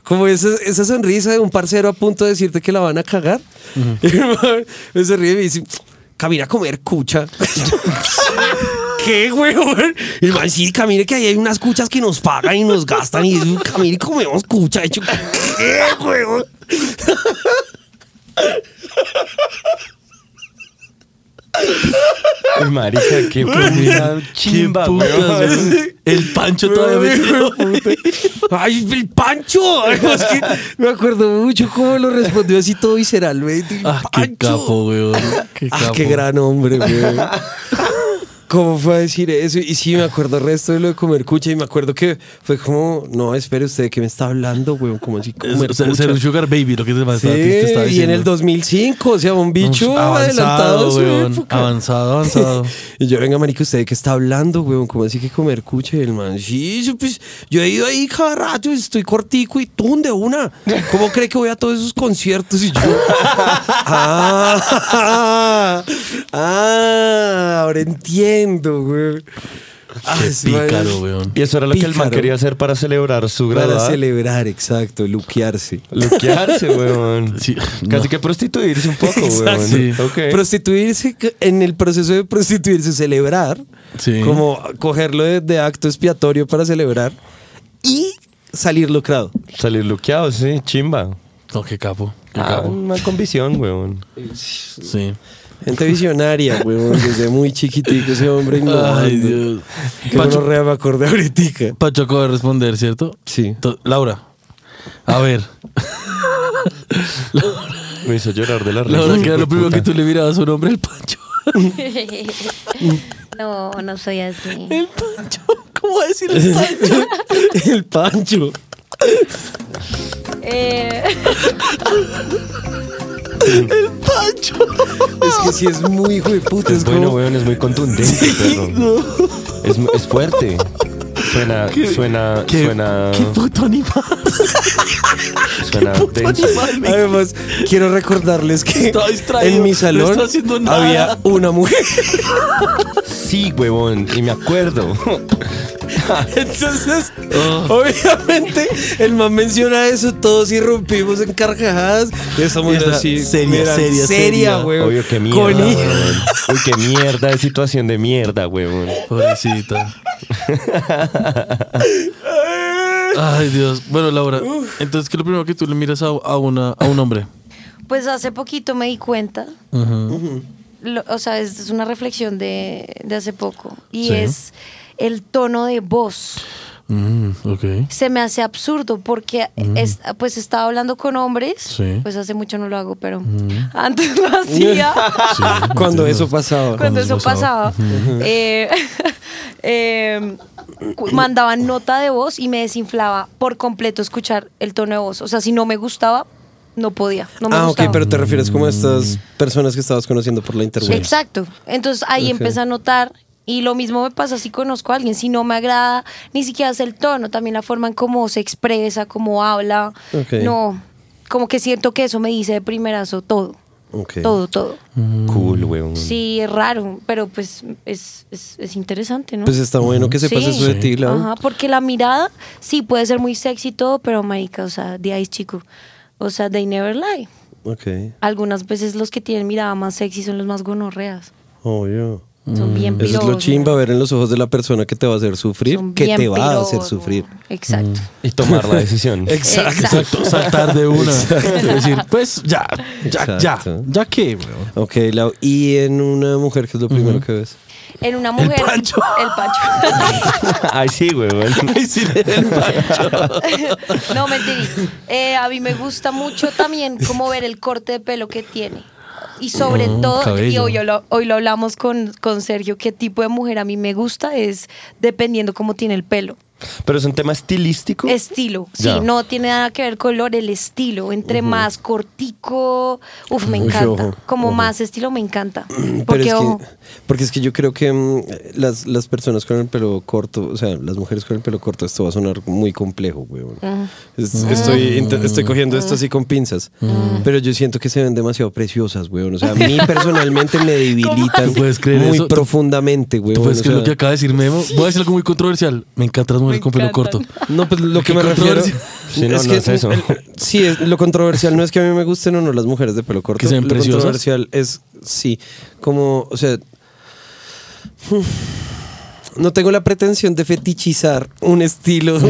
S4: Como esa, esa sonrisa de un parcero a punto de decirte que la van a cagar. Y el man me sonríe y me dice, camina a comer cucha. ¿Qué, huevón? Y El man, sí, camine que ahí hay unas cuchas que nos pagan y nos gastan y camine y comemos cucha. Y yo, ¿Qué, huevón?
S5: Uy, marica, qué comida chimba,
S3: Qué putas,
S5: weón.
S3: güey. El Pancho todavía metido.
S4: ¡Ay, el Pancho! Es que me acuerdo mucho cómo lo respondió así todo visceralmente. ¡El
S3: Ah, qué
S4: Pancho!
S3: capo, weón. Qué
S4: ¡Ah,
S3: capo.
S4: qué gran hombre, güey! ¿Cómo fue a decir eso? Y sí, me acuerdo el resto de lo de comer cucha y me acuerdo que fue como, no, espere usted, ¿qué me está hablando, güey? Como así,
S3: Es-
S4: comer
S3: o sea, ser
S4: cucha.
S3: un sugar baby, lo que te,
S4: Sí,
S3: te estaba
S4: y en
S3: diciendo.
S4: el 2005, o sea, un bicho adelantado a su
S3: weón.
S4: época.
S3: Avanzado, avanzado.
S4: Y yo, venga, marica, ¿usted de qué está hablando, weón? ¿Cómo así que comer cuche? Y el man, sí, yo, pues, yo he ido ahí cada rato, estoy cortico y tum, de una. ¿Cómo cree que voy a todos esos conciertos? Y yo, ah, ah, ahora entiendo, weón. Ah,
S3: Qué
S4: ese man-
S3: pícaro, weón.
S5: Y eso era lo que el man
S4: Pícaro.
S5: quería hacer para celebrar su
S4: Para
S5: graduada.
S4: celebrar, exacto, luquearse.
S5: Luquearse, weón.
S3: Sí,
S5: Casi
S3: no.
S5: que prostituirse un poco,
S4: Exacto.
S5: weón.
S3: Sí.
S5: Ok.
S4: Prostituirse, en el proceso de prostituirse, celebrar,
S3: Sí.
S4: como cogerlo de, de acto expiatorio para celebrar y salir lucrado.
S5: Salir luqueado, sí, chimba.
S3: No, qué capo. Qué
S5: Ah,
S3: capo.
S5: una convicción, weón.
S3: Sí.
S4: Gente visionaria, weón, desde muy chiquitico ese hombre innovando.
S3: Ay, Dios.
S4: Que
S3: Pacho-
S4: gonorrea, me acordé ahorita.
S3: Pacho acaba de responder, ¿cierto?
S4: Sí.
S3: To- Laura. A ver,
S5: Me hizo llorar de la risa.
S3: Laura, que era lo
S5: hijo de
S3: primero que
S5: puta.
S3: tú le mirabas a su nombre, el Pancho.
S6: No, no soy así.
S3: El Pancho. ¿Cómo va a decir el Pancho?
S4: El Pancho.
S6: Eh,
S4: Es que sí es muy hijo de puta.
S5: Es
S4: Es
S5: bueno,
S4: como,
S5: weón, es muy contundente, perro. Es, es fuerte. Suena, suena,
S3: ¿Qué,
S5: suena,
S3: qué puto animal?
S5: suena denso.
S4: Además, quiero recordarles que
S3: Estaba distraído,
S4: en mi
S3: no
S4: salón
S3: está haciendo nada.
S4: había una mujer.
S5: Sí, huevón, y me acuerdo.
S4: Entonces, obviamente, el man menciona eso, todos irrumpimos en carcajadas y estamos
S3: Era
S4: así.
S3: seria,
S4: mira,
S3: seria, seria.
S4: seria, güey.
S5: Obvio que mierda.
S4: Con
S5: weón.
S4: hija.
S5: Uy, qué mierda de situación de mierda, huevón.
S3: Pobrecita. Ay, Dios. Bueno, Laura, entonces, ¿qué es lo primero que tú le miras a, a una, a un hombre?
S6: pues hace poquito me di cuenta, lo- o sea, es, es una reflexión de, de hace poco, y
S3: Sí.
S6: es el tono de voz.
S3: Mm, ok.
S6: se me hace absurdo porque es- pues estaba hablando con hombres,
S3: Mm. Sí. Mm.
S6: pues hace mucho no lo hago, pero antes lo hacía.
S3: Sí, entiendo.
S4: Cuando eso pasaba.
S6: Cuando eso
S3: pasaba.
S6: pasaba, eh, eh, cu- mandaba nota de voz y me desinflaba por completo escuchar el tono de voz. O sea, si no me gustaba, no podía. No me
S4: ah, ok,
S6: gustaba.
S4: pero te refieres como a estas personas que estabas conociendo por la internet.
S6: Exacto. Entonces ahí
S4: Ok.
S6: empecé a notar. Y lo mismo me pasa si conozco a alguien, si no me agrada, ni siquiera es el tono, también la forma en cómo se expresa, cómo habla.
S4: Ok.
S6: No, como que siento que eso me dice de primerazo todo,
S4: Ok.
S6: todo, todo.
S5: Cool, weón.
S6: Sí, es raro, pero pues es, es, es interesante, ¿no?
S4: Pues está bueno que sepas
S6: Sí.
S4: eso de ti, Lau.
S6: Ajá, porque la mirada sí puede ser muy sexy y todo, pero marica, o sea, de ahí es chico. O sea, they never lie.
S4: Ok,
S6: Algunas veces los que tienen mirada más sexy son los más gonorreas.
S4: obvio.
S6: Son bien
S4: Mm, Eso es lo
S6: piros,
S4: chimba,
S6: ¿no?
S4: ver en los ojos de la persona que te va a hacer sufrir,
S6: Mm. Son
S4: que
S6: bien
S4: te va a hacer
S6: piros,
S4: sufrir. Mm.
S6: ¿no? Exacto.
S5: Y tomar la decisión.
S3: Exacto, saltar de una. Es decir, pues ya, ya, ya,
S4: Exacto.
S3: ya que, weón.
S4: Ok, Lau. Y en una mujer, que es lo primero que ves.
S6: En una mujer.
S3: pancho.
S6: El pancho.
S5: Ay, sí, weón.
S3: Ay, sí, el macho.
S6: no, mentirí. Eh, a mí me gusta mucho también como ver el corte de pelo que tiene. Y sobre
S3: Mm,
S6: todo, y
S3: cabello.
S6: hoy lo, hoy lo hablamos con, con Sergio, qué tipo de mujer a mí me gusta es dependiendo cómo tiene el pelo.
S5: Pero es un tema estilístico.
S6: Estilo, sí,
S5: Ya.
S6: no tiene nada que ver el color, el estilo. Entre más cortico, uf, me
S4: Uy,
S6: encanta.
S4: ojo,
S6: Como
S4: ojo.
S6: más estilo me encanta.
S4: Pero
S6: Porque,
S4: es
S6: ojo,
S4: que, porque es que yo creo que mm, las, las personas con el pelo corto, o sea, las mujeres con el pelo corto, esto va a sonar muy complejo, weón. Es-
S3: Ah.
S4: estoy, int- estoy cogiendo esto así con pinzas. Pero yo siento que se ven demasiado preciosas, weón. O sea, a mí personalmente me debilitan
S3: así? ¿Puedes creer
S4: muy
S3: eso? ¿Tú-
S4: profundamente, weón.
S3: ¿Tú puedes
S4: o
S3: creer lo pues, que
S4: sea-
S3: acaba de decir Memo? Voy a decir algo muy controversial. Me encantan las mujeres con pelo corto.
S4: No, pues lo
S3: Qué
S4: que me refiero.
S3: controversia.
S5: Sí, no, no es eso.
S4: sí, es- lo controversial no es que a mí me gusten o no las mujeres de pelo corto.
S3: ¿Que se ven
S4: lo
S3: preciosas?
S4: controversial es, sí, como, o sea. No tengo la pretensión de fetichizar un estilo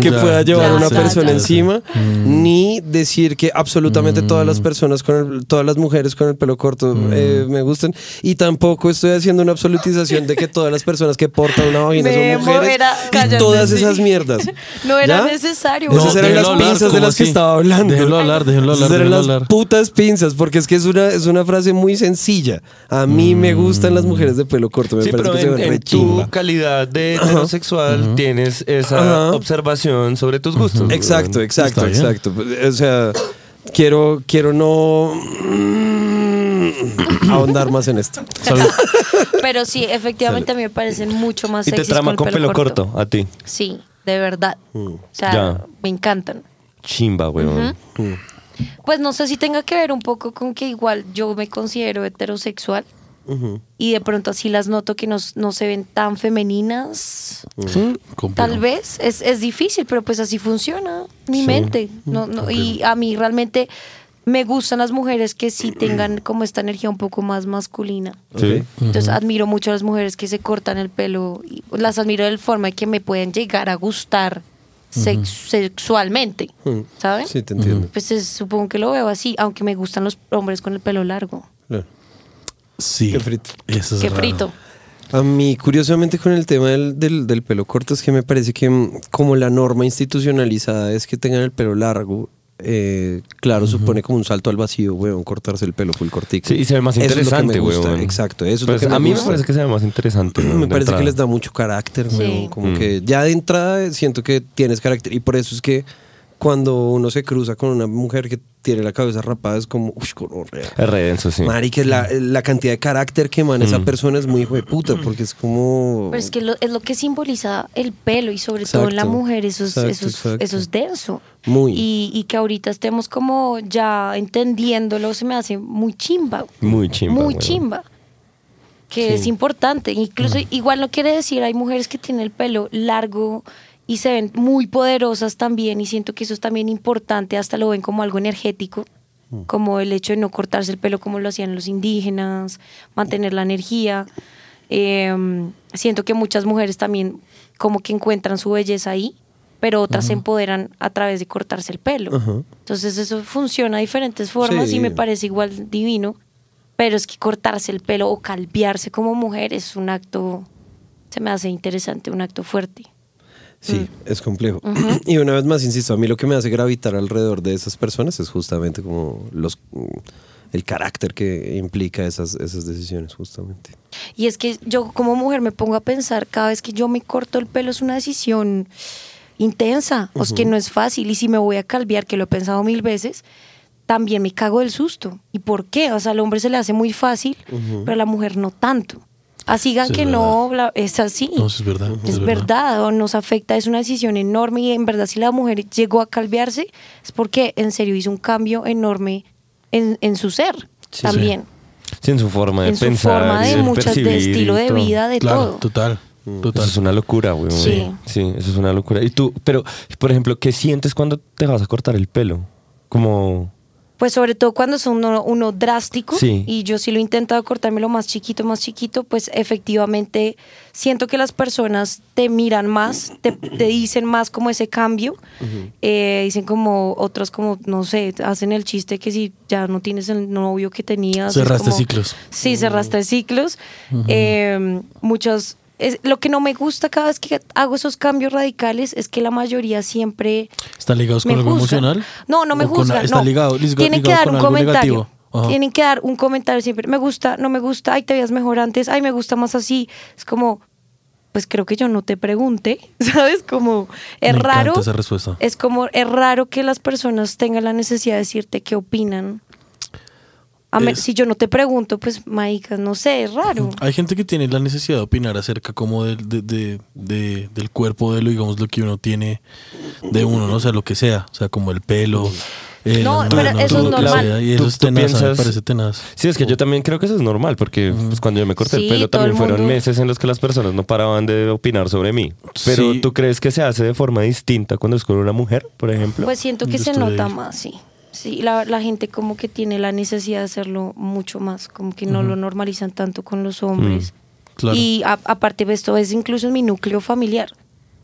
S4: que
S3: ya,
S4: pueda llevar
S6: ya,
S4: a una
S6: ya,
S4: persona
S6: ya.
S4: encima, ni decir que absolutamente todas las personas con el- todas las mujeres con el pelo corto eh, me gustan, y tampoco estoy haciendo una absolutización de que todas las personas que portan una vagina
S6: Memo,
S4: son mujeres
S6: era-
S4: y
S6: cállate,
S4: todas
S6: sí.
S4: esas mierdas.
S6: no era
S4: ¿Ya?
S6: necesario.
S4: Esas
S3: No,
S4: eran
S3: déjelo
S4: las
S3: hablar,
S4: pinzas de
S3: ¿cómo
S4: las que
S3: así?
S4: estaba hablando.
S3: Déjelo hablar, déjelo hablar,
S4: Esas eran
S3: déjelo
S4: las
S3: hablar.
S4: putas pinzas, porque es que es una, es una frase muy sencilla. A mí me gustan las mujeres de pelo corto, me
S5: Sí,
S4: parece
S5: pero
S4: que se
S5: en,
S4: ven
S5: en
S4: re
S5: tu
S4: chimba.
S5: calidad de heterosexual tienes esa
S4: Ajá.
S5: observación sobre tus gustos. weón.
S4: Exacto, exacto,
S3: Está bien.
S4: exacto. O sea, quiero, quiero no mm, ahondar más en esto.
S3: ¿Sabes?
S6: Pero sí, efectivamente a mí me parecen mucho más
S5: Y te
S6: sexys
S5: trama con pelo corto. a ti.
S6: Sí, de verdad. O sea,
S5: Ya.
S6: me encantan.
S5: Chimba, weón.
S6: Pues no sé si tenga que ver un poco con que igual yo me considero heterosexual y de pronto así las noto que no, no se ven tan femeninas.
S3: Con
S6: Tal
S3: pelo.
S6: vez es, es difícil, pero pues así funciona mi mente.
S5: Mm,
S6: No, no, Y a mí realmente me gustan las mujeres que sí tengan como esta energía un poco más masculina.
S5: Sí.
S6: Entonces admiro mucho a las mujeres que se cortan el pelo, y las admiro de forma que me pueden llegar a gustar sex- sexualmente, ¿saben?
S4: Sí, te entiendo.
S6: Pues es- supongo que lo veo así, aunque me gustan los hombres con el pelo largo.
S4: Claro.
S3: Sí.
S4: Qué frito.
S3: Eso es
S6: Qué
S3: raro.
S6: frito.
S4: A mí, curiosamente, con el tema del, del- del pelo corto, es que me parece que mm, como la norma institucionalizada es que tengan el pelo largo, eh, claro, supone como un salto al vacío, weón, cortarse el pelo full cortico.
S5: Sí, y se ve más
S4: Eso es lo que me
S5: interesante,
S4: gusta,
S5: weón.
S4: Exacto, eso
S5: Pues
S4: es lo que
S5: A mí me
S4: gusta.
S5: parece que se ve más interesante. weón,
S4: Me
S5: de
S4: parece que
S5: entrada.
S4: les da mucho carácter,
S6: Sí.
S4: weón, como
S5: Mm.
S4: que ya de entrada siento que tienes carácter y por eso es que cuando uno se cruza con una mujer que tiene la cabeza rapada es como, uff, con
S5: Es re denso, sí. Mm.
S4: Mari, que la, la cantidad de carácter que emana esa persona es muy hijo de puta, porque es como.
S6: Pero es que lo, es lo que simboliza el pelo y sobre todo en la
S4: Exacto,
S6: mujer, eso es,
S4: exacto,
S6: eso es-
S4: exacto.
S6: eso es denso.
S4: Muy.
S6: Y, y que ahorita estemos como ya entendiéndolo, se me hace muy chimba.
S5: Muy chimba.
S6: muy
S5: weón.
S6: chimba. Que es importante. Incluso,
S4: Ah.
S6: igual no quiere decir, hay mujeres que tienen el pelo largo y se ven muy poderosas también. Y siento que eso es también importante, hasta lo ven como algo energético.
S4: Mm.
S6: Como el hecho de no cortarse el pelo como lo hacían los indígenas, mantener la energía. Eh, siento que muchas mujeres también como que encuentran su belleza ahí, pero otras se empoderan a través de cortarse el pelo.
S4: Ajá.
S6: Entonces eso funciona de diferentes formas
S4: Sí.
S6: y me parece igual divino. Pero es que cortarse el pelo o calviarse como mujer es un acto, se me hace interesante, un acto fuerte.
S4: Sí, es complejo. Y una vez más, insisto, a mí lo que me hace gravitar alrededor de esas personas es justamente como los mm, el carácter que implica esas, esas decisiones, justamente.
S6: Y es que yo como mujer me pongo a pensar, cada vez que yo me corto el pelo es una decisión intensa, o es que no es fácil. Y si me voy a calviar, que lo he pensado mil veces, también me cago del susto. ¿Y por qué? O sea, al hombre se le hace muy fácil, pero a la mujer no tanto. Así digan
S3: Sí, es
S6: que no, bla- es así.
S3: No, sí es verdad,
S6: Es,
S3: es verdad.
S6: verdad. o nos afecta, es una decisión enorme y en verdad si la mujer llegó a calviarse es porque en serio hizo un cambio enorme en, en su ser también.
S5: Sí, en su forma de
S6: en su
S5: pensar.
S6: forma
S5: y
S6: de muchas, de
S5: percibir y
S6: estilo de
S5: todo.
S6: vida, de
S3: claro,
S6: todo.
S3: total.
S5: Mm. Eso
S3: Total.
S5: es una locura, güey.
S6: Sí.
S5: Sí, eso es una locura. Y tú, pero, por ejemplo, ¿qué sientes cuando te vas a cortar el pelo? Como...
S6: Pues sobre todo cuando es uno, uno drástico
S5: Sí.
S6: y yo sí lo he intentado cortarme lo más chiquito, más chiquito, pues efectivamente siento que las personas te miran más, te, te dicen más como ese cambio, Eh, dicen como otros como, no sé, hacen el chiste que si ya no tienes el novio que tenías. es
S3: Cerraste
S6: como-
S3: ciclos.
S6: Sí, cerraste ciclos. Eh, muchos... Es, lo que no me gusta cada vez que hago esos cambios radicales es que la mayoría siempre
S3: ¿Están ligados con
S6: me
S3: algo
S6: juzgan.
S3: emocional?
S6: No, no me
S3: ¿O con-
S6: juzgan.
S3: ¿Está
S6: no.
S3: ligado, lis-
S6: Tienen que
S3: ligado
S6: dar
S3: con
S6: un
S3: algo
S6: comentario.
S3: negativo? Ajá.
S6: Tienen que dar un comentario siempre. Me gusta, no me gusta, ay, te veías mejor antes, ay, me gusta más así. Es como, pues creo que yo no te pregunté, ¿sabes? Como, es
S3: Me encanta
S6: raro.
S3: esa respuesta.
S6: Es como, es raro que las personas tengan la necesidad de decirte qué opinan. A me-
S3: Es-
S6: Si yo no te pregunto, pues, maicas, no sé, es raro.
S3: Hay gente que tiene la necesidad de opinar acerca como del, de- de- de- del cuerpo de lo, digamos, lo que uno tiene de uno, ¿no? O sea, lo que sea. O sea, como el pelo. eh,
S6: No,
S3: las
S6: pero
S3: manos,
S6: eso es
S3: lo que
S6: normal.
S3: sea, Y
S5: Mm. Tú-
S3: eso es
S5: tú
S3: tenaz, a mí me
S5: piensas-
S3: parece tenaz. Oh.
S5: Sí, es que yo también creo que eso es normal, porque pues, cuando yo me corté
S6: Mm. Sí,
S5: el pelo
S6: todo el
S5: también fueron
S6: mundo.
S5: meses en los que las personas no paraban de opinar sobre mí. Pero
S3: Sí.
S5: ¿tú crees que se hace de forma distinta cuando es con una mujer, por ejemplo?
S6: Pues siento que
S3: Yo
S6: se
S3: estoy
S6: nota
S3: ahí.
S6: más, sí. Sí, la, la gente como que tiene la necesidad de hacerlo mucho más, como que no lo normalizan tanto con los hombres.
S3: Mm, Claro.
S6: Y a- aparte de esto es incluso en mi núcleo familiar.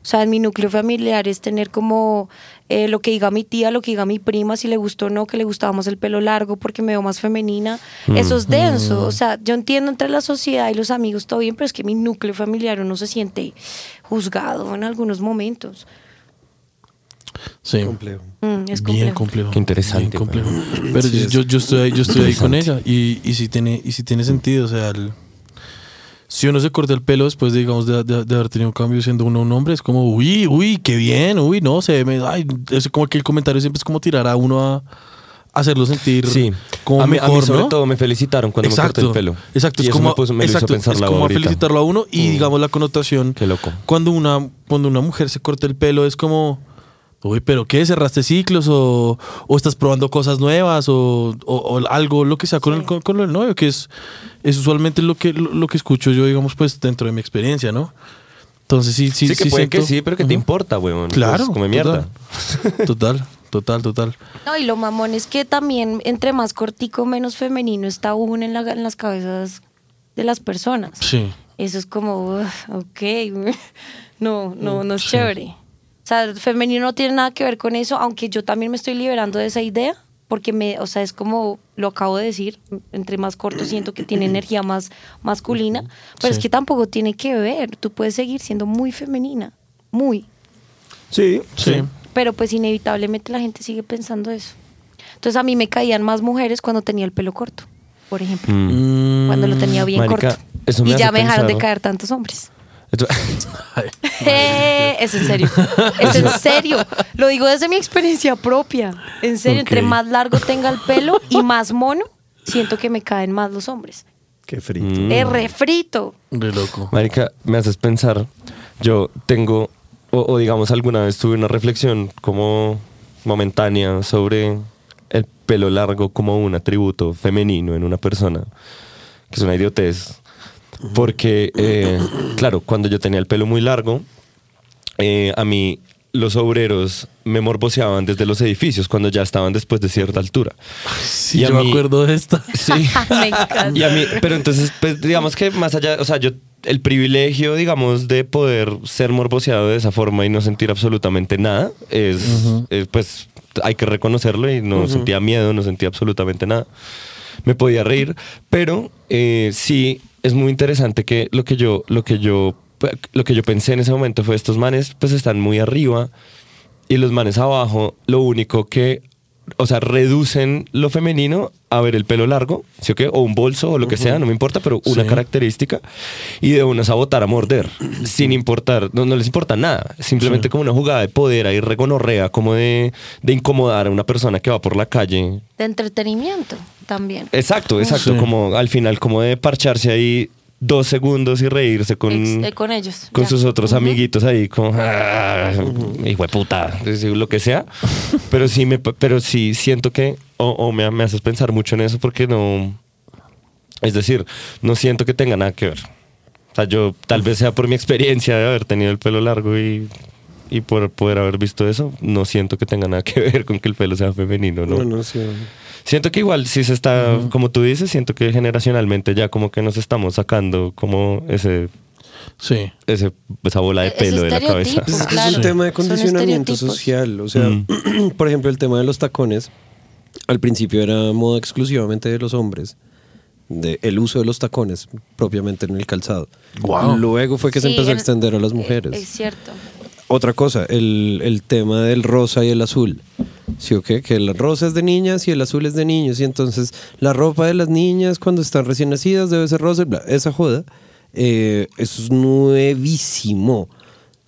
S6: O sea, en mi núcleo familiar es tener como eh, lo que diga mi tía, lo que diga mi prima, si le gustó o no, que le gustaba más el pelo largo porque me veo más femenina. Eso es denso. O sea, yo entiendo entre la sociedad y los amigos todo bien, pero es que mi núcleo familiar uno se siente juzgado en algunos momentos.
S3: Sí.
S4: Complejo.
S6: Mm,
S3: Bien
S6: es complejo.
S3: complejo.
S5: Qué interesante,
S3: Bien complejo. Pero yo- yo, yo estoy ahí, yo estoy ahí con ella y, y si tiene, y si tiene sentido, o sea, el- si uno se corta el pelo después, digamos, de, de- de haber tenido un cambio siendo uno un hombre, es como, uy, uy, qué bien, uy, no, se me, ay, es como que el comentario siempre es como tirar a uno a hacerlo sentir
S5: Sí,
S3: como
S5: a mí, a mí
S3: mejor,
S5: sobre
S3: ¿no?
S5: todo me felicitaron cuando me corté el pelo.
S3: Exacto,
S5: Y
S3: es
S5: eso
S3: como,
S5: me, puso- me lo hizo
S3: exacto,
S5: pensar
S3: es
S5: la
S3: como
S5: ahorita.
S3: felicitarlo a uno y digamos la connotación.
S5: Qué loco.
S3: Cuando una, cuando una mujer se corta el pelo es como, uy, pero ¿qué? ¿Cerraste ciclos? ¿O, o estás probando cosas nuevas? ¿O, o- o algo, lo que sea con, el, con, con el novio? Que es, es usualmente lo que, lo, lo que escucho yo, digamos, pues dentro de mi experiencia, ¿no? Entonces sí, sí,
S5: Sí, que puede que
S3: siento-
S5: sí, pero que te
S3: Ujú.
S5: importa, weón.
S3: Claro.
S5: Pues, come mierda.
S3: Total, total, total. total.
S6: No, y lo mamón es que también entre más cortico, menos femenino está uno en, la- en las cabezas de las personas.
S3: Sí.
S6: Eso es como, uf, ok, no, no, no es chévere. O sea, el femenino no tiene nada que ver con eso, aunque yo también me estoy liberando de esa idea, porque me, o sea, es como lo acabo de decir, entre más corto siento que tiene energía más masculina, pero
S3: Sí.
S6: es que tampoco tiene que ver, tú puedes seguir siendo muy femenina, muy
S5: Sí,
S3: Sí.
S6: pero pues inevitablemente la gente sigue pensando eso. Entonces a mí me caían más mujeres cuando tenía el pelo corto, por ejemplo, cuando lo tenía bien
S5: Mm. Marica,
S6: corto.
S5: eso me
S6: y ya
S5: hace
S6: me dejaron de
S5: pensar-
S6: caer tantos hombres.
S5: Esto-
S6: Eh, es en serio, es en serio. Lo digo desde mi experiencia propia. En serio, entre
S3: Ok.
S6: más largo tenga el pelo y más mono, siento que me caen más los hombres.
S4: Qué frío.
S5: Mm.
S6: Es refrito.
S3: De loco.
S5: Marica, me haces pensar. Yo tengo, o, o digamos, alguna vez tuve una reflexión como momentánea sobre el pelo largo como un atributo femenino en una persona, que es una idiotez. Porque, eh, claro, cuando yo tenía el pelo muy largo, eh, a mí los obreros me morboseaban desde los edificios cuando ya estaban después de cierta altura.
S3: Sí,
S5: Y a
S3: yo me
S5: mí-
S3: acuerdo de esta.
S5: Sí.
S6: Me encanta.
S5: Y a mí, pero entonces, pues digamos que más allá, o sea, yo el privilegio, digamos, de poder ser morboseado de esa forma y no sentir absolutamente nada, es, es, pues hay que reconocerlo y no sentía miedo, no sentía absolutamente nada. Me podía reír, pero eh, sí es muy interesante que lo que yo, lo que yo pues, lo que yo pensé en ese momento fue, estos manes pues están muy arriba y los manes abajo, lo único que, o sea, reducen lo femenino a ver el pelo largo, ¿sí o qué? O un bolso o lo que sea, no me importa, pero una
S3: Sí.
S5: característica y de una sabotar a morder, sin importar, no, no les importa nada, simplemente como una jugada de poder ahí reconorrea, como de, de incomodar a una persona que va por la calle
S6: De entretenimiento también.
S5: Exacto, exacto.
S3: Sí.
S5: Como al final, como de parcharse ahí dos segundos y reírse con,
S6: Ex- eh, con ellos,
S5: Con
S6: ya.
S5: sus otros
S6: Ujú.
S5: amiguitos ahí, como "Ah, hijo de puta, es decir, lo que sea. pero sí me pero sí siento que, o, o me, me haces pensar mucho en eso porque no. Es decir, no siento que tenga nada que ver. O sea, yo tal vez sea por mi experiencia de haber tenido el pelo largo y, y por poder haber visto eso, no siento que tenga nada que ver con que el pelo sea femenino, ¿no?
S4: Bueno, sí.
S5: Siento que igual si se está, como tú dices, siento que generacionalmente ya como que nos estamos sacando como ese,
S3: Sí.
S5: ese esa bola de
S6: E-, Ese
S5: pelo de la cabeza.
S6: estereotipo.
S4: Pues es que es
S6: Claro.
S4: un tema de
S6: Son
S4: condicionamiento
S6: estereotipos.
S4: social. O sea, por ejemplo, el tema de los tacones. Al principio era moda exclusivamente de los hombres. De el uso de los tacones propiamente en el calzado.
S3: Guau.
S4: Luego fue que se
S6: Sí,
S4: empezó a
S6: en-
S4: extender a las
S6: eh,
S4: mujeres.
S6: Es cierto.
S4: Otra cosa, el, el tema del rosa y el azul. ¿Sí o qué? Que el rosa es de niñas y el azul es de niños. Y entonces la ropa de las niñas cuando están recién nacidas debe ser rosa. y bla. Esa joda. eh, eso es nuevísimo.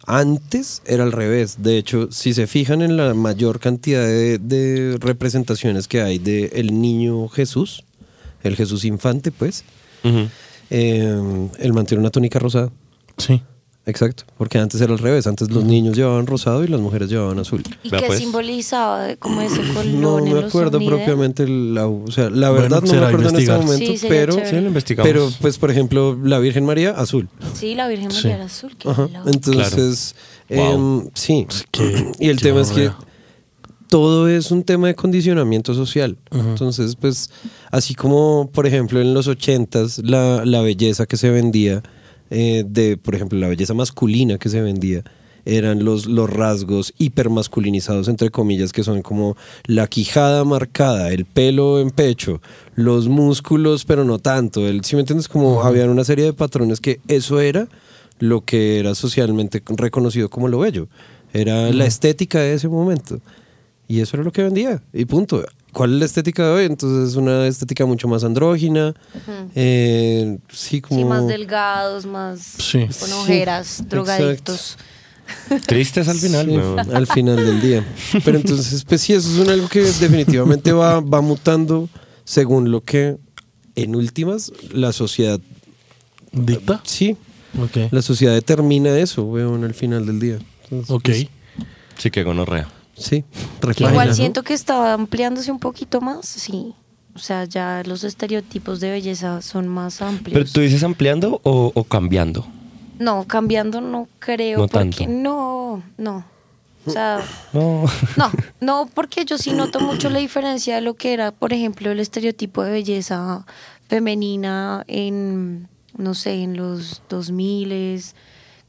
S4: Antes era al revés. De hecho, si se fijan en la mayor cantidad de, de representaciones que hay de el niño Jesús, el Jesús infante, pues,
S5: Ujú.
S4: eh, él mantiene una túnica rosada.
S3: Sí.
S4: Exacto, porque antes era al revés, antes los niños llevaban rosado y las mujeres llevaban azul.
S6: ¿Y
S5: Vea,
S6: qué
S5: pues.
S6: simbolizaba de- como ese colón?
S4: No
S6: en
S4: me
S6: los
S4: acuerdo
S6: Omnide?
S4: propiamente la, o sea, la
S3: Bueno,
S4: verdad no me
S3: será
S4: acuerdo
S3: investigar.
S4: en este
S6: Sí,
S4: momento,
S6: sería
S4: pero
S6: chévere. Sí,
S5: lo investigamos.
S4: pero pues por ejemplo, la Virgen María azul.
S6: Sí, la Virgen María era azul. qué
S4: Ajá.
S6: loco.
S4: Entonces,
S5: Claro.
S4: em, sí.
S3: que-
S4: y el
S3: que
S4: tema es que
S3: gonorrea.
S4: todo es un tema de condicionamiento social. Entonces, pues, así como, por ejemplo, en los ochentas, la, la belleza que se vendía, eh, de, por ejemplo, la belleza masculina que se vendía, eran los, los rasgos hipermasculinizados, entre comillas, que son como la quijada marcada, el pelo en pecho, los músculos, pero no tanto. El, si me entiendes, como habían una serie de patrones que eso era lo que era socialmente reconocido como lo bello. Era la estética de ese momento. Y eso era lo que vendía. Y punto. ¿Cuál es la estética de hoy? Entonces es una estética mucho más andrógina. eh, sí, como...
S6: Sí, más delgados, más
S3: Sí.
S6: con ojeras,
S4: Sí,
S6: drogadictos.
S5: Tristes al final,
S4: Sí,
S5: weón.
S4: al final del día. Pero entonces, pues sí, eso es un algo que definitivamente va, va mutando según lo que, en últimas, la sociedad...
S3: ¿Dicta?
S4: Sí,
S3: Ok.
S4: la sociedad determina eso, weón, al final del día. Entonces,
S3: Ok.
S5: Sí que gonorrea.
S4: Sí,
S6: Que
S4: refleja.
S6: igual
S3: ¿no?
S6: siento que estaba ampliándose un poquito más, sí. O sea, ya los estereotipos de belleza son más amplios.
S5: Pero tú dices ampliando o, o cambiando.
S6: No, cambiando no creo.
S5: No
S6: porque
S5: tanto.
S6: no, no. O sea,
S5: No.
S6: no, no, porque yo sí noto mucho la diferencia de lo que era, por ejemplo, el estereotipo de belleza femenina en, no sé, en los 2000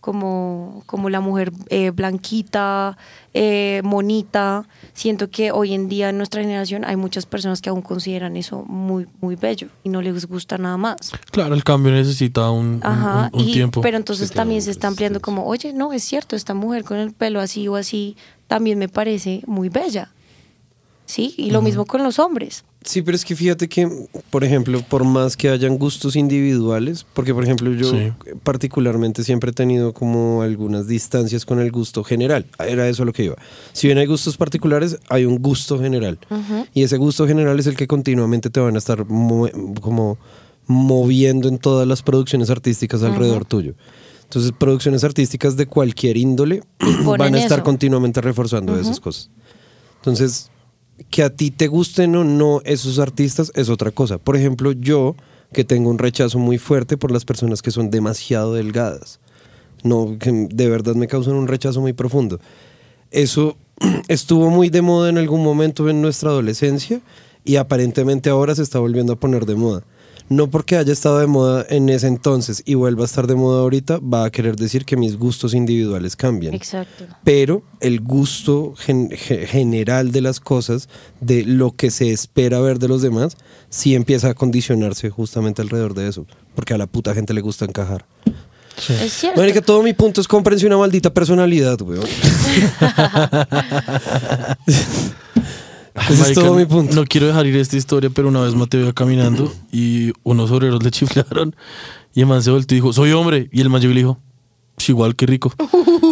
S6: como, como la mujer eh, blanquita, eh, monita. Siento que hoy en día en nuestra generación hay muchas personas que aún consideran eso muy, muy bello y no les gusta nada más.
S3: Claro, el cambio necesita un, un-
S6: Ajá,
S3: un- un
S6: y-
S3: tiempo.
S6: pero entonces también se está ampliando como, oye, no, es cierto, esta mujer con el pelo así o así también me parece muy bella. Sí, y lo mismo con los hombres.
S4: Sí, pero es que fíjate que, por ejemplo, por más que hayan gustos individuales, porque por ejemplo yo
S3: Sí.
S4: particularmente siempre he tenido como algunas distancias con el gusto general, era eso lo que iba. Si bien hay gustos particulares, hay un gusto general. Y ese gusto general es el que continuamente te van a estar mo- como moviendo en todas las producciones artísticas alrededor tuyo. Entonces, producciones artísticas de cualquier índole
S6: ponen
S4: van a estar
S6: eso.
S4: continuamente reforzando esas cosas. Entonces, que a ti te gusten o no esos artistas es otra cosa. Por ejemplo, yo que tengo un rechazo muy fuerte por las personas que son demasiado delgadas. No, que de verdad me causan un rechazo muy profundo. Eso estuvo muy de moda en algún momento en nuestra adolescencia y aparentemente ahora se está volviendo a poner de moda. No porque haya estado de moda en ese entonces y vuelva a estar de moda ahorita, va a querer decir que mis gustos individuales cambian
S6: Exacto.
S4: pero el gusto gen- ge- general de las cosas, de lo que se espera ver de los demás, sí empieza a condicionarse justamente alrededor de eso, porque a la puta gente le gusta encajar.
S6: Es cierto.
S4: Marica, todo mi punto es cómprense una maldita personalidad, weón. Ese es
S3: Pues, Marica,
S4: todo mi punto.
S3: No quiero dejar ir esta historia, pero una vez Mateo iba caminando y unos obreros le chiflaron. Y el man se volteó y dijo, soy hombre. Y el man llegó y le dijo, "Pues igual, qué rico.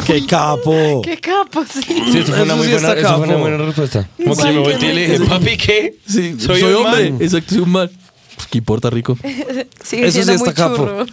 S4: ¡Qué capo!
S6: Qué capo, sí.
S5: Sí, eso fue una
S4: Eso
S5: muy
S4: sí
S5: buena,
S4: está
S5: eso fue una
S4: capo.
S5: buena respuesta. Como que me volteé y le dije, papi, ¿qué?
S3: Sí, soy, hombre.
S5: man".
S3: Exacto, soy un man. Pues, ¿Qué importa, rico?
S6: Sigue
S4: Eso sí
S6: siendo
S4: está
S6: muy
S4: capo.
S6: churro.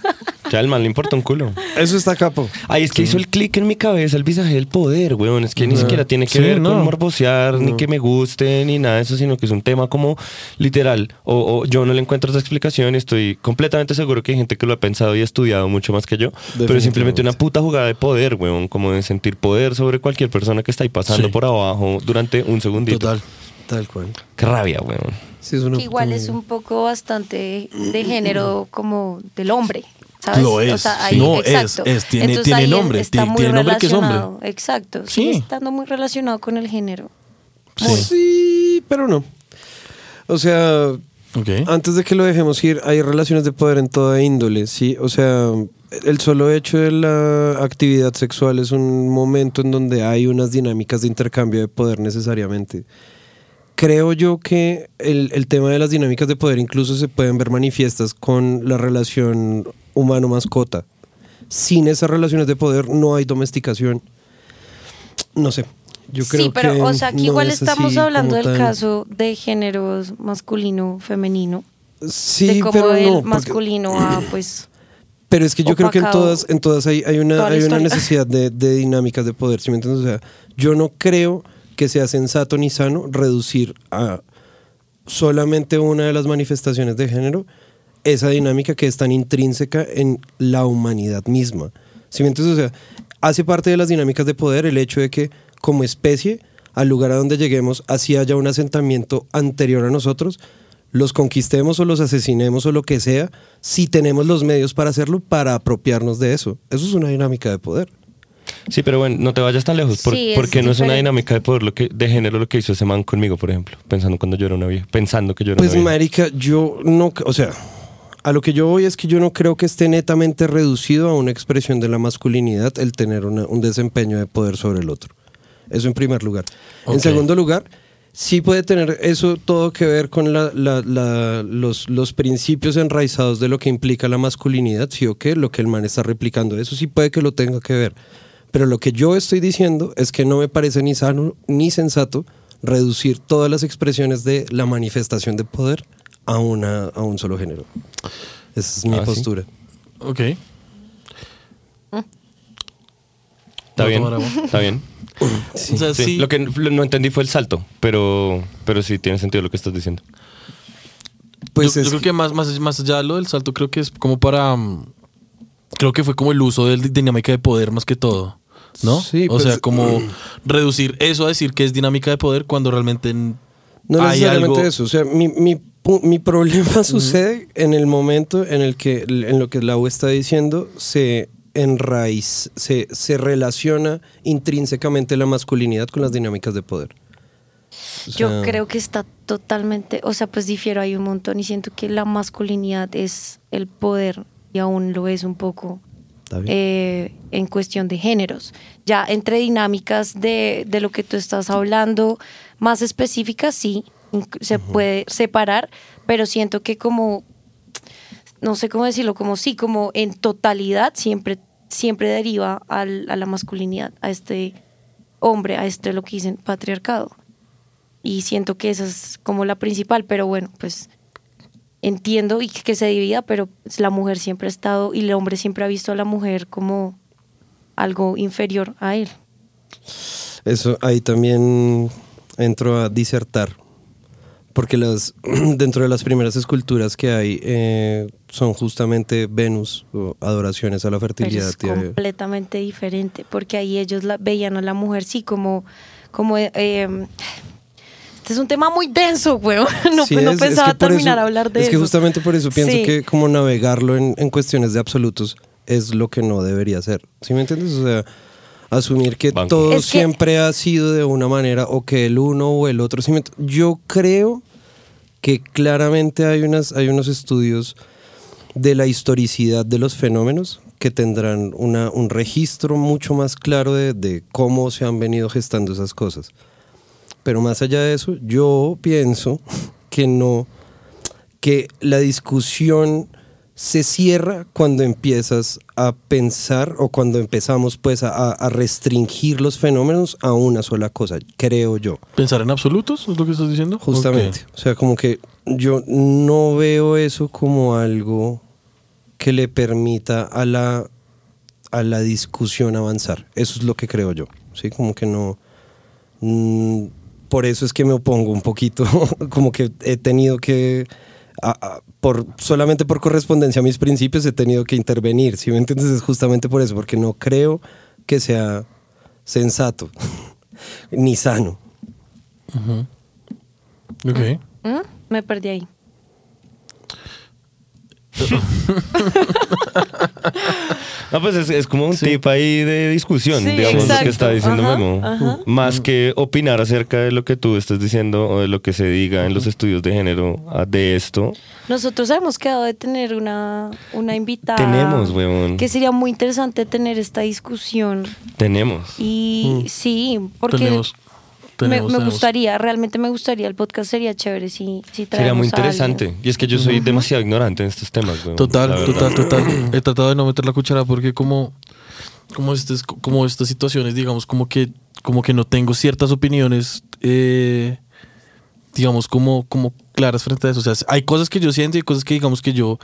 S5: Ya, al man le importa un culo.
S4: Eso está capo.
S5: Ay, es que hizo el clic en mi cabeza el visaje del poder, weón. Es que ni siquiera tiene
S3: Sí,
S5: que ver
S3: no.
S5: con morbosear, ni que me guste, ni nada de eso, sino que es un tema como literal. O, o yo no le encuentro esa explicación y estoy completamente seguro que hay gente que lo ha pensado y estudiado mucho más que yo. Pero es simplemente una puta jugada de poder, weón. Como de sentir poder sobre cualquier persona que está ahí pasando
S3: Sí.
S5: por abajo durante un segundito.
S3: Total.
S4: Tal cual.
S5: Qué rabia, weón.
S4: Sí, es una
S6: Que igual es
S3: pues,
S4: oportunidad.
S6: un poco bastante de género como del hombre. ¿sabes?
S3: Lo es, sí. No, es, es, tiene- tiene
S6: ahí
S3: nombre,
S6: está
S3: ti-
S6: muy
S3: tiene nombre que es hombre.
S6: relacionado, Exacto.
S3: Sí.
S6: Sí. estando muy relacionado con el género.
S3: Sí.
S4: Sí, pero no. O sea,
S3: Ok.
S4: antes de que lo dejemos ir, hay relaciones de poder en toda índole, ¿sí? O sea, el solo hecho de la actividad sexual es un momento en donde hay unas dinámicas de intercambio de poder necesariamente. Creo yo que el, el tema de las dinámicas de poder incluso se pueden ver manifiestas con la relación humano-mascota. Sin esas relaciones de poder no hay domesticación. No sé. Yo creo
S6: sí, pero
S4: que
S6: o sea, aquí
S4: no
S6: igual
S4: es
S6: estamos
S4: así
S6: hablando del
S4: como tan-
S6: caso de géneros masculino, femenino,
S4: Sí,
S6: de cómo
S4: pero
S6: el
S4: no, porque-
S6: masculino ah, pues
S4: Pero es que yo creo que en
S6: opacado
S4: todas, en todas hay, hay una,
S6: toda la
S4: hay una
S6: historia.
S4: necesidad de, de dinámicas de poder, ¿sí me entiendes? O sea, yo no creo que sea sensato ni sano reducir a solamente una de las manifestaciones de género esa dinámica que es tan intrínseca en la humanidad misma. ¿Sí me entiendes? O sea, hace parte de las dinámicas de poder el hecho de que como especie, al lugar a donde lleguemos, así haya un asentamiento anterior a nosotros, los conquistemos o los asesinemos o lo que sea, si tenemos los medios para hacerlo, para apropiarnos de eso. Eso es una dinámica de poder.
S5: Sí, pero bueno, no te vayas tan lejos, por-
S6: Sí, es
S5: porque no es una
S6: diferente.
S5: dinámica de poder lo que, de género lo que hizo ese man conmigo, por ejemplo, pensando cuando yo era una vieja, pensando que yo era
S4: Pues
S5: una vieja.
S4: marica, yo no, c- o sea, a lo que yo voy es que yo no creo que esté netamente reducido a una expresión de la masculinidad el tener una- un desempeño de poder sobre el otro. Eso en primer lugar. En
S3: Ok.
S4: segundo lugar, sí puede tener eso todo que ver con la- la- la- los, los principios enraizados de lo que implica la masculinidad, sí o qué, lo que el man está replicando. Eso sí puede que lo tenga que ver. Pero lo que yo estoy diciendo es que no me parece ni sano ni sensato reducir todas las expresiones de la manifestación de poder a, una, a un solo género. Esa es mi
S5: Ah, ¿sí?
S4: postura.
S3: Ok. Voy
S5: Está
S3: a
S5: bien,
S3: tomar agua.
S5: está bien.
S3: O
S6: Ah,
S3: sea,
S5: Sí,
S3: sí.
S5: Lo que n- lo- no entendí fue el salto, pero, pero sí tiene sentido lo que estás diciendo.
S4: Pues
S3: yo,
S4: es
S3: yo creo que más, más, más allá de lo del salto, creo que es como para. mm, creo que fue como el uso de la dinámica de poder más que todo. ¿No?
S4: Sí,
S3: o sea,
S4: pues-
S3: como reducir eso a decir que es dinámica de poder cuando realmente n-
S4: No
S3: hay
S4: necesariamente
S3: algo.
S4: eso. O sea, mi, mi, pu- mi problema sucede en el momento en el que en lo que la U está diciendo se enraiz, se, se relaciona intrínsecamente la masculinidad con las dinámicas de poder. O
S6: yo
S4: sea,
S6: creo que está totalmente, o sea, pues difiero ahí un montón y siento que la masculinidad es el poder y aún lo es un poco.
S4: Está bien.
S6: eh, en cuestión de géneros. Ya entre dinámicas de, de lo que tú estás hablando, más específicas, sí, inc- se puede separar, pero siento que como, no sé cómo decirlo, como sí, como en totalidad siempre, siempre deriva al- a la masculinidad, a este hombre, a este lo que dicen patriarcado. Y siento que esa es como la principal, pero bueno, pues entiendo y que se divida, pero la mujer siempre ha estado y el hombre siempre ha visto a la mujer como algo inferior a él.
S4: Eso ahí también entro a disertar. Porque las, dentro de las primeras esculturas que hay eh, son justamente Venus, o adoraciones a la
S6: Pero
S4: fertilidad.
S6: es
S4: y a-
S6: completamente diferente, porque ahí ellos la, veían a la mujer sí como... como eh, eh, este es un tema muy denso, weón. No,
S4: Sí,
S6: no
S4: es- es
S6: pensaba
S4: que por
S6: terminar
S4: eso-
S6: a hablar de
S4: Es
S6: eso.
S4: que justamente por eso pienso
S6: Sí.
S4: que como navegarlo en, en cuestiones de absolutos es lo que no debería ser. ¿Sí me entiendes? O sea, asumir que
S5: Banco.
S4: todo
S6: Es que-
S4: siempre ha sido de una manera o que el uno o el otro. ¿sí me ent- Yo creo que claramente hay, unas, hay unos estudios de la historicidad de los fenómenos que tendrán una, un registro mucho más claro de, de cómo se han venido gestando esas cosas. Pero más allá de eso, yo pienso que no, que la discusión se cierra cuando empiezas a pensar o cuando empezamos pues a, a restringir los fenómenos a una sola cosa, creo yo.
S3: ¿Pensar en absolutos es lo que estás diciendo?
S4: Justamente.
S3: Ok.
S4: O sea, como que yo no veo eso como algo que le permita a la, a la discusión avanzar. Eso es lo que creo yo. Sí, como que no. mm, por eso es que me opongo un poquito. como que he tenido que. a- a- por, solamente por correspondencia a mis principios he tenido que intervenir. Si me entiendes, es justamente por eso, porque no creo que sea sensato ni sano.
S3: Ok.
S6: ¿Mm? Me perdí ahí.
S5: No, pues es, es como un tip ahí de discusión,
S6: Sí,
S5: digamos, lo que
S6: exacto.
S5: está diciendo
S6: Ajá,
S5: Memo.
S6: ajá.
S5: Más que opinar acerca de lo que tú estás diciendo o de lo que se diga en los estudios de género ah, de esto.
S6: Nosotros hemos quedado de tener una, una invitada.
S5: Tenemos, huevón.
S6: Que sería muy interesante tener esta discusión.
S5: Tenemos.
S6: Y
S4: Mm.
S6: sí, porque
S3: tenemos,
S6: me-
S3: tenemos,
S6: me,
S3: tenemos.
S6: gustaría, realmente me gustaría, el podcast sería chévere si,
S5: Sería muy
S6: si traemos a alguien.
S5: interesante. Y es que yo soy demasiado ignorante en estos temas, huevón, la
S3: Total,
S5: verdad.
S3: total, total. He tratado de no meter la cuchara porque como, como, estas- como estas situaciones, digamos, como que, como que no tengo ciertas opiniones, eh, digamos, como, como claras frente a eso. O sea, hay cosas que yo siento y hay cosas que digamos que yo,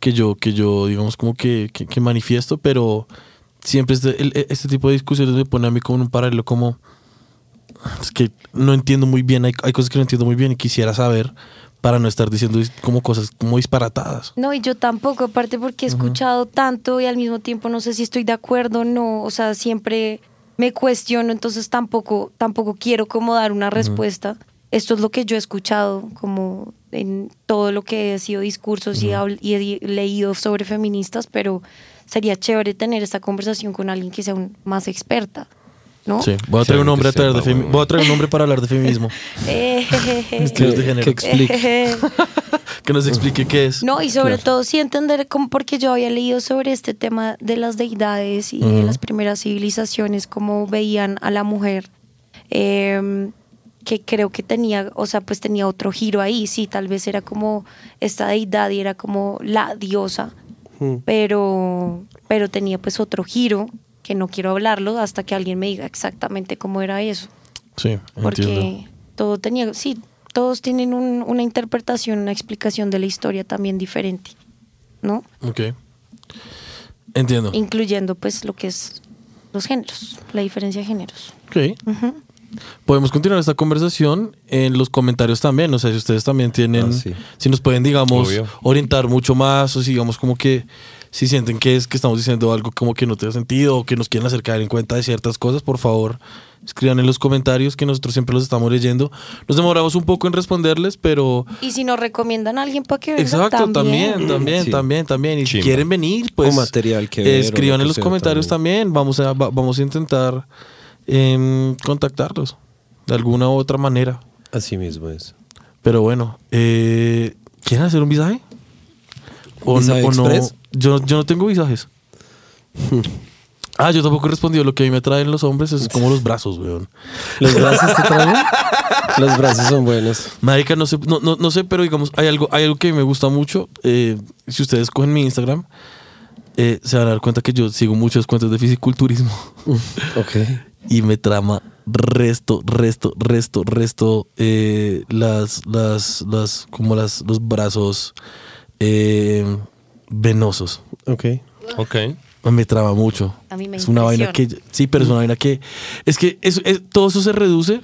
S3: que yo, que yo, digamos, como que, que, que manifiesto, pero siempre este, el- este tipo de discusiones me pone a mí como en un paralelo como... Es que no entiendo muy bien, hay, hay cosas que no entiendo muy bien y quisiera saber para no estar diciendo dis- como cosas como disparatadas.
S6: No, y yo tampoco, aparte porque he escuchado tanto y al mismo tiempo no sé si estoy de acuerdo o no, o sea, siempre me cuestiono, entonces tampoco, tampoco quiero como dar una respuesta. Esto es lo que yo he escuchado como en todo lo que ha sido discursos y habl- y, he leído sobre feministas, pero sería chévere tener esta conversación con alguien que sea un- más experta, ¿no?
S3: Sí, voy a traer un hombre a
S5: Excelente
S3: traer de
S5: tema,
S3: femi-
S5: weón.
S3: voy a traer un hombre para hablar de feminismo,
S6: Eh, jejeje.
S3: Estudios de género.
S4: que explique.
S6: Eh,
S3: que nos explique qué es.
S6: No, y sobre todo sí entender, como porque yo había leído sobre este tema de las deidades y de las primeras civilizaciones, cómo veían a la mujer, eh, que creo que tenía, o sea, pues tenía otro giro ahí, sí, tal vez era como esta deidad y era como la diosa, pero, pero tenía pues otro giro, que no quiero hablarlo hasta que alguien me diga exactamente cómo era eso
S3: Sí,
S6: porque
S3: entiendo.
S6: todo tenía, sí, todos tienen un- una interpretación, una explicación de la historia también diferente, ¿no?
S3: Ok. Entiendo.
S6: Incluyendo pues lo que es los géneros, la diferencia de géneros.
S3: Ok.
S6: Ujú.
S3: Podemos continuar esta conversación en los comentarios también. O sea, si ustedes también tienen,
S4: Ah, sí.
S3: si nos pueden, digamos,
S5: Obvio.
S3: orientar mucho más, o si digamos como que si sienten que es que estamos diciendo algo como que no tiene sentido o que nos quieren acercar en cuenta de ciertas cosas, por favor, escriban en los comentarios que nosotros siempre los estamos leyendo. Nos demoramos un poco en responderles, pero
S6: Y si nos recomiendan a alguien para que venga
S3: Exacto, también, también,
S4: Mm, Sí.
S3: también, también. Y si
S5: Chimba.
S3: quieren venir, pues.
S4: O material que ver, o
S3: Escriban en
S4: lo que
S3: los
S4: sea,
S3: comentarios también.
S4: también.
S3: Vamos, a, va- vamos a intentar em, contactarlos de alguna u otra manera.
S4: Así mismo es.
S3: Pero bueno, eh, ¿quieren hacer un visaje? ¿O, no-
S4: ¿Visaje
S3: o no?
S4: express?
S3: Yo, yo no tengo visajes. Ah, yo tampoco he respondido. Lo que a mí me traen los hombres es como los brazos, weón.
S4: ¿Los brazos te traen? Los brazos son buenos.
S3: Marica, no sé, no, no, no sé, pero digamos, hay algo, hay algo que me gusta mucho. Eh, si ustedes cogen mi Instagram, eh, se van a dar cuenta que yo sigo muchas cuentas de fisiculturismo
S4: Ok.
S3: y me trama resto, resto, resto, resto eh, las, las, las, como las, los brazos eh, venosos.
S4: Ok.
S5: Ok.
S3: Pues Me trama mucho.
S6: A mí me
S3: es una vaina que
S6: impresiona.
S3: sí, pero es una vaina que es que es- es- todo eso se reduce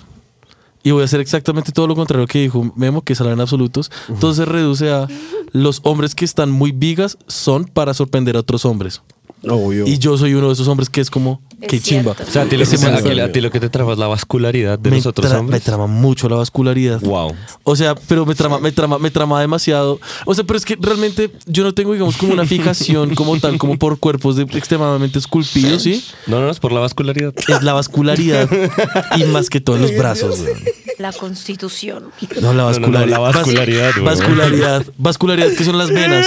S3: y voy a hacer exactamente todo lo contrario que dijo Memo, que es hablar en absolutos. Todo se reduce a los hombres que están muy vigas son para sorprender a otros hombres.
S4: Obvio.
S3: Y yo soy uno de esos hombres que es como
S6: Es
S3: que chimba.
S6: cierto.
S5: O sea, a ti lo que,
S3: Ese
S5: te-
S3: man-
S5: a ti- a ti lo que te traba es la vascularidad de
S3: me
S5: nosotros
S3: tra- Me
S5: hombres.
S3: trama mucho la vascularidad.
S5: Wow.
S3: O sea, pero me trama, me trama, me trama demasiado. O sea, pero es que realmente yo no tengo, digamos, como una fijación como tal, como por cuerpos de- extremadamente esculpidos, ¿sí?
S5: No, no, no, es por la vascularidad.
S3: es la vascularidad y más que todo en los brazos. weón.
S6: La constitución.
S3: No, la
S5: No, no, no,
S3: vascularidad.
S5: la
S3: Vas-
S5: vascularidad, weón.
S3: vascularidad. Vascularidad, que son las venas.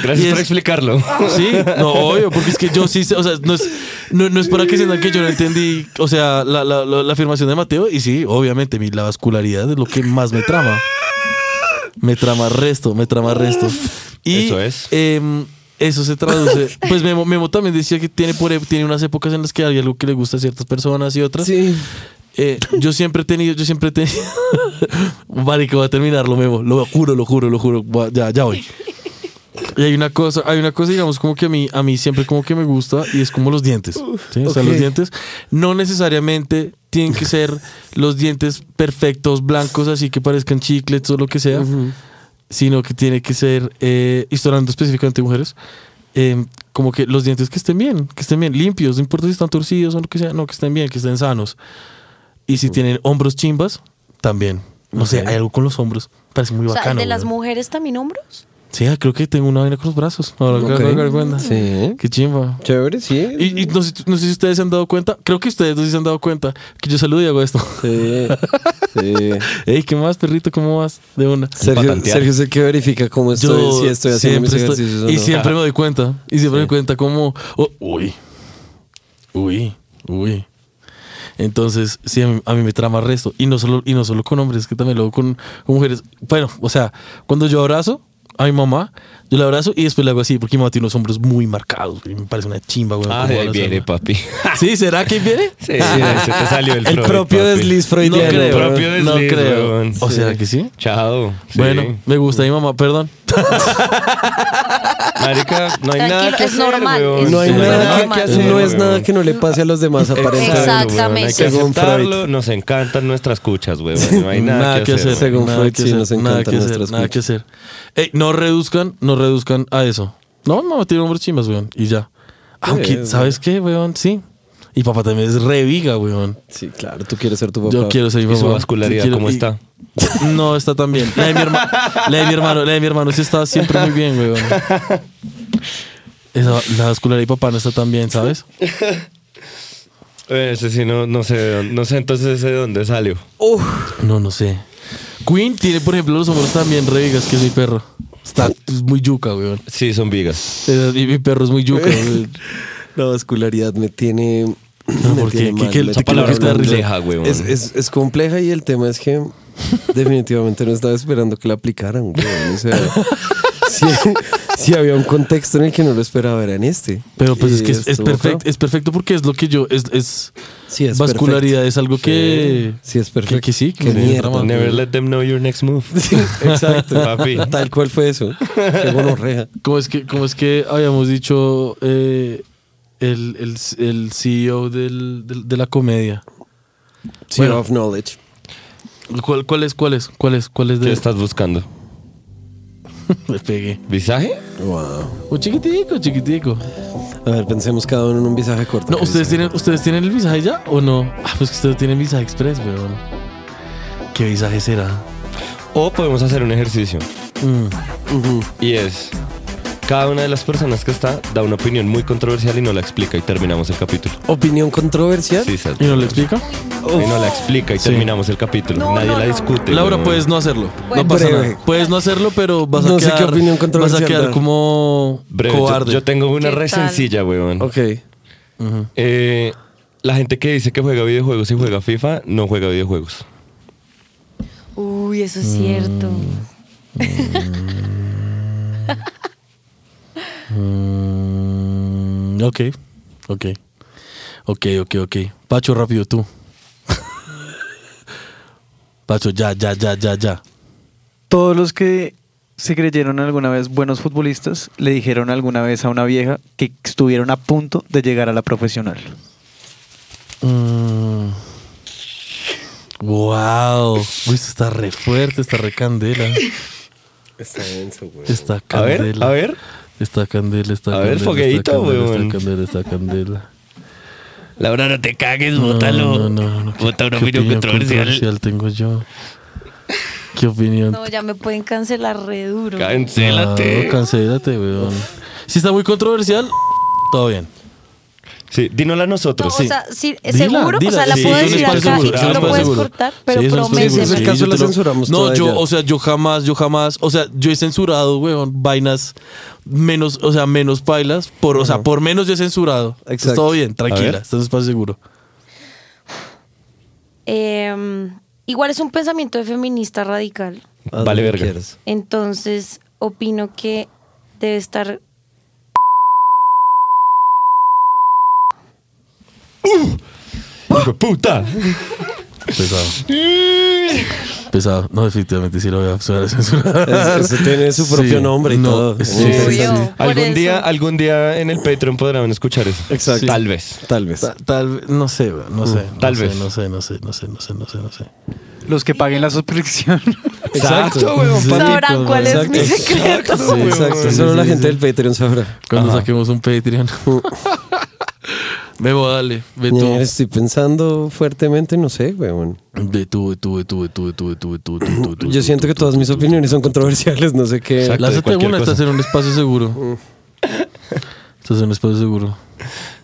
S5: Gracias
S3: Y
S5: por
S3: es-
S5: explicarlo.
S3: Sí, no, obvio, porque es que yo sí, sé, o sea, no es, no, no es para que sientan que yo no entendí, o sea, la, la- la- la afirmación de Mateo, y sí, obviamente, mi, la vascularidad es lo que más me trama. Me trama resto, me trama resto. Y,
S5: Eso es.
S3: em, eso se traduce. Pues Memo, Memo también decía que tiene, por, tiene unas épocas en las que hay algo que le gusta a ciertas personas y otras.
S4: Sí.
S3: Eh, yo siempre he tenido, yo siempre he tenido. Marica, voy a terminarlo, Memo. Lo juro, lo juro, lo juro. Voy a- Ya, ya voy. Y hay una cosa, hay una cosa, digamos, como que a mí, a mí siempre como que me gusta y es como los dientes. ¿sí? O sea,
S4: ok.
S3: los dientes no necesariamente tienen que ser los dientes perfectos, blancos, así que parezcan chiclets o lo que sea, sino que tiene que ser, eh, y estoy hablando específicamente de mujeres, eh, como que los dientes que estén bien, que estén bien, limpios, no importa si están torcidos o lo que sea, no, que estén bien, que estén sanos. Y si tienen hombros chimbas, también. No sé, hay algo con los hombros. Parece muy
S6: O sea, ¿el
S3: bacano.
S6: de las
S3: weón.
S6: mujeres también hombros?
S3: Sí, ah, creo que tengo una vaina con los brazos. Ahora que
S4: Ok.
S3: acabo de dar cuenta.
S4: Sí.
S3: Qué chimba.
S4: Chévere, sí.
S3: Y, y no, sé, no sé si ustedes se han dado cuenta, creo que ustedes dos sí se han dado cuenta que yo saludo y hago esto.
S4: Sí. sí.
S3: Ey, ¿qué más, perrito? ¿Cómo vas? De una.
S4: Sergio,
S5: tantear.
S4: Sergio es el que verifica cómo estoy,
S3: Yo
S4: si estoy haciendo mis
S3: siempre estoy-
S4: ejercicios o
S3: Y
S4: no.
S3: siempre me doy cuenta. Y siempre me doy cuenta como, oh, uy, uy, uy. Entonces, sí, a mí, a mí me trama resto. Y no, solo, y no solo con hombres, que también luego con, con mujeres. Bueno, o sea, cuando yo abrazo a mi mamá, yo la abrazo y después le hago así, porque mi mamá tiene unos hombros muy marcados. Y me parece una chimba, güey.
S5: Ah,
S3: cómo
S5: ahí viene,
S3: abrazarla.
S5: papi.
S3: ¿Sí? ¿Será que viene?
S5: Sí, se te salió el,
S4: El
S5: Freud,
S4: propio
S5: papi.
S4: desliz freudiano.
S3: creo.
S5: El propio
S3: No
S5: desliz,
S3: creo.
S5: weón.
S3: ¿O será que sí?
S5: Chao. Sí.
S3: Bueno, me gusta mi mamá, perdón.
S5: Marica, no hay nada
S6: Tranquilo,
S5: que
S6: es
S5: hacer,
S6: normal,
S5: weón.
S6: es
S4: No hay
S3: Sí,
S4: nada
S3: normal.
S4: que hacer, no es
S5: weón.
S4: nada que no le pase a los demás aparentemente.
S5: Exacto, weón, Hay que
S6: Exactamente.
S4: Según
S5: aceptarlo,
S4: Freud.
S5: nos encantan nuestras cuchas, weón. No hay nada, que hacer.
S4: hacer. Según
S5: weón.
S3: nada
S4: Freud,
S3: que
S4: sí,
S3: hacer,
S4: nos
S3: nada
S4: encantan
S3: que hacer,
S4: nuestras
S3: nada que hacer. Ey, no reduzcan, no reduzcan a eso. No, mamá tiene hombres chimbas, weón, y ya. Aunque,
S4: Sí,
S3: ¿sabes qué, weón? Sí. Y papá también es reviga, weón.
S4: Sí, claro, tú quieres ser tu papá.
S3: Yo quiero ser mi
S5: ¿Y su
S3: papá.
S5: vascularidad
S3: Yo quiero-
S5: cómo
S3: y-
S5: está?
S3: No, está tan bien. La de mi, herma- la de mi hermano, la de mi hermano sí está siempre muy bien, weón. Esa- la vascularidad de papá no está tan bien, ¿sabes?
S5: Eh, Ese sí, no, no sé, de dónde- no sé entonces de dónde salió.
S3: No, no sé. Queen tiene, por ejemplo, los hombros también revigas, que es mi perro. Está es muy yuca, weón.
S5: Sí, son vigas.
S3: Eh, Y mi perro es muy yuca, weón.
S4: La vascularidad me tiene.
S3: No, ¿por qué? ¿Qué- qué- esa palabra
S5: está
S4: hablando.
S5: compleja, weón.
S4: Es, es- es compleja y el tema es que definitivamente no estaba esperando que la aplicaran, weón. O sea, sí, sí había un contexto en el que no lo esperaba, era en este.
S3: Pero pues
S4: Y
S3: es que es, es
S4: estuvo
S3: perfecto,
S4: acá.
S3: es perfecto porque es lo que yo, es, es,
S4: Sí, es
S3: vascularidad, es algo que...
S4: perfecto. Sí, es perfecto.
S3: Que, que sí, que
S4: Qué
S3: me
S4: mierda.
S3: trama.
S5: Never let them know your next move.
S4: Sí, exacto.
S5: Papi.
S4: Tal cual fue eso. Qué gonorrea.
S3: ¿Cómo es que, cómo es que habíamos dicho eh, el, el, el CEO del, del- de la comedia?
S4: Sphere
S3: Bueno.
S4: of knowledge.
S3: ¿Cuál, cuál es, cuál es, cuál es, cuál es
S5: ¿Qué
S3: de...?
S5: estás buscando?
S3: Me pegué.
S5: ¿Visaje?
S4: Wow.
S3: Un chiquitico, chiquitico.
S4: A ver, pensemos cada uno en un visaje corto.
S3: No, ¿ustedes tienen, ¿ustedes tienen el visaje ya o no? Ah, pues que ustedes tienen visaje express, weón. ¿Qué visaje será?
S5: O podemos hacer un ejercicio.
S3: Mm.
S5: Y es, cada una de las personas que está da una opinión muy controversial y no la explica y terminamos el capítulo.
S4: Opinión controversial.
S5: Sí, Sat.
S3: ¿Y no le explica?
S5: Y no la explica y
S3: Sí.
S5: terminamos el capítulo.
S6: No,
S5: Nadie
S6: no,
S5: la
S6: no.
S5: discute.
S3: Laura, pues,
S5: weón.
S3: puedes no hacerlo. no pasa
S4: Breve.
S3: nada. Puedes no hacerlo, pero vas a
S4: No sé qué
S3: quedar.
S4: opinión
S3: Vas a
S4: controversial
S3: quedar
S4: dar.
S3: como
S5: Breve, yo-
S3: cobarde.
S5: Yo, tengo una
S6: ¿Qué
S5: re
S6: tal?
S5: sencilla, weón.
S4: Ok.
S5: Eh, la gente que dice que juega videojuegos y juega FIFA no juega videojuegos.
S6: Uy, eso es cierto.
S3: Mm, ok, ok. Ok, ok, ok. Pacho, rápido tú. Pacho, ya, ya, ya, ya, ya.
S8: Todos los que se creyeron alguna vez buenos futbolistas le dijeron alguna vez a una vieja que estuvieron a punto de llegar a la profesional.
S3: Mm. Wow. Uy, esto está re fuerte, está re candela.
S4: Está denso, güey.
S3: Está
S5: A ver,
S3: candela.
S5: a ver.
S3: Está candela, está
S5: A
S3: candela.
S5: ver,
S3: está
S5: fogueíto,
S3: candela,
S5: weón.
S3: Está candela, está candela.
S5: Laura, no te cagues,
S3: No, no, no, no.
S5: Vota una
S3: ¿Qué
S5: opinión controversial?
S3: tengo yo? ¿Qué opinión? Ah,
S6: No, ya me pueden cancelar re duro.
S5: Cancélate.
S3: No, cancélate, weón. Si está muy controversial, todo bien.
S5: Sí, dínosla a
S6: No,
S5: nosotros.
S6: o
S5: sí.
S6: sea, sí,
S3: Dila,
S6: seguro, o
S3: dila,
S6: sea, la
S5: sí,
S6: puedo
S5: eso
S3: es un
S6: decir
S3: espacio
S6: acá
S5: seguro, eso
S6: y
S5: es un
S6: lo puedes
S5: espacio seguro.
S6: cortar,
S3: Sí,
S6: pero
S3: eso es un
S4: En
S3: espacio
S6: prométeme.
S4: ese
S3: seguro,
S4: caso
S3: yo te
S4: la
S3: lo-
S4: censuramos
S3: No,
S4: toda
S3: yo,
S4: ya.
S3: o sea, yo jamás, yo jamás, o sea, yo he censurado, weón, vainas menos, o sea, menos pailas, por, o sea, por menos yo he censurado. Está
S4: Exacto.
S3: todo bien,
S5: A ver.
S3: tranquila, está en un espacio seguro.
S6: Eh, igual es un pensamiento de feminista radical.
S4: Haz lo
S5: Vale
S4: que
S5: verga.
S4: quieras.
S6: Entonces, opino que debe estar.
S5: Hijo de puta.
S3: Pesado. Pesado. No, definitivamente sí lo voy a sonar a censurar.
S4: Es- Eso tiene su propio
S3: Sí,
S4: nombre y
S3: no,
S4: todo.
S3: es-
S4: Es muy
S3: sí, sí, sí.
S4: interesante.
S6: Obvio. Por
S5: Algún
S6: eso.
S5: día, algún día en el Patreon podrán escuchar eso.
S4: Exacto.
S5: Tal vez.
S4: Tal vez.
S3: Ta- Tal, no sé, weón, no sé. no
S5: Tal
S3: sé,
S5: vez.
S3: No sé, no sé, no sé, no sé, no sé, no sé.
S8: Los que paguen la suscripción.
S5: Exacto, weón,
S3: Sí. pues,
S6: Sabrán cuál es mi
S4: Exacto.
S6: secreto.
S4: Sí, exacto.
S3: Sí,
S4: Solo
S3: sí,
S4: la
S3: sí,
S4: gente
S3: sí.
S4: del Patreon sabrá.
S3: Cuando saquemos un Patreon. Memo, dale. Ve tú.
S4: Ñer, Estoy pensando fuertemente, no sé, weón.
S3: Ve tú, ve tú, ve tú, ve tú, ve tú, ve tú, ve tú, ve tú, ve tú,
S4: Yo
S3: tú,
S4: siento
S3: tú,
S4: que
S3: tú,
S4: todas
S3: tú,
S4: mis
S3: tú, tú.
S4: opiniones son controversiales, no sé qué.
S5: Exacto. de
S3: Lázate
S5: cualquier
S3: una,
S5: cosa.
S3: estás en un espacio seguro. Estás en un espacio seguro.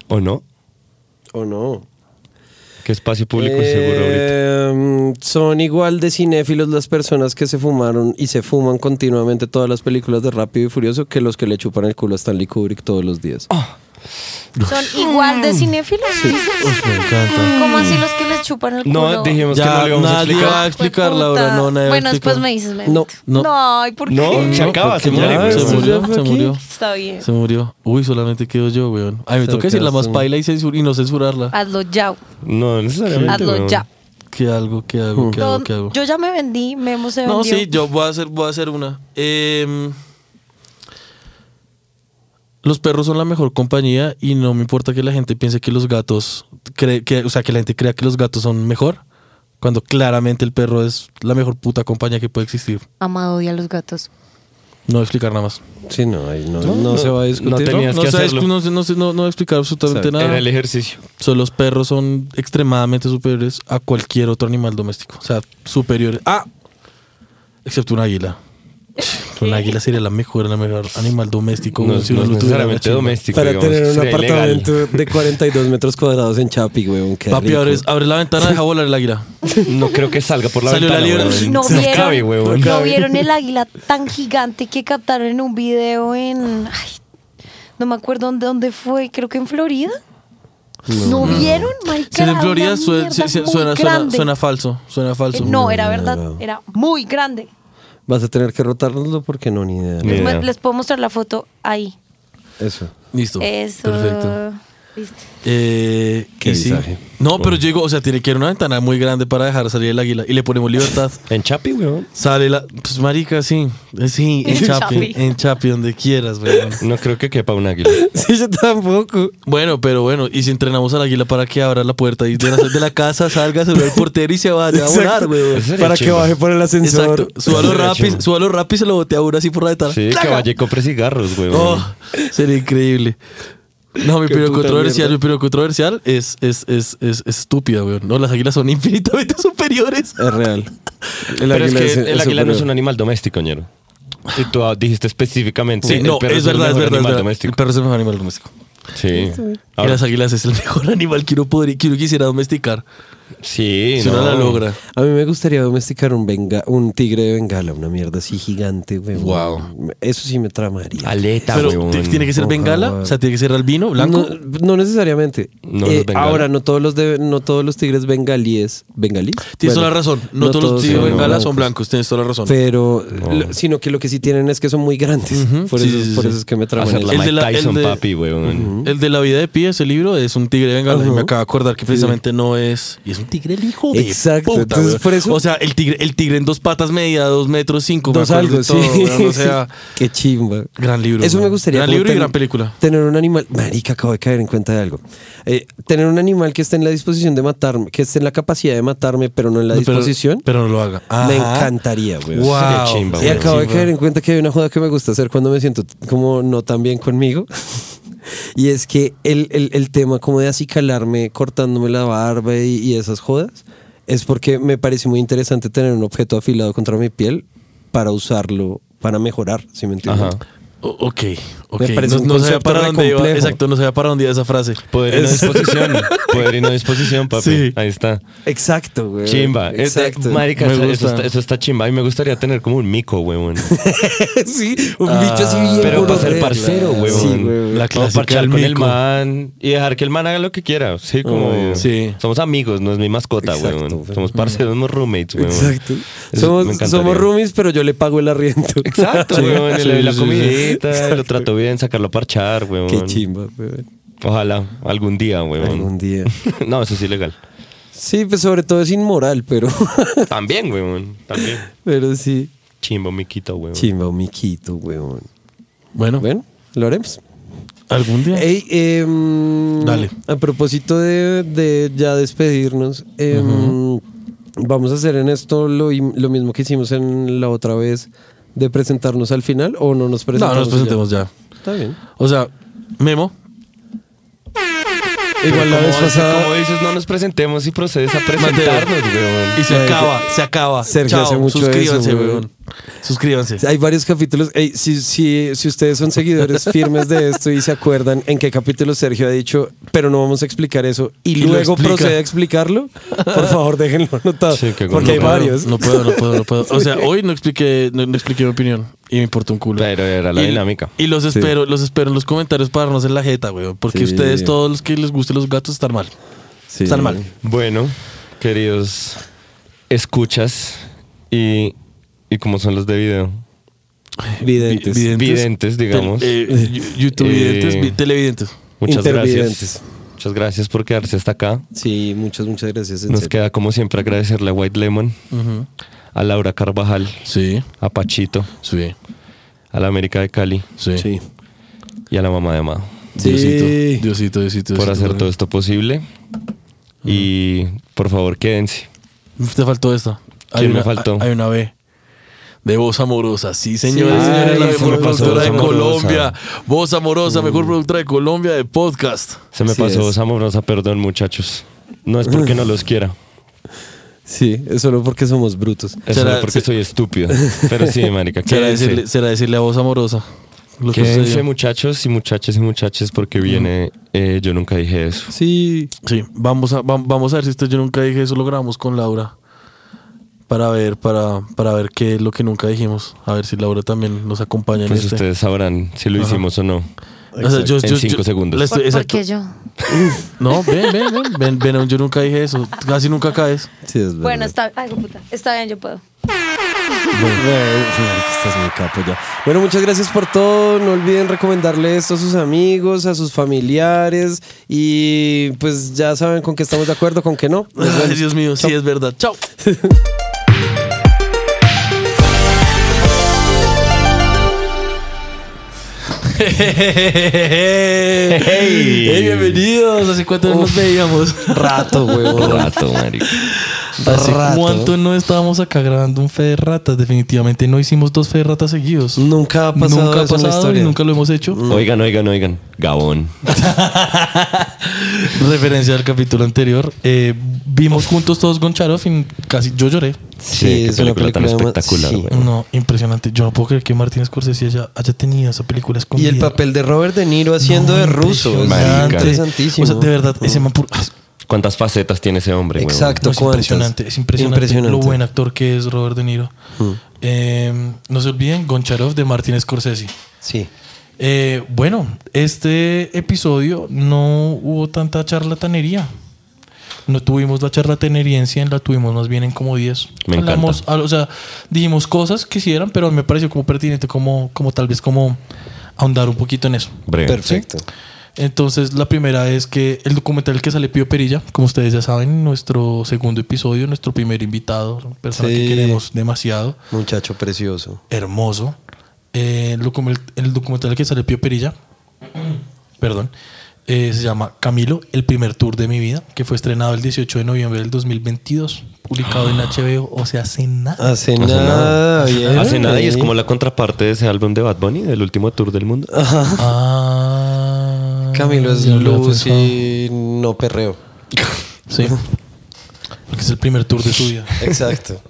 S5: ¿O no?
S4: ¿O no?
S5: ¿Qué espacio público es seguro ahorita?
S4: Eh, Son igual de cinéfilos las personas que se fumaron y se fuman continuamente todas las películas de Rápido y Furioso que los que le chupan el culo a Stanley Kubrick todos los días.
S6: Son igual
S3: Mm.
S6: de cinéfilos.
S3: Uf, me encanta.
S6: ¿Cómo así los que les chupan el culo?
S5: No, dijimos que no
S3: Ya
S5: le íbamos a
S3: nadie va
S5: explicar.
S3: a explicar,
S6: Puta.
S3: Laura. No, nadie va a
S6: Bueno, después
S3: explicar.
S6: me dices, me
S4: No,
S6: dices.
S3: no.
S6: No, ay, ¿por qué?
S5: No, se acaba,
S3: porque
S5: se muere.
S3: ya,
S5: weón.
S3: Se
S4: Eso ya
S3: murió,
S4: fue
S3: se
S4: aquí.
S3: murió.
S6: Está bien.
S3: Se murió. Uy, solamente quedo yo, weón. Ay, me
S4: Solo
S3: toca decir la
S4: quedas
S3: más
S4: tú.
S3: paila y, censur- y no censurarla.
S6: Hazlo ya.
S5: No, necesariamente.
S6: Hazlo
S5: weón.
S6: ya.
S3: ¿Qué hago? ¿Qué
S5: Mm.
S3: hago? ¿Qué hago?
S6: Todo-
S3: ¿Qué hago?
S6: Yo ya me vendí, Memo se vendió.
S3: No, sí, yo voy a hacer, voy a hacer una. Em, los perros son la mejor compañía y no me importa que la gente piense que los gatos, cree, que, o sea, que la gente crea que los gatos son mejor, cuando claramente el perro es la mejor puta compañía que puede existir.
S6: Amado odia a los gatos.
S3: No voy a explicar nada más.
S4: Sí, no, ahí no, no se va a discutir.
S5: no tenías
S3: no,
S5: que
S3: se va a
S5: hacerlo.
S3: discu- no se- no se- no- no voy a explicar absolutamente
S4: Exacto.
S5: Era
S3: nada.
S5: el ejercicio.
S3: So, los perros son extremadamente superiores a cualquier otro animal doméstico. O sea, superiores. Ah, excepto un águila. Un águila sería la mejor, la mejor animal doméstico.
S5: No,
S3: güey, si
S5: no
S3: uno
S5: es
S3: lo tuviera,
S5: necesariamente
S3: una chimba.
S5: doméstico.
S4: Para
S5: este digamos,
S4: tener un
S5: sería ilegal.
S4: apartamento de 42 metros cuadrados en Chapi, weón. qué
S3: Papi,
S4: rico.
S3: abres- abre, la ventana, deja volar el águila.
S5: No creo que salga por la
S3: Salió la
S5: ventana.
S3: liebre.
S5: weón.
S6: No
S5: No
S6: vieron,
S5: cabe, weón.
S6: no vieron el águila tan gigante que captaron en un video en. ay, no me acuerdo dónde, dónde fue, creo que en Florida. ¿No, vieron?
S3: Si
S6: Marica,
S3: en Florida
S6: una
S3: sue-
S6: mierda
S3: sí, sí,
S6: muy
S3: suena, suena,
S6: grande.
S3: suena falso. Suena
S6: Eh,
S3: falso.
S6: No, era verdad, era muy grande.
S4: Vas a tener que rotarlo porque no, ni idea. ¿no?
S5: Ni
S6: Les,
S5: idea.
S6: mu- les puedo mostrar la foto ahí.
S4: Eso.
S3: Listo.
S6: Eso.
S3: Perfecto.
S6: ¿Viste?
S3: Eh,
S4: Qué
S3: y sí.
S4: visaje.
S3: No, pero yo digo, o sea, tiene que ir una ventana muy grande para dejar salir el águila. Y le ponemos libertad.
S5: En Chapi, weón.
S3: Sale la. Pues marica, sí. Eh, Sí, en
S6: En
S3: Chapi.
S6: Chapi.
S3: En Chapi, donde quieras, weón.
S5: No creo que quepa un águila.
S4: Sí, yo tampoco.
S3: Bueno, pero bueno, y si entrenamos al águila para que abra la puerta y de la, de la casa salga, se ve el portero y se va, se va a volar, weón.
S5: Eso sería
S4: Para que
S5: chimba.
S4: baje por el ascensor.
S3: Exacto. Suba los
S5: Sería
S3: rapis,
S5: chimba.
S3: suba los rapis y se lo botea uno así por la ventana.
S5: Sí, que
S3: ¡Claca!
S5: vaya y compre cigarros, weón.
S3: Oh, sería increíble. No, mi
S5: Qué
S3: opinión
S5: puta
S3: controversial,
S5: mierda.
S3: mi opinión controversial es, es, es, es, es estúpida, weón. No, las águilas son infinitamente superiores.
S4: Es real. El
S5: Pero es que el águila no es
S4: superior.
S5: un animal doméstico, ñero. Y tú ah, dijiste específicamente.
S3: Sí,
S5: el
S3: no,
S5: perro
S3: es verdad, es verdad.
S5: el mejor
S3: es
S5: animal
S3: verdad. El
S5: doméstico.
S3: perro es el mejor animal doméstico.
S5: Sí.
S3: Y
S5: Ahora-
S3: las águilas es el mejor animal que uno, podría, que uno quisiera domesticar.
S5: sí,
S3: si uno
S5: no.
S3: la logra.
S4: A mí me gustaría domesticar un, benga, un tigre de bengala, una mierda así gigante, weón.
S5: Wow.
S4: Eso sí me tramaría.
S5: Aleta,
S3: Pero
S5: weón.
S3: ¿t- tiene que ser
S4: Ojalá.
S3: bengala, o sea, tiene que ser albino, blanco.
S4: No, no necesariamente.
S5: No,
S4: Eh,
S5: los bengala.
S4: ahora, no todos los de- no todos los tigres bengalíes. ¿Bengalíes?
S3: Tienes
S4: Bueno,
S3: toda la razón. No, todos los tigres
S4: son
S3: bengala son blancos, tienes toda la razón.
S4: Pero, lo- sino que lo que sí tienen es que son muy grandes.
S3: Ujú.
S4: Por,
S3: Sí,
S4: eso,
S3: sí, sí,
S4: por
S3: sí.
S4: eso es que me traman.
S5: Hacer
S4: eso.
S5: la
S3: El
S5: Mike
S3: de la- el
S5: Tyson,
S3: de-
S5: papi, weón.
S3: El de la vida de pie, ese libro, es un tigre bengala. Y
S4: Ajá.
S3: me acabo de acordar que precisamente no es. Y es un tigre el hijo de.
S4: Exacto,
S3: puta,
S4: entonces,
S3: weón.
S4: por eso-
S3: O sea, el tigre, el tigre en dos patas media, dos metros cinco. me
S4: Dos
S3: acuerdo
S4: algo,
S3: de
S4: sí.
S3: todo, weón, o sea,
S4: Qué chimba.
S3: gran libro.
S4: Eso me
S3: weón.
S4: gustaría.
S3: Gran
S4: como
S3: libro y
S4: ten-
S3: gran película.
S4: Tener un animal. Marica, acabo de caer en cuenta de algo. Eh, tener un animal que esté en la disposición de matarme, que esté en la capacidad de matarme, pero no en la
S3: No, pero-
S4: disposición.
S3: Pero, no lo haga.
S4: me
S3: Ajá.
S4: encantaría, güey.
S3: Wow.
S5: Sería chimba,
S4: Y
S5: weón.
S4: acabo de
S3: chimba.
S4: caer en cuenta que hay una joda que me gusta hacer cuando me siento como no tan bien conmigo. y es que el, el- el tema como de acicalarme, cortándome la barba y, y esas jodas, es porque me parece muy interesante tener un objeto afilado contra mi piel para usarlo, para mejorar, si me entiendes.
S5: Ajá.
S3: O- ok, ok.
S4: Me parece
S3: No,
S4: un
S3: no sabía
S4: concepto
S3: para
S4: re
S3: dónde iba.
S4: complejo.
S3: Exacto, no sabía para dónde iba esa frase.
S5: Poderino a
S4: Es-
S5: disposición. Poderino a disposición, papi.
S3: Sí.
S5: Ahí está.
S4: Exacto,
S3: Eh,
S4: güey.
S5: Chimba. Este,
S4: Exacto.
S5: marica,
S3: Me
S5: eso, eso
S3: gusta.
S5: está, eso está chimba. A mí me gustaría tener como un mico, weón.
S4: sí, un bicho así bien
S5: Ah, Pero para
S4: gonorrea.
S5: ser parcero, weón.
S4: Sí, güey.
S3: La
S5: La
S3: clásica
S5: parchar
S3: del
S5: con el
S3: mico.
S5: man y dejar que el man haga lo que quiera. Sí, como.
S4: Obvio.
S3: Sí.
S5: Somos amigos, no es mi mascota,
S4: Oh, Exacto,
S5: weón.
S4: weón.
S5: Somos parceros, somos roommates, weón.
S4: Exacto.
S5: Eso me
S4: Somos,
S5: encantaría.
S4: somos roomies, pero yo le pago el arriendo.
S5: Exacto,
S3: Sí,
S5: weón.
S3: sí,
S5: le doy la
S3: sí,
S5: comidita, lo trato bien, sacarlo a parchar, weón.
S4: Qué chimba, weón.
S5: Ojalá, algún día, weón.
S4: Algún día.
S5: no, eso es ilegal.
S4: Sí, pues sobre todo es inmoral, pero,
S5: También, weón. También.
S4: pero sí.
S5: Chimba, miquito, weón.
S4: Chimba, un miquito, weón.
S3: Bueno,
S4: Bueno, lo haremos.
S3: algún día.
S4: Ey, em,
S3: Dale.
S4: A propósito de, de ya despedirnos, em, vamos a hacer en esto lo, im- lo mismo que hicimos en la otra vez de presentarnos al final o no nos
S3: no,
S4: presentamos.
S3: nos presentemos ya.
S4: ya? Está bien.
S3: O sea, Memo.
S4: Igual la
S5: Como
S4: vez pasada
S5: como dices, no nos presentemos y procedes a presentarnos, weón.
S3: Y se
S4: Sergio-
S3: acaba, se acaba.
S4: Sergio
S3: Chao,
S4: hace mucho eso,
S3: suscríbanse,
S4: weón.
S3: weón. Suscríbanse.
S4: hay varios capítulos. Ey, si, si, si ustedes son seguidores firmes de esto y se acuerdan en qué capítulo Sergio ha dicho, pero no vamos a explicar eso y,
S3: Y lo
S4: luego
S3: explica.
S4: procede a explicarlo, por favor déjenlo anotado.
S5: Sí, qué
S4: porque hay
S5: gonorrea.
S4: varios.
S3: No puedo, no puedo, no puedo. O sea, hoy no expliqué, no, no expliqué mi opinión y me importó un culo.
S5: Pero era la
S3: Y-
S5: dinámica.
S3: Y los espero, los espero en los comentarios para darnos en la jeta, weón. Porque
S4: Sí.
S3: ustedes, todos los que les gusten los gatos, están mal.
S4: Sí.
S3: Están mal.
S5: Bueno, queridos, escuchas y, y como son los de video.
S4: Videntes.
S3: Vi-
S5: Videntes, digamos.
S3: Tel- eh, yu- YouTube videntes,
S5: Eh,
S3: vi- televidentes.
S5: Muchas
S4: Intervidentes.
S5: gracias. Muchas gracias por quedarse hasta acá.
S4: Sí, muchas, muchas gracias. en
S5: Nos
S4: serio.
S5: queda como siempre agradecerle a White Lemon, a Laura Carvajal,
S3: Sí,
S5: a Pachito,
S3: sí,
S5: a la América de Cali
S3: sí.
S4: Sí.
S5: y a la mamá de Amado
S3: Diosito,
S4: Sí.
S3: Diosito, Diosito.
S5: por
S3: Diosito,
S5: hacer
S3: weón.
S5: todo esto posible. Y por favor, quédense.
S3: Te faltó esta.
S5: ¿Quién me
S3: una,
S5: faltó?
S3: Hay una B. De Voz Amorosa, sí, señores.
S4: Sí.
S3: señores, la
S4: Ay, se me
S3: mejor
S4: pasó
S3: productora de
S5: Voz Amorosa.
S3: Colombia. Voz Amorosa, mejor productora de Colombia de podcast.
S5: Se me
S4: Así
S5: pasó
S4: es.
S5: esa amorosa, perdón, muchachos. No es porque no los quiera.
S4: Sí, es solo porque somos brutos.
S5: Es
S3: Será-
S5: solo porque
S3: se-
S5: soy estúpido. Pero sí, marica,
S3: Será
S5: quédense.
S3: decirle, será decirle a Voz Amorosa. Lo que
S5: Quédense,
S3: sucedió.
S5: muchachos y muchachas y muchachas, porque viene. eh, yo nunca dije eso.
S4: Sí.
S3: Sí, vamos a, vam- vamos a ver si esto yo nunca dije eso, lo grabamos con Laura. Para ver, para, para ver qué es lo que nunca dijimos. A ver si Laura también nos acompaña
S5: Pues
S3: en este.
S5: ustedes sabrán si lo hicimos o no.
S3: O sea, yo-
S5: En
S3: yo-
S5: cinco
S3: yo-
S5: segundos.
S3: le
S6: ¿Por,
S3: estoy-
S6: por
S3: exacto.
S6: qué yo?
S3: No, ven, ven, ven, ven, ven, aún yo nunca dije eso. Casi nunca caes.
S4: Sí, es verdad.
S6: Bueno, está, ay, hijo de puta, está bien, yo puedo.
S4: Bueno, bueno, sí, marica, estás muy capo ya. Bueno, muchas gracias por todo. No olviden recomendarle esto a sus amigos, a sus familiares. Y pues ya saben con qué estamos de acuerdo, con qué no. Pues, Nos
S3: Ay,
S4: vemos.
S3: Dios mío, sí es verdad. Chao. hey, bienvenidos. ¿Hace cuánto no nos veíamos?
S4: Rato, huevón.
S5: Rato, marica.
S3: ¿Hace
S4: rato.
S3: cuánto no estábamos acá grabando un fe de ratas? Definitivamente no hicimos dos fe de ratas seguidos.
S4: Nunca ha pasado
S3: nunca ha
S4: eso en la
S3: pasado y
S4: historia.
S3: nunca lo hemos hecho.
S4: Mm.
S5: Oigan, oigan, oigan. Gabón.
S3: Referencia al capítulo anterior. eh, vimos juntos todos Goncharov y casi yo lloré.
S4: Sí,
S5: qué
S4: es una
S5: película
S4: película
S5: tan
S4: más-
S5: espectacular,
S4: sí.
S5: güey.
S3: No, impresionante. Yo no puedo creer que Martín Scorsese haya, haya tenido esa película
S4: Y
S3: escondida.
S4: el papel de Robert De Niro haciendo
S3: No,
S4: de ruso. Es
S3: impresionante.
S4: interesantísimo. Mm.
S3: O sea, de verdad, ese man pur-
S5: ¿Cuántas facetas tiene ese hombre, güey?
S4: Exacto.
S3: No, es
S4: ¿Cuántas?
S3: impresionante, es impresionante,
S4: Impresionante. Mm.
S3: lo buen actor que es Robert De Niro. Eh, no se olviden, Goncharov de Martín Scorsese.
S4: Sí.
S3: Eh, bueno, este episodio no hubo tanta charlatanería. No tuvimos la charlatanería en 100, la tuvimos más bien en como 10.
S5: Me encanta.
S3: Hablamos, al- o sea, dijimos cosas que hicieran, pero me pareció como pertinente, como, como tal vez como ahondar un poquito en eso.
S5: Breve.
S4: Perfecto.
S3: Entonces, la primera es que el documental que sale Pío Perilla, como ustedes ya saben, nuestro segundo episodio, nuestro primer invitado, persona
S4: Sí.
S3: que queremos demasiado,
S4: Muchacho precioso.
S3: hermoso. Eh, el, document- el documental que sale Pío Perilla, perdón, eh, se llama Camilo, el primer tour de mi vida, que fue estrenado el 18 de noviembre del 2022, publicado en HBO, o sea, hace nada.
S4: Hace nada. bien.
S5: Hace nada y es
S4: Sí.
S5: como la contraparte de ese álbum de Bad Bunny, del último tour del mundo.
S3: Ah,
S4: Camilo es
S3: ya lo había
S4: luz
S3: pensado.
S4: y no perreo.
S3: Sí. Porque es el primer tour de su vida.
S4: Exacto.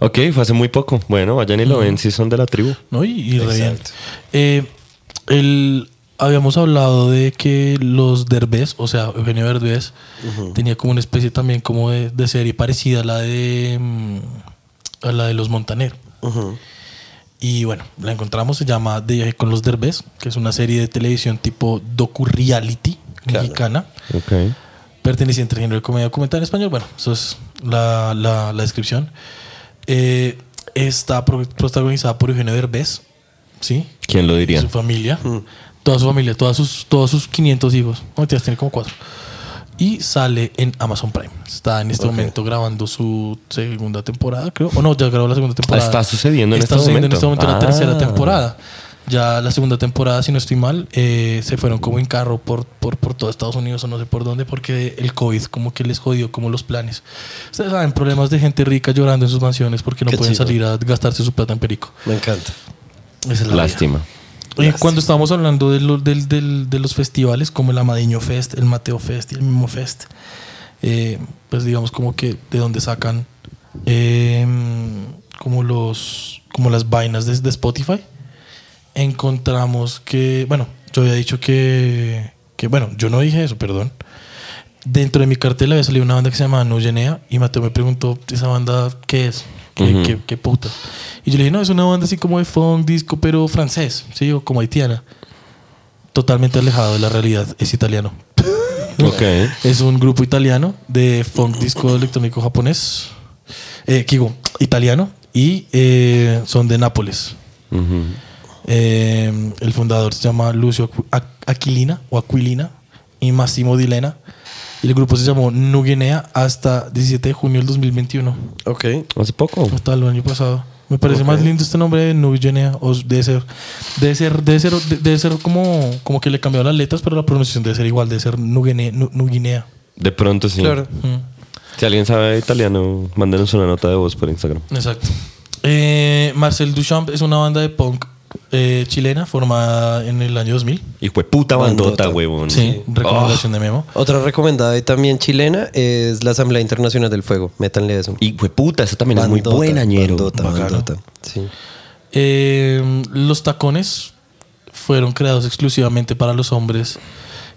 S5: Ok, fue hace muy poco. Bueno, vayan y lo ven si son de la tribu.
S9: ¿no? Y, y re bien. Eh, el- habíamos hablado de que los Derbez, o sea, Eugenio Derbez, tenía como una especie también como de, de serie parecida a la de mm, a la de los Montaner. Y bueno, la encontramos, se llama De viaje con los Derbez, que es una serie de televisión tipo docu-reality mexicana,
S5: Ok.
S9: perteneciente al género de comedia documental en español. Bueno, eso es la, la- la descripción. Eh, está pro- protagonizada por Eugenio Derbez, ¿sí?
S5: ¿Quién lo
S9: Y
S5: diría?
S9: Su familia. Toda su familia, todas sus, todos sus 500 hijos. No mentiras, tiene como cuatro. Y sale en Amazon Prime. Está en este momento grabando su segunda temporada, creo. O no, ya grabó la segunda temporada.
S5: Está sucediendo en
S9: Está
S5: este
S9: sucediendo en este
S5: momento.
S9: momento la
S5: Ah.
S9: tercera temporada. Ya la segunda temporada, si no estoy mal, eh, se fueron como en carro por, por, por todo Estados Unidos o no sé por dónde, porque el COVID como que les jodió como los planes. Ustedes saben, problemas de gente rica llorando en sus mansiones porque no
S4: Qué
S9: pueden
S4: chido.
S9: salir a gastarse su plata en perico.
S4: Me encanta.
S9: Esa es la vida.
S5: Lástima.
S9: Y Eh, cuando estábamos hablando de, lo- del- del- de los festivales como el Amadiño Fest, el Mateo Fest y el Mimo Fest, eh, pues digamos como que de donde sacan eh, como los como las vainas de, de Spotify, encontramos que, bueno, yo había dicho que, que, bueno, yo no dije eso, perdón. Dentro de mi cartel había salido una banda que se llama No Genea y Mateo me preguntó, ¿esa banda qué es? ¿Qué,
S5: Ujú.
S9: qué- qué puta? Y yo le dije, no, es una banda así como de funk, disco, pero francés, ¿sí? O como haitiana. Totalmente alejado de la realidad, es italiano. Pues,
S5: Ok.
S9: Es un grupo italiano de funk disco electrónico japonés, eh, que digo, italiano, y eh, son de Nápoles.
S5: Ujú.
S9: Eh, el fundador se llama Lucio Aqu- Aqu- Aquilina o Aquilina y Massimo Dilena. Y el grupo se llamó Nu Guinea hasta 17 de junio del 2021,
S4: Ok.
S5: Hace poco.
S9: hasta el año pasado. Me parece más lindo este nombre de Nu Guinea. O s- debe ser, debe ser, debe ser, de- debe ser como, como que le cambiaron las letras, pero la pronunciación debe ser igual, debe ser Nu Guinea. Nu- Nu Guinea.
S5: De pronto sí.
S4: Claro.
S9: Mm.
S5: Si alguien sabe italiano, mándenos una nota de voz por Instagram.
S9: Exacto. Eh, Marcel Duchamp es una banda de punk eh, chilena formada en el año 2000.
S5: Hijo de puta bandota,
S4: Bandota.
S5: huevón.
S9: Sí, recomendación de Memo.
S4: Oh. Otra recomendada y también chilena es la Asamblea Internacional del Fuego. Métanle eso.
S5: Hijo de puta, esa también es muy buena, ñero.
S4: Bandota,
S9: Bacano.
S4: bandota. Sí.
S9: Eh, los tacones fueron creados exclusivamente para los hombres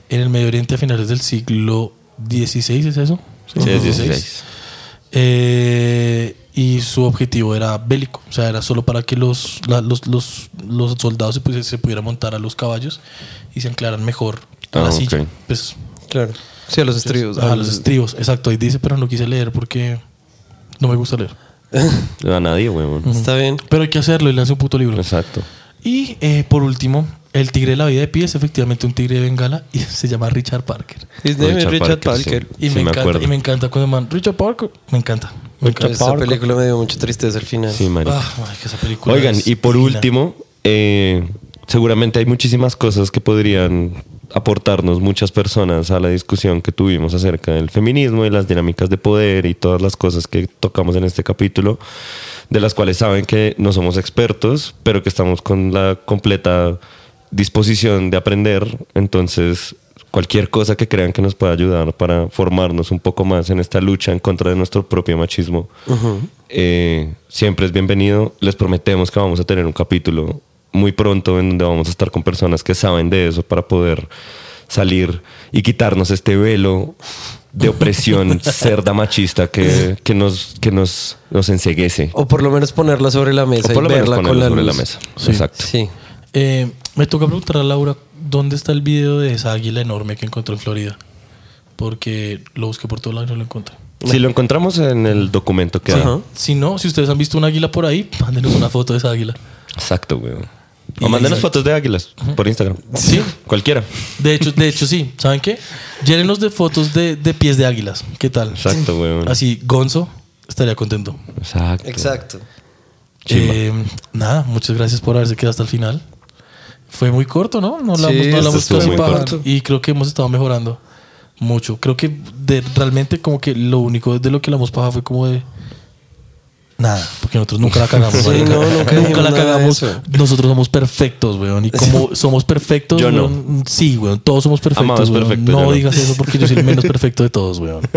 S9: en el Medio Oriente a finales del siglo XVI, ¿es eso?
S5: Sí, es
S9: 16.
S5: 16.
S9: Eh, y su objetivo era bélico, o sea, era solo para que los, la- los, los, los soldados se, pudiese- se pudieran montar a los caballos y se anclaran mejor a la
S5: Ah,
S9: silla.
S5: ok.
S9: Pues,
S4: Claro. Sí, a los estribos.
S9: a
S4: al-
S9: los estribos, exacto. Ahí dice, pero no quise leer porque no me gusta leer.
S5: A nadie, huevón.
S4: Está bien.
S9: Pero hay que hacerlo y lance un puto libro.
S5: Exacto.
S9: Y eh, por último, el tigre de la vida de pie es efectivamente un tigre de Bengala y se llama Richard Parker.
S4: His name is Richard
S5: sí.
S4: Parker.
S9: Y
S5: Sí,
S9: me, encanta,
S5: acuerdo.
S9: y me encanta cuando man, Richard Parker, me encanta. Me encanta.
S4: Esta película me dio mucha tristeza al final.
S5: Sí, marica.
S9: Ah, ay, que esa película
S5: Oigan,
S9: es
S5: y por
S9: divina.
S5: último, eh, seguramente hay muchísimas cosas que podrían aportarnos muchas personas a la discusión que tuvimos acerca del feminismo y las dinámicas de poder y todas las cosas que tocamos en este capítulo, de las cuales saben que no somos expertos, pero que estamos con la completa disposición de aprender. Entonces, cualquier cosa que crean que nos pueda ayudar para formarnos un poco más en esta lucha en contra de nuestro propio machismo, eh, siempre es bienvenido. Les prometemos que vamos a tener un capítulo muy pronto en donde vamos a estar con personas que saben de eso para poder salir y quitarnos este velo de opresión cerda machista que, que nos, que nos, nos enceguece.
S4: O por lo menos ponerla sobre la mesa
S5: O por lo
S4: y
S5: menos
S4: verla con
S5: ponerlo
S4: la
S5: sobre la
S4: luz.
S5: mesa. Exacto.
S4: Sí.
S9: Eh, me toca preguntar a Laura, ¿dónde está el video de esa águila enorme que encontró en Florida? Porque lo busqué por todo lado y no lo encontré.
S5: Si lo encontramos en el documento que hay.
S9: Si no, si ustedes han visto un águila por ahí, mándenos una foto de esa águila.
S5: Exacto, güey. O mándenos fotos de águilas por Instagram.
S9: Sí.
S5: Cualquiera.
S9: De hecho, de hecho sí. ¿Saben qué? Llénenos de fotos de, de pies de águilas. ¿Qué tal?
S5: Exacto, güey.
S9: Así, Gonzo estaría contento.
S5: Exacto.
S4: Exacto.
S5: Chimba.
S9: Eh, nada, muchas gracias por haberse quedado hasta el final. Fue muy corto, ¿no? No hablamos,
S4: Sí,
S9: no
S4: este
S9: hablamos
S5: estuvo
S9: casi
S5: muy
S9: paja.
S4: corto.
S9: Y creo que hemos estado mejorando mucho. Creo que de- realmente como que lo único de lo que hablamos paja fue como de...
S3: Nada, porque nosotros nunca la cagamos.
S4: Sí,
S3: marica.
S4: no, nunca dijimos
S3: la
S4: nada de
S3: cagamos.
S4: eso.
S3: Nosotros somos perfectos, weón. Y como somos perfectos,
S5: Yo no.
S3: weón, sí, weón. Todos somos perfectos.
S5: Amamos
S3: weón.
S5: perfecto,
S3: no
S5: yo no.
S3: digas eso porque yo soy el menos perfecto de todos, weón.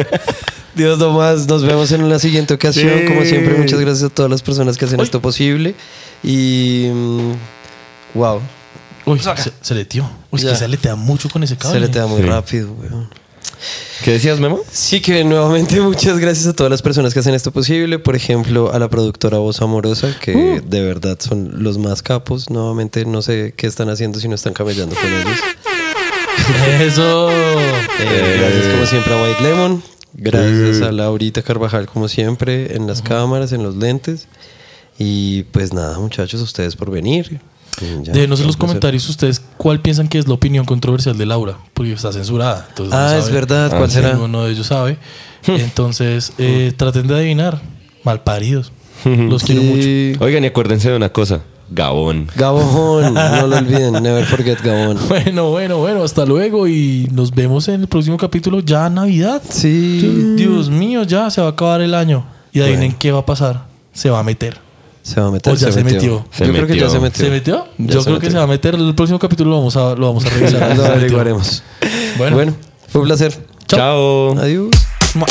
S4: Dios nomás, nos vemos en una siguiente ocasión.
S8: Sí.
S4: Como siempre, muchas gracias a todas las personas que hacen
S3: Uy.
S4: esto posible. Y. mm, wow,
S3: Uy, se, se leteó. Uy, es
S4: Ya.
S3: que se letea mucho con ese cable.
S4: se le te da muy
S5: Sí.
S4: rápido, weón.
S5: ¿Qué decías, Memo?
S4: Sí, que nuevamente muchas gracias a todas las personas que hacen esto posible. Por ejemplo, a la productora Voz Amorosa, que
S3: Uh.
S4: de verdad son los más capos. Nuevamente, no sé qué están haciendo si no están camellando con ellos.
S3: Eso.
S4: Eh, gracias, como siempre, a White Lemon.
S3: Eh.
S4: Gracias a Laurita Carvajal, como siempre, en las cámaras, en los lentes. Y pues nada, muchachos, a ustedes por venir. Y
S3: Déjenos
S4: ya,
S3: en los
S4: un placer.
S3: comentarios ustedes cuál piensan que es la opinión controversial de Laura, porque está censurada. entonces no
S4: Ah, es
S3: saben.
S4: verdad, Hmm. ¿cuál será?
S3: Ninguno de ellos sabe. Entonces, eh, traten de adivinar. Malparidos.
S4: Hmm.
S3: Los quiero mucho.
S4: Y-
S5: Oigan, y acuérdense de una cosa. Gabón.
S4: Gabón, no lo olviden, never forget Gabón.
S3: Bueno, bueno, bueno, hasta luego y nos vemos en el próximo capítulo ya Navidad.
S4: Sí,
S3: Dios mío, ya se va a acabar el año. Y adivinen qué va a pasar. Se va a meter.
S4: se va a meter.
S3: O ya se metió.
S4: Yo
S5: Se
S4: creo que ya
S5: metió.
S4: se metió.
S3: ¿Se metió?
S4: Ya
S3: Yo
S4: se
S3: creo que
S4: metió.
S3: se va a meter. El próximo capítulo lo vamos a, lo vamos a revisar.
S4: Lo averiguaremos.
S3: Bueno.
S4: Bueno, fue un placer.
S3: Chao.
S5: Chao.
S4: Adiós.
S3: Mua.